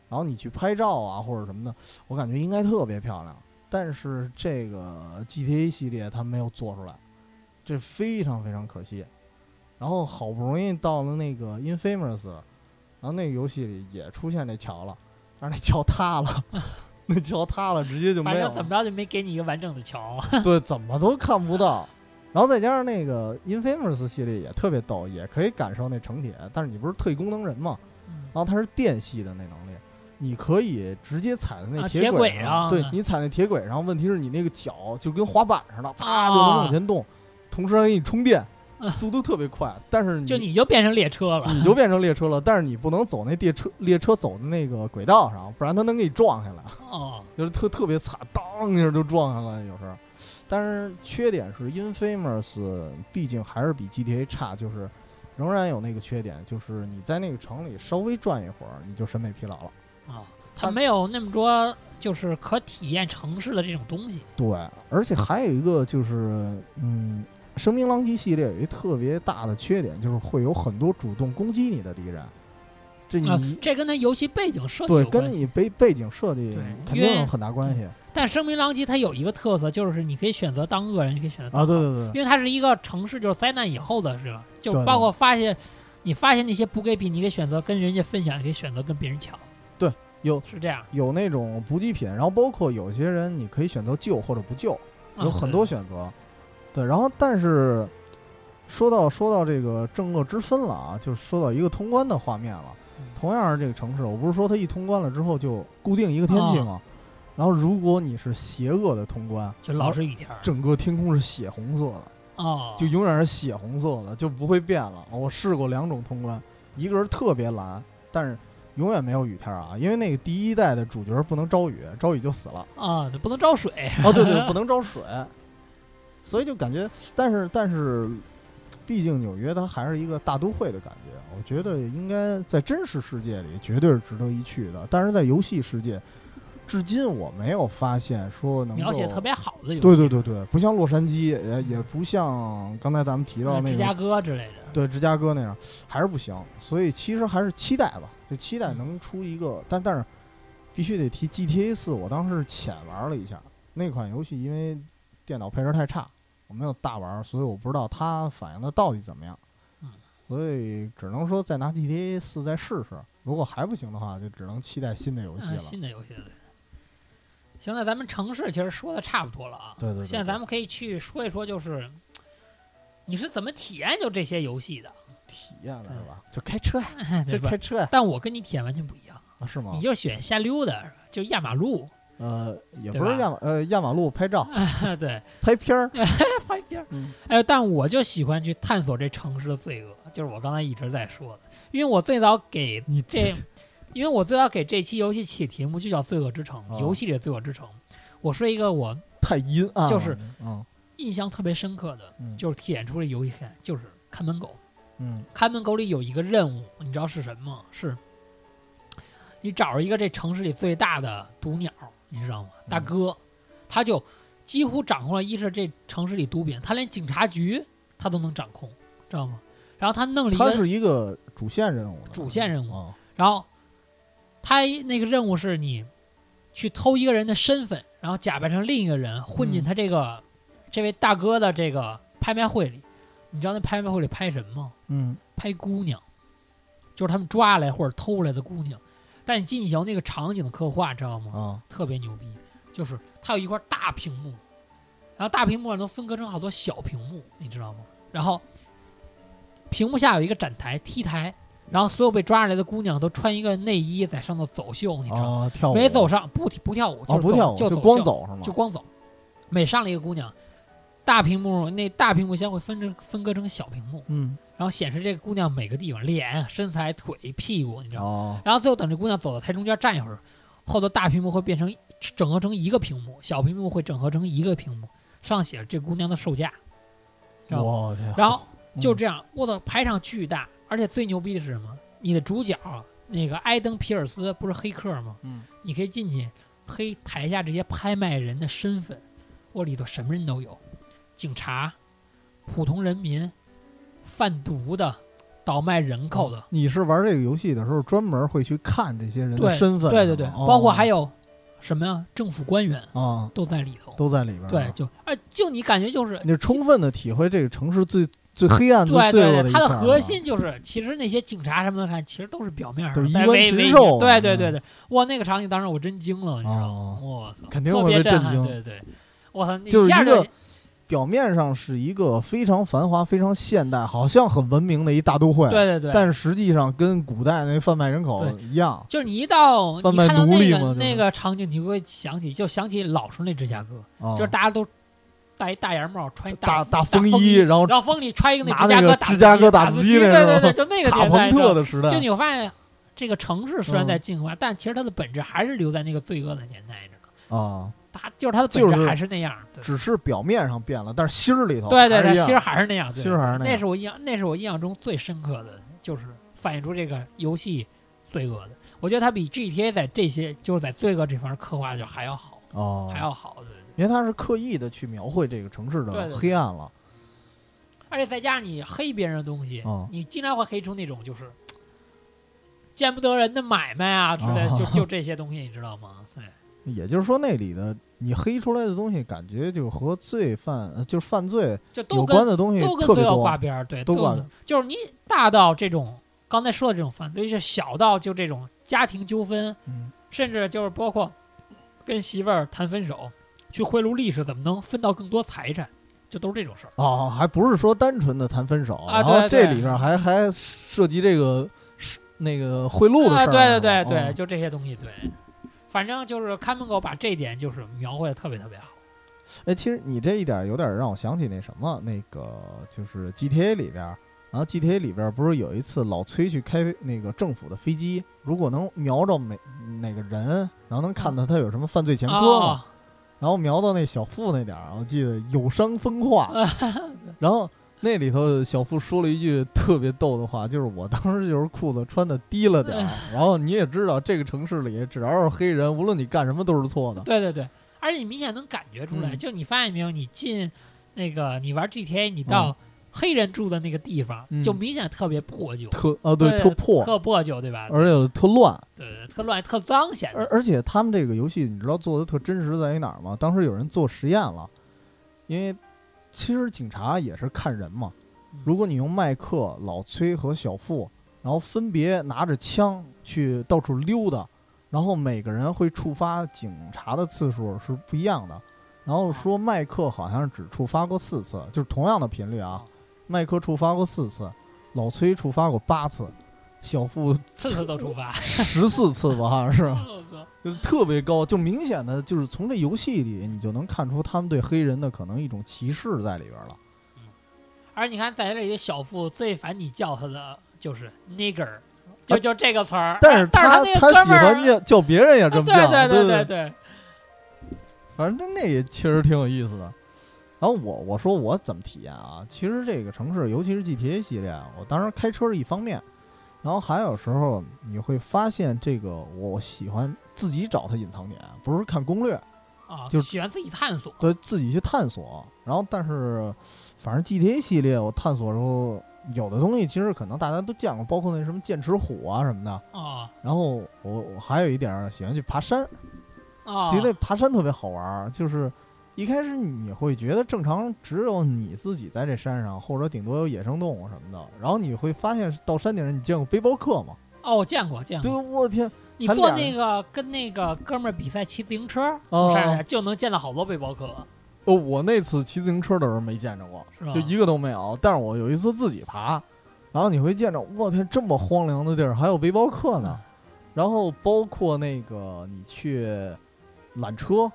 然后你去拍照啊或者什么的，我感觉应该特别漂亮。但是这个 GTA 系列它没有做出来，这非常非常可惜。然后好不容易到了那个 Infamous，然后那个游戏里也出现这桥了，但是那桥塌了， 那桥塌了，直接就没
反
有
正
了。
怎么着就没给你一个完整的 桥，
对，怎么都看不到。然后再加上那个 Infamous 系列也特别逗，也可以感受那城铁，但是你不是特异功能人嘛，
嗯
然后它是电系的那能力，你可以直接踩在那
啊
铁
铁
上，
轨上
对
嗯
你踩那铁轨上，问题是你那个脚就跟滑板 似的，
啊
啪就能往前动，同时还给你充电，速度特别快，但是你
就你就变成列车了，
你就变成列车了，但是你不能走那列车列车走的那个轨道上，不然它能给你撞下来。
哦，
就是特特别惨，当一下就撞上了，有时候。但是缺点是 Infamous，毕竟还是比 GTA 差，就是仍然有那个缺点，就是你在那个城里稍微转一会儿，你就审美疲劳了。
啊，
它
它没有那么多就是可体验城市的这种东西，
对，而且还有一个就是，嗯，声名狼藉系列有一特别大的缺点，就是会有很多主动攻击你的敌人，这你、
啊，这跟它游戏背景设计
对
有
跟
关系。
你背背景设计
对
肯定
因为嗯
有很大关系
但声名狼藉它有一个特色，就是你可以选择当恶人，也可以选择当
啊！对对对，
因为它是一个城市，就是灾难以后的是吧？就
对
包括发现你发现那些不给比，你可以选择跟人家分享，也可以选择跟别人抢。
有
是这样，
有那种补给品，然后包括有些人你可以选择救或者不救，
啊
有很多选择。对，然后但是说到说到这个正恶之分了啊，就说到一个通关的画面了。
嗯
同样是这个城市，我不是说它一通关了之后就固定一个天
啊
气吗？然后如果你是邪恶的通关，
就老是雨天儿
整个天空是血红色的，
哦，
就永远是血红色的，就不会变了。我试过两种通关，一个是特别蓝，但是永远没有雨天啊，因为那个第一代的主角不能招雨，招雨就死了。
啊，就不能招水，
哦，对对，不能招水，所以就感觉，但是但是，毕竟纽约它还是一个大都会的感觉，我觉得应该在真实世界里绝对是值得一去的，但是在游戏世界，至今我没有发现说能够
描写特。别好的有
对对对对，不像洛杉矶，也也不像刚才咱们提到那
芝
个
加哥之类的，
对芝加哥那样还是不行，所以其实还是期待吧，就期
嗯
待能出一个，但但是必须得提 GTA 四，我当时浅玩了一下那款游戏，因为电脑配置太差，我没有大玩，所以我不知道它反应的到底怎么样
嗯，
所以只能说再拿 GTA 四再试试，如果还不行的话，就只能期待新的游戏
嗯，
了。
新的游戏了。行，那咱们城市其实说的差不多了啊。
对对对对
现在咱们可以去说一说，就是你是怎么体验就这些游戏的，
体验来了吧，就开车呀，
对
就
吧
开？车呀，
但我跟你体验完全不一样，
啊是吗
你？就喜欢瞎溜达，就压马路，
呃，也
对
不是
吧
压马呃压马路拍 照
对，
拍片 儿，
发一边儿
嗯。
哎，但我就喜欢去探索这城市的罪恶，就是我刚才一直在说的，因为我最早给
你
这，因为我最早给这期游戏起题目就叫《罪恶之城》，
哦
游戏里的罪恶之城。我说一个我
太阴暗了，
就是
嗯
印象特别深刻的，
嗯
就是体验出这游戏感，就是看门狗。
嗯
看门狗里有一个任务，你知道是什么吗？是，你找着一个这城市里最大的毒鸟，你知道吗？大
嗯
哥，他就几乎掌控了，一是这城市里毒品，他连警察局他都能掌控，知道吗？然后他弄了一
它
个，
是一个主线任务的，
主线任务
啊
然后他那个任务是你去偷一个人的身份，然后假扮成另一个人，混进
嗯
他这个、这位大哥的这个拍卖会里。你知道那拍卖会里拍什么吗？
嗯
拍姑娘，就是他们抓来或者偷来的姑娘。但你进行那个场景的刻画，知道吗？
啊
特别牛逼，就是它有一块大屏幕，然后大屏幕上能分割成好多小屏幕，你知道吗？然后屏幕下有一个展台 T 台，然后所有被抓上来的姑娘都穿一个内衣在上头走秀，你知道吗？
啊跳舞
每走上不不跳舞，
啊
就是走、
不跳舞
就走
光
秀
走是吗？
就光走。每上了一个姑娘，大屏幕那大屏幕先会分成分割成小屏幕，
嗯
然后显示这个姑娘每个地方，脸、身材、腿、屁股，你知道吗？
哦
然后最后等这姑娘走到台中间站一会儿，后头大屏幕会变成整合成一个屏幕，小屏幕会整合成一个屏幕，上写着这姑娘的售价。然后
我天，
然后
嗯
就这样，我操，排场巨大，而且最牛逼的是什么？你的主角那个埃登皮尔斯不是黑客吗？
嗯，
你可以进去黑台下这些拍卖人的身份，我里头什么人都有，警察、普通人民、贩毒的、倒卖人口的，
你是玩这个游戏的时候专门会去看这些人的
对
身份是吗，
对对对，
哦
包括还有什么呀，政府官员
啊
都在里头。
都嗯在里边儿，啊
对，就而就你感觉就是
你就充分的体会这个城市最最黑暗、最
对
罪恶的
对对，
一
它的
块儿啊
核
了
心就是，其实那些警察什么的看，其实都是表面上
都是
在
衣冠
围
禽
围
兽啊
对对对对，哇，那个场景当时我真惊了，你知道吗？
哦
我操，
肯定
特
会
别
被
震
震
撼，
惊。
对对，我操，你
就是
下
一
就
个表面上是一个非常繁华、非常现代，好像很文明的一大都会，
对对对，
但实际上跟古代那贩卖人口
对
一样。
就是你一到你
贩卖
看到
奴
那
隶
个
嘛
那
就是
个场景，你会想起就想起老时候那芝加哥，
啊
就是大家都戴一大檐帽，穿一
大
大风
风
衣，
然后
然后风里穿一个
拿
芝
那
加哥
个
打
芝加哥
打
打
字
字
机，
机
对
那
对
是
对，
吧
就那个
卡
年代，
朋
你知
特
道吗
的时
就
代，
你会发现这个城市虽然
嗯
在进化，但其实它的本质还是留在那个罪恶的年代着呢，
啊，
它就是它的
就
本质
是
还是那样，对
只是表面上变了，但是心儿里头
对对
还
对，
是一样
其实还是那样，对
心儿还是那
那
样
是我印象，那是我印象中最深刻的，就是反映出这个游戏罪恶的。我觉得它比 GTA 在这些就是在罪恶这方面刻画的就还要好，
哦
还，要好。对对。
因为他是刻意的去描绘这个城市
对
的
对
黑暗了
而且再加上你黑别人的东西，
嗯
你经常会黑出那种就是见不得人的买卖啊之类的，
哦
就就这些东西，你知道吗？对，
也就是说，那里的你黑出来的东西，感觉就和罪犯呃就是犯罪
就都
有
跟
关的东西
都跟
特
罪
别
恶
多
挂边儿，对，
都挂
跟
边儿
就是你大到这种刚才说的这种犯罪，就小到就这种家庭纠纷，
嗯
甚至就是包括跟媳妇儿谈分手，去贿赂力士，怎么能分到更多财产，就都是这种事儿。
哦，还不是说单纯的谈分手，
啊
然后
对对
这里边还还涉及这个是那个贿赂的事儿、
啊，对对对对，
哦
就这些东西，对，反正就是看门狗把这一点就是描绘的特别特别好。
哎，其实你这一点有点让我想起那什么，那个就是 GTA 里边儿，然后 GTA 里边儿不是有一次老崔去开那个政府的飞机，如果能瞄着每哪个人，然后能看到他有什么犯罪前科嘛，
哦
然后瞄到那小付那点儿，我记得有伤风 化，然后那里头小付说了一句特别逗的话，就是我当时就是裤子穿的低了 点儿，然后你也知道这个城市里只要是黑人，无论你干什么都是错的，
对对对，而且你明显能感觉出来，
嗯
就你发现没有，你进那个你玩 GTA，你到黑人住的那个地方，
嗯
就明显特别破旧，
特啊对特破，
特破旧，对吧？
而且特乱。
对对，对特乱，特脏显
而
得。
而且他们这个游戏，你知道做的特真实在于哪儿吗？当时有人做实验了，因为其实警察也是看人嘛
嗯。
如果你用麦克、老崔和小付，然后分别拿着枪去到处溜达，然后每个人会触发警察的次数是不一样的。然后说麦克好像是只触发过四次，就是同样的频率啊
哦，
麦克触发过四次，老崔触发过八次，小付
次次都触 发，
十四次吧，好像是。
我操
就是特别高，就明显的就是从这游戏里你就能看出他们对黑人的可能一种歧视在里边了。
而你看，在这里小付最烦你叫他的就是 nigger，就就这个词儿。哎
但是
但
他
那个哥
喜
们儿
欢叫叫别人也
啊
这么
对
叫，对
对对
对，
对，
反正那也确实挺有意思的。然后我我说我怎么体验啊？其实这个城市，尤其是 GTA 系列，啊我当时开车是一方面，然后还有时候你会发现这个我喜欢自己找它隐藏点，不是看攻略，
啊，
就是
喜欢自己探索。
对自己去探索。然后，但是反正 GTA 系列我探索的时候，有的东西其实可能大家都见过，包括那什么剑齿虎啊什么的。
啊
然后我我还有一点儿喜欢去爬山，
啊，
觉得爬山特别好玩儿，就是。一开始你会觉得正常只有你自己在这山上，或者顶多有野生动物什么的。然后你会发现到山顶上，你见过背包客吗？
哦，我见过见
对，
过，
我的天，
你
还
坐
俩
那
人
个跟那个哥们儿比赛骑自行车，从
哦
山上就能见到好多背包客，
哦，我那次骑自行车的时候没见着过，
是吧？
就一个都没有。但是我有一次自己爬，然后你会见着，我天，这么荒凉的地儿还有背包客
嗯
呢。然后包括那个你去缆车，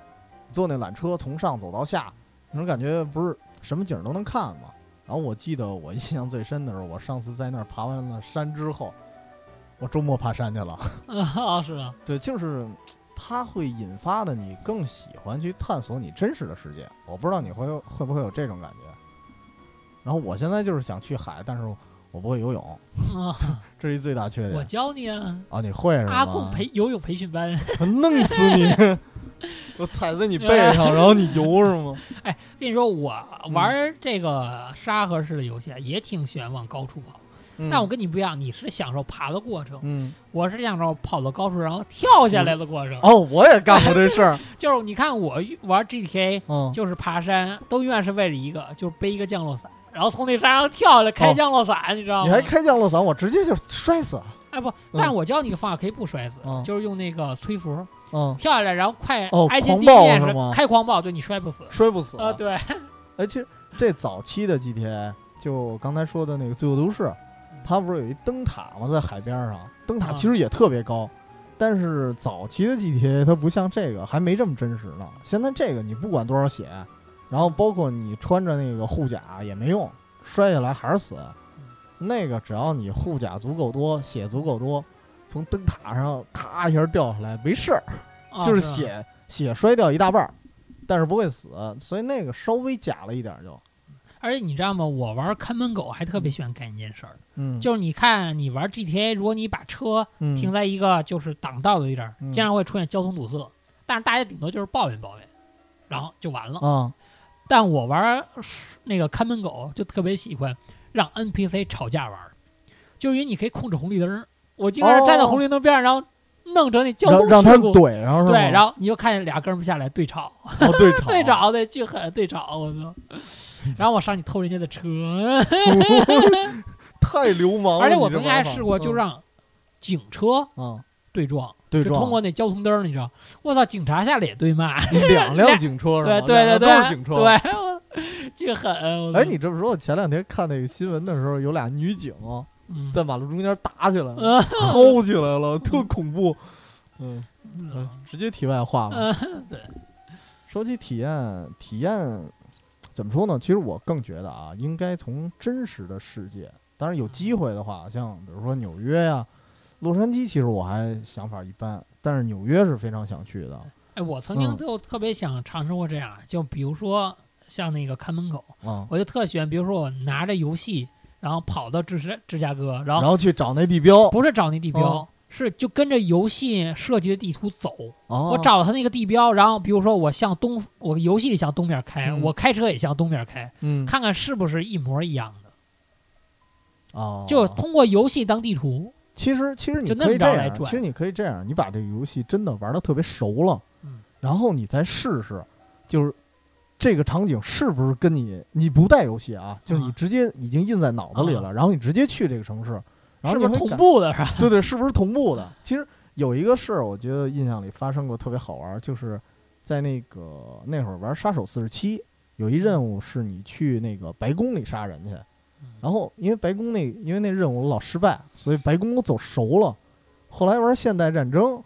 坐那缆车从上走到下，那种感觉不是什么景儿都能看嘛。然后我记得我印象最深的是，我上次在那儿爬完了山之后，我周末爬山去了。
啊，是吧？
对，就是它会引发的你更喜欢去探索你真实的世界。我不知道你会会不会有这种感觉。然后我现在就是想去海，但是我不会游泳，
啊，
这是一最大缺
我
点。
教你啊，
啊，你会是吧？
阿贡培游泳培训班。
弄死 你！我踩在你背上，然后你游是吗？
跟你说，我
嗯
玩这个沙盒式的游戏啊也挺喜欢往高处跑，
嗯
但我跟你不一样，你是享受爬的过程，
嗯
我是享受跑到高处然后跳下来的过程。
哦，我也干过这事 儿。
就是你看我玩 GTA，
嗯，
就是爬山，都永远是为了一个，就是背一个降落伞，然后从那山上跳下来开
哦
降落伞，你知道
你
吗
还？开降落伞，我直接就摔死了。
哎不，但我教你个方法可以不摔死，
嗯
就是用那个催服
嗯，
跳下来，然后快
哦
挨近
狂
地
暴
面
是
时
吗
开狂暴，对你摔不死。
摔不死。
啊，对，
哎，其实这早期的 GTA，就刚才说的那个《罪恶都市》，它不是有一灯塔吗？在海边上，灯塔其实也特别高，但是早期的 GTA 它不像这个，还没这么真实呢。现在这个你不管多少血，然后包括你穿着那个护甲也没用，摔下来还是死。那个只要你护甲足够多，血足够多，从灯塔上咔一下掉下来没事儿。
啊
就是
吧
血血摔掉一大半儿，但是不会死，所以那个稍微假了一点儿就，
而且你知道吗？我玩看门狗还特别喜欢干一件事儿，
嗯
就是你看你玩 GTA，如果你把车停在一个就是挡道的地儿，
嗯
经常会出现交通堵塞，但是大家顶多就是抱怨抱怨，
嗯
然后就完了。
啊
但我玩那个看门狗就特别喜欢让 NPC 吵架玩，就是因为你可以控制红绿灯儿。我经常是站在红绿灯边上，然后弄成那交
让
通
哦让他
事故。
怼上是吗？哦
对，然后你就看见俩哥们儿下来对吵，
后对吵
对吵对巨狠对吵，我操！然后我上去偷人家的车，
太流氓了，
而且我
你这
曾经还
玩法嗯
试过，就让警车
嗯啊
对撞，
对
就通
撞
过那交通灯儿，你知道，我操，警察下来也对骂，
两辆警车是吧
对？
两辆
对对对，啊
都是警车。
对，我这个狠，我操
哎，你这么说，我前两天看那个新闻的时候，有俩女警
嗯
在马路中间打起来了，
嗯
薅起来了，特恐怖。嗯，嗯直接题外话吧。
嗯，对，
说起体验，体验怎么说呢？其实我更觉得啊，应该从真实的世界，当然有机会的话，像比如说纽约呀、洛杉矶，其实我还想法一般，但是纽约是非常想去的
哎，我曾经
嗯
就特别想尝试过这样，就比如说像那个看门口，
啊。
我就特喜欢，比如说我拿着游戏，然后跑到芝加芝加哥，然
然
后
后去找那地标，
不是找那地标
哦，
是就跟着游戏设计的地图走。
我
我找他那个地标，然后比如说我向东，我游戏里向东边开，
嗯
我开车也向东边开，
嗯
看看是不是一模一样的。
哦，
就通过游戏当地图，
其实其实你
就那
可以
么
这
着来
样，
转
其实你可以这样，你把这个游戏真的玩的特别熟了，
嗯
然后你再试试，就是这个场景是不是跟你你不带游戏啊，就是你直接已经印在脑子里了，然后你直接去这个城市，然后
啊是
你
不
会
是同
感，
步的是吧？
对对，是不是同步的？其实有一个事儿，我觉得印象里发生过特别好玩，就是在那个那会儿玩《杀手四十七》，有一任务是你去那个白宫里杀人去。然后因为白宫那因为那任务老失败，所以白宫我走熟了。后来玩现代战争，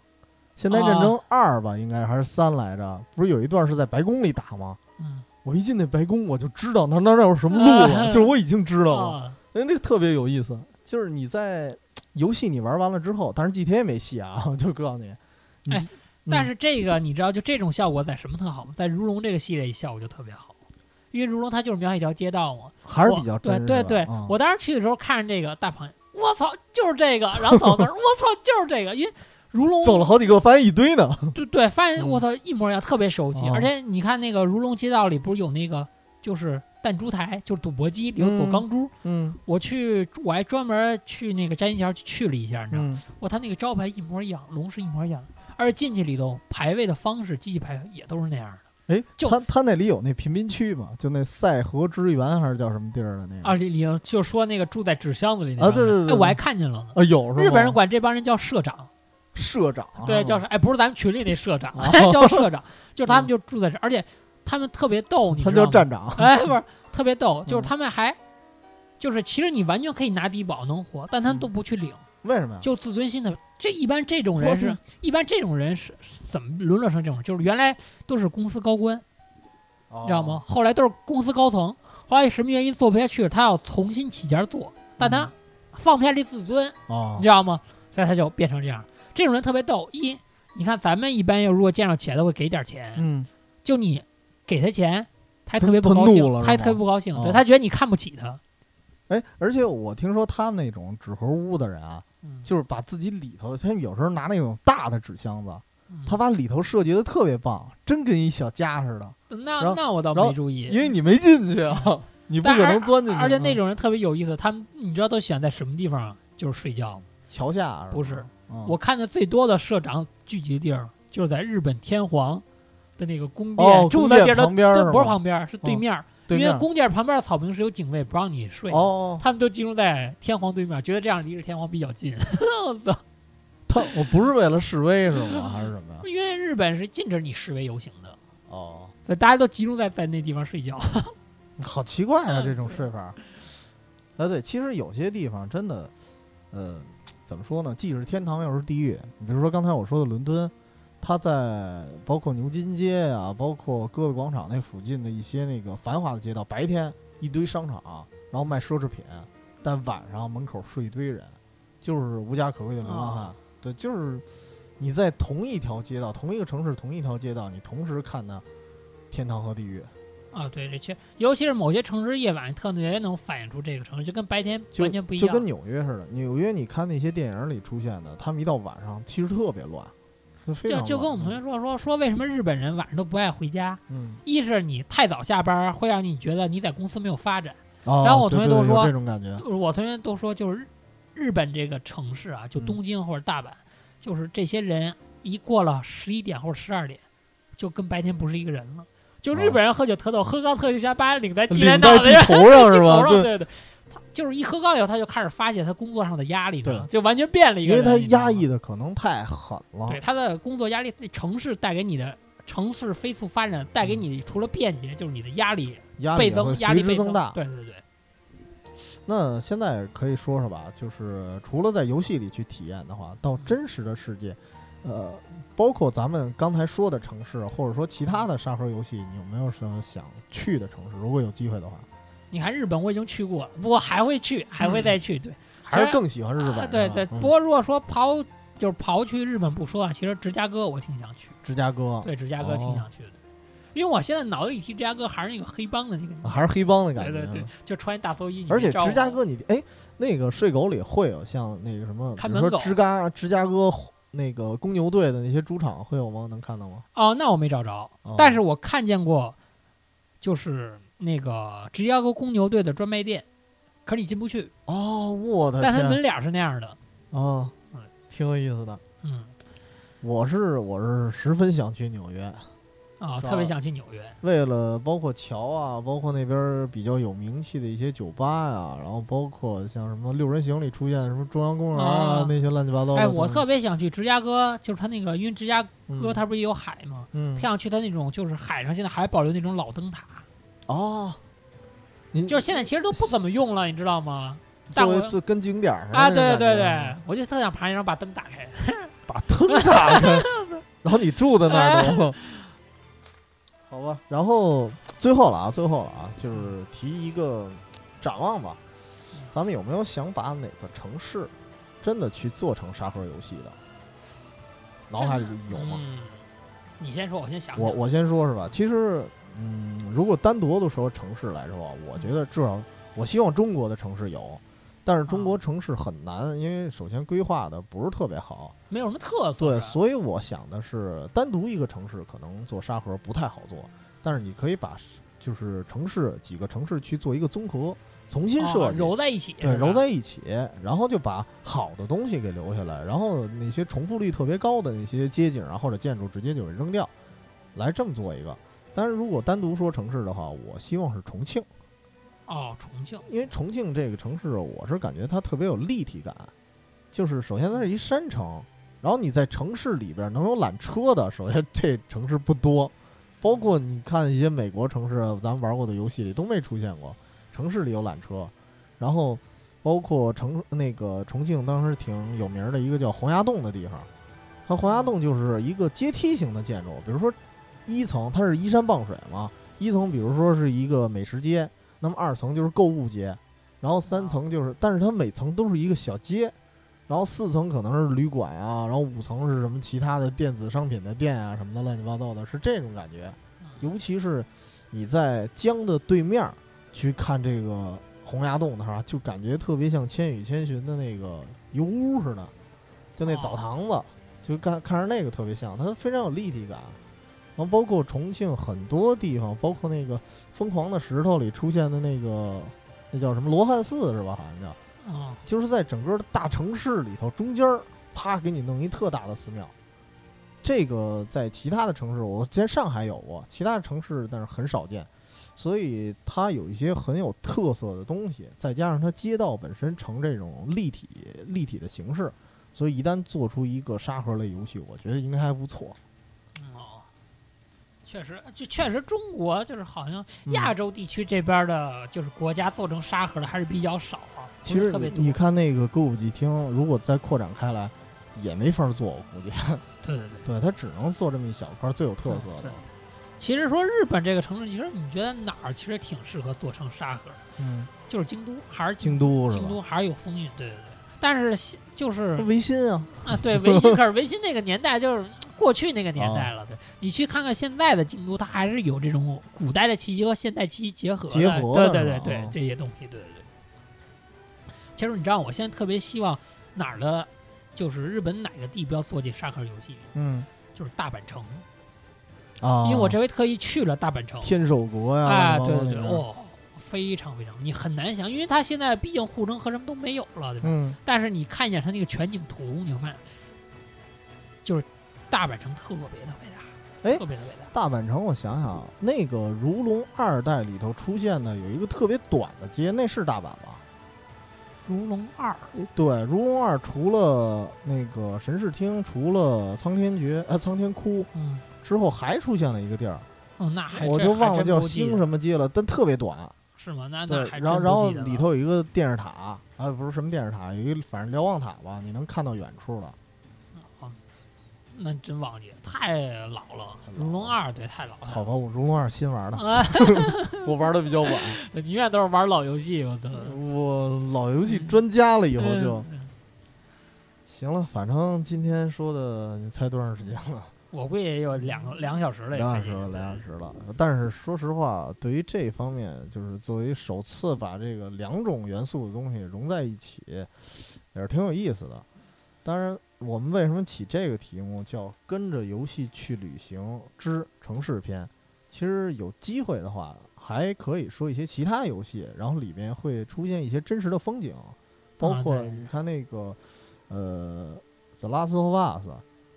现代战争二吧，应该还是三来着？不是有一段是在白宫里打吗？
嗯，
我一进那白宫，我就知道那那那有什么路了，
啊
就是我已经知道了。
啊，
哎，那个特别有意思，就是你在游戏你玩完了之后，当然 GTA 没戏啊， 我就告诉你。你
哎
嗯
但是这个你知道，就这种效果在什么特好吗？在如龙这个系列里效果就特别好，因为如龙它就是描写一条街道嘛。
还是
我
比较真
对
实的。
对对，
嗯
我当时去的时候看着这个大螃蟹，我操，就是这个，然后走那儿，我操，就是这个，因为如龙
走了好几个，发现一堆呢。
对对，发现
嗯
我操一模一样，特别熟悉。
哦
而且你看那个如龙街道里不是有那个就是弹珠台，就是赌博机里有走
嗯
钢珠，
嗯
我去我还专门去那个摘金桥去去了一下，你知道吗？
嗯，
我他那个招牌一模一样，龙是一模一样的，而且进去里头排位的方式，机器排位也都是那样的，
哎，
就
他他那里有那贫民区嘛，就那塞河之源还是叫什么地儿的那个
而且啊里头就说那个住在纸箱子里
啊
那帮
对
人
对对
哎，我
对
还看见了呢。
啊有是吗？
日本人管这帮人叫社长，
社长啊
对，叫
啥？
是哎，不是咱们群里那社长，
啊
叫社 长，就是他们就住在这儿，而且他们特别逗，你
嗯他
知
叫
道吗？
站长。
哎，不是特别逗，就是
嗯
他们还就是其实你完全可以拿低保能活，但他们
嗯
都不去领，
为什么呀？
就自尊心的。这一般这种人
我
是
去，
一般这种人是是怎么沦落成这种？就是原来都是公司高官，
你哦
你知道吗？？后来都是公司高层，后来什么原因做不下去了，他要重新起家做，但他
嗯
放不下这自尊，
哦
你知，道吗？所以他就变成这样。这种人特别逗。一，你看咱们一般要如果见着钱的会给点钱，
嗯，
就你给他钱，他还
他
特别不高兴
他怒了，是吗
他还特别不高兴，
哦
对他觉得你看不起他。
哎，而且我听说他们那种纸盒屋的人啊，
嗯
就是把自己里头，他们有时候拿那种大的纸箱子，
嗯
他把里头设计的特别棒，真跟一小家似的。然
那
后
那我倒
然
没
后
注意，
因为你没进去啊，你不
但
可
而
能钻进去。
嗯而且那
嗯
种人特别有意思，他们你知道都喜欢在什么地方啊就是睡觉吗？
桥下
不
是
是
吧，，嗯
我看的最多的社长聚集的地儿，就是在日本天皇的那个宫殿，
哦
住
宫
的
殿
地儿都
旁边儿
都
是
不是
吗
旁边儿，是对
哦
面儿。
对
因
面
为宫殿旁边的草坪是有警卫不让你睡
哦
的，
哦，
他们都集中在天皇对面，觉得这样离着天皇比较近。 我操！
他我不是为了示威是吗？还是什么呀？
因为日本是禁止你示威游行的，
哦，
所以大家都集中在在那地方睡觉。
好奇怪啊，
嗯
这种
对
睡法儿。啊，对，其实有些地方真的，呃，怎么说呢？既是天堂，又是地狱。你比如说刚才我说的伦敦，它在包括牛津街啊，包括鸽子广场那附近的一些那个繁华的街道，白天一堆商场，然后卖奢侈品，但晚上门口睡一堆人，就是无家可归的流浪汉。
哦
对，就是你在同一条街道、同一个城市、同一条街道，你同时看到天堂和地狱。
啊，对，这确，尤其是某些城市夜晚特别能反映出这个城市，就跟白天
就
完全不一
就
样。
跟纽约似的。纽约，你看那些电影里出现的，他们一到晚上其实特别乱，非
就
常
就跟我们同学
学，
说说说，为什么日本人晚上都不爱回家？
嗯，
一是你太早下班会让你觉得你在公司没有发展。
哦
然后我同学
对
跟我
对有
说
这种感觉，
我同学都说，就是日日本这个城市啊，就
嗯
东京或者大阪，就是这些人一过了十一点或者十二点，就跟白天不是一个人了。就日本人喝酒特逗，喝高特就想把领带系
哦
在
领
脑
带系
袋上，
头上
系
是吧？
头上，
对，
对对。他就是一喝高以后，他就开始发泄他工作上的压力嘛
对，
就完全变了一
因
个
为
人。
他
你知道
压
吗
抑，的可能太狠了
对。他的工作压力，城市带给你的城市飞速发展带给你除了便捷，就是你的压力
嗯压力
倍
也会
增，压力
随
倍
之增大。
对对对，
那现在可以说说吧，就是除了在游戏里去体验的话，
嗯
到真实的世界，呃，包括咱们刚才说的城市，或者说其他的沙盒游戏，你有没有什么想去的城市？如果有机会的话，
你看日本我已经去过了，不过还会去，还会再去。对，
嗯还
其
是
实
更喜欢日本是吧。
啊对对，
嗯
不过如果说刨就是刨去日本不说啊，其实芝加哥我挺想去，
芝加哥
对芝加哥
哦
挺想去的，因为我现在脑子里提芝加哥还是那个黑帮的那个，
还是啊黑帮的感
对
觉。啊
对对，就穿一大风衣，你
而且
别招
芝加
我
哥你，哎，那个睡狗里会有像那个什么，
看
比如
门
说
狗
芝加芝加哥那个公牛队的那些主场会有吗？能看到吗？
哦，那我没找着，
哦
但是我看见过，就是那个芝加哥公牛队的专卖店，可是你进不去，
哦，我的
但它
天
门脸儿是那样的，
啊
嗯，
挺有意思的。
嗯
我是我是十分想去纽约，
啊，
是
特别
吧
想去纽约，
为了包括桥啊，包括那边儿比较有名气的一些酒吧呀、然后包括像什么六人行里出现的什么中央公园
啊
那些乱七八糟的东西。
哎，我特别想去芝加哥，就是它那个，因为芝加哥
嗯
它不是也有海吗？
嗯
特想去它那种，就是海上现在还保留那种老灯塔，
哦，您
就是现在其实都不怎么用了，你知道吗？大
作
国
为这跟景点儿似的
啊，
那种感
对对对
觉
对，我就特想爬那张把灯打开，
把灯打开， 然后你住在那
哎
儿都。 好吧，然后最后了啊，最后了啊，就是提一个展望吧，咱们有没有想把哪个城市真的去做成沙盒游戏的？脑海里有吗？
嗯，你先说，我先想想。
我我先说是吧，其实嗯，如果单独的说城市来说，我觉得至少我希望中国的城市有，但是中国
嗯
城市很难，因为首先规划的不是特别好，
没有什么特色啊
对，
是吧，
所以我想的是，单独一个城市可能做沙盒不太好做，但是你可以把是就是城市几个城市去做一个综合，重新设
哦
计，
揉在一起，
对，
是吧
揉在一起，然后就把好的东西给留下来，然后那些重复率特别高的那些街景啊或者建筑直接就给扔掉，来这么做一个。但是如果单独说城市的话，我希望是重庆，
哦，重庆，
因为重庆这个城市，我是感觉它特别有立体感，就是首先它是一山城，然后你在城市里边能有缆车的，首先这城市不多，包括你看一些美国城市，咱们玩过的游戏里都没出现过，城市里有缆车，然后包括城那个重庆当时挺有名的一个叫洪崖洞的地方，它洪崖洞就是一个阶梯型的建筑，比如说一层它是依山傍水嘛，一层比如说是一个美食街，那么二层就是购物街，然后三层就是，但是它每层都是一个小街，然后四层可能是旅馆啊，然后五层是什么其他的电子商品的店啊什么的乱七八糟的，是这种感觉。
嗯
尤其是你在江的对面儿去看这个洪崖洞的时候，啊就感觉特别像《千与千寻》的那个油屋似的，就那澡堂子，就看看着那个特别像，它非常有立体感。然后包括重庆很多地方，包括那个《疯狂的石头》里出现的那个，那叫什么罗汉寺是吧？好像叫，
啊，
就是在整个的大城市里头中间儿，啪给你弄一特大的寺庙。这个在其他的城市，我之前上海有过，其他的城市但是很少见，所以它有一些很有特色的东西，再加上它街道本身呈这种立体立体的形式，所以一旦做出一个沙盒类游戏，我觉得应该还不错。
嗯哦，确实，就确实中国就是好像
嗯
亚洲地区这边的，就是国家做成沙盒的还是比较少啊，不
其
是
实
特别
你
多。
你看那个歌舞伎厅，如果再扩展开来，也没法做，我估计。
对对
对，
对，
它只能做这么一小块儿最有特色
对
的。
其实说日本这个城市，其实你觉得哪儿其实挺适合做成沙盒的？
嗯，
就是京都，还是
京都是吧
京？都还是有风韵，对对对。但是西就是
那维新啊，
啊，对 维新，可是维新那个年代就是过去那个年代了。对你去看看现在的京都，它还是有这种古代的气息和现代气息结合的。
结合的
对
是
对对
吧
对
哦，
这些东西，对对对。其实你知道，我现在特别希望哪儿的，就是日本哪个地标做起沙盒游戏，
嗯
就是大阪城，
啊，
因为我这回特意去了大阪城。
天守国呀，
哎，
乱
对
七八糟
对对，
那边儿，
哦，非常非常，你很难想，因为它现在毕竟护城河什么都没有了，对吧？
嗯，
但是你看一眼它那个全景图，你会发现，就是大阪城特别特别大，
哎
特别特别大。
大阪城，我想想，那个《如龙二代》里头出现的有一个特别短的街，那是大阪吧？
如龙二》。
对，《如龙二》除了那个神视厅，除了苍天诀、呃苍天窟
嗯，
之后，还出现了一个地儿，
哦，那还
我
真
就
还
忘了
真
叫
不记
星
得
什么街了，但特别短。
是吗？那
对
那还，
然后
真不
然后
记得了
里头有一个电视塔啊，不是什么电视塔，有一个反正瞭望塔吧，你能看到远处了。
那真忘记了，太老了，《如龙二》对太老了。
好吧，我《如龙二》新玩的，
啊，
我玩的比较晚，
对永远都是玩老游戏，我都
我老游戏专家了，以后就。
嗯嗯
行了，反正今天说的，你猜多长时间了？
我估计也有两个两个小时了，也
两
快
小
接
时
近
了，
对
两小时了。但是说实话，对于这方面，就是作为首次把这个两种元素的东西融在一起，也是挺有意思的。当然，我们为什么起这个题目叫《跟着游戏去旅行之城市篇》？其实有机会的话，还可以说一些其他游戏，然后里面会出现一些真实的风景，包
啊
括
对
你看那个，呃，《The Last of Us》，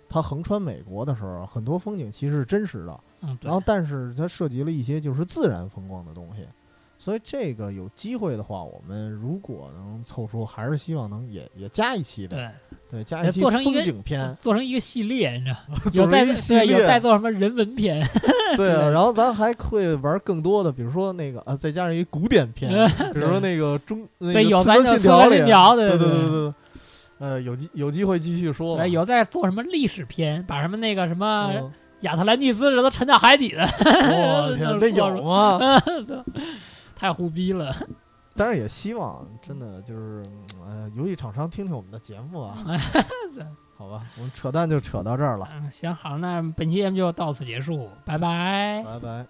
它横穿美国的时候，很多风景其实是真实的，
嗯，对
然后但是它涉及了一些就是自然风光的东西，所以这个有机会的话，我们如果能凑出，还是希望能也也加一期呗，
对，
对，加一期
做成一
风
个
景 篇，
做成一个系列，你知道，
嗯 做成
有在
一个系
对有
列
在做什么人文篇，
对
之类
啊，
的
然后咱还会玩更多的，比如说那个啊，再加上一古典 篇，比如说那个中那个
对有
刺
咱
客
就
信条
刺客
里，
信条对
对
对
对
对
对，呃，有机有机会继续说吧，
对，呃有啊在做什么历史篇，把什么那个什么
嗯，
亚特兰蒂斯这都沉到海底的，
我天，那有吗？
太胡逼了。
当然也希望真的就是，嗯呃，游戏厂商听听我们的节目 啊。好吧，我们扯淡就扯到这儿了，
嗯，行好，那本期节目就到此结束，拜拜。
拜拜。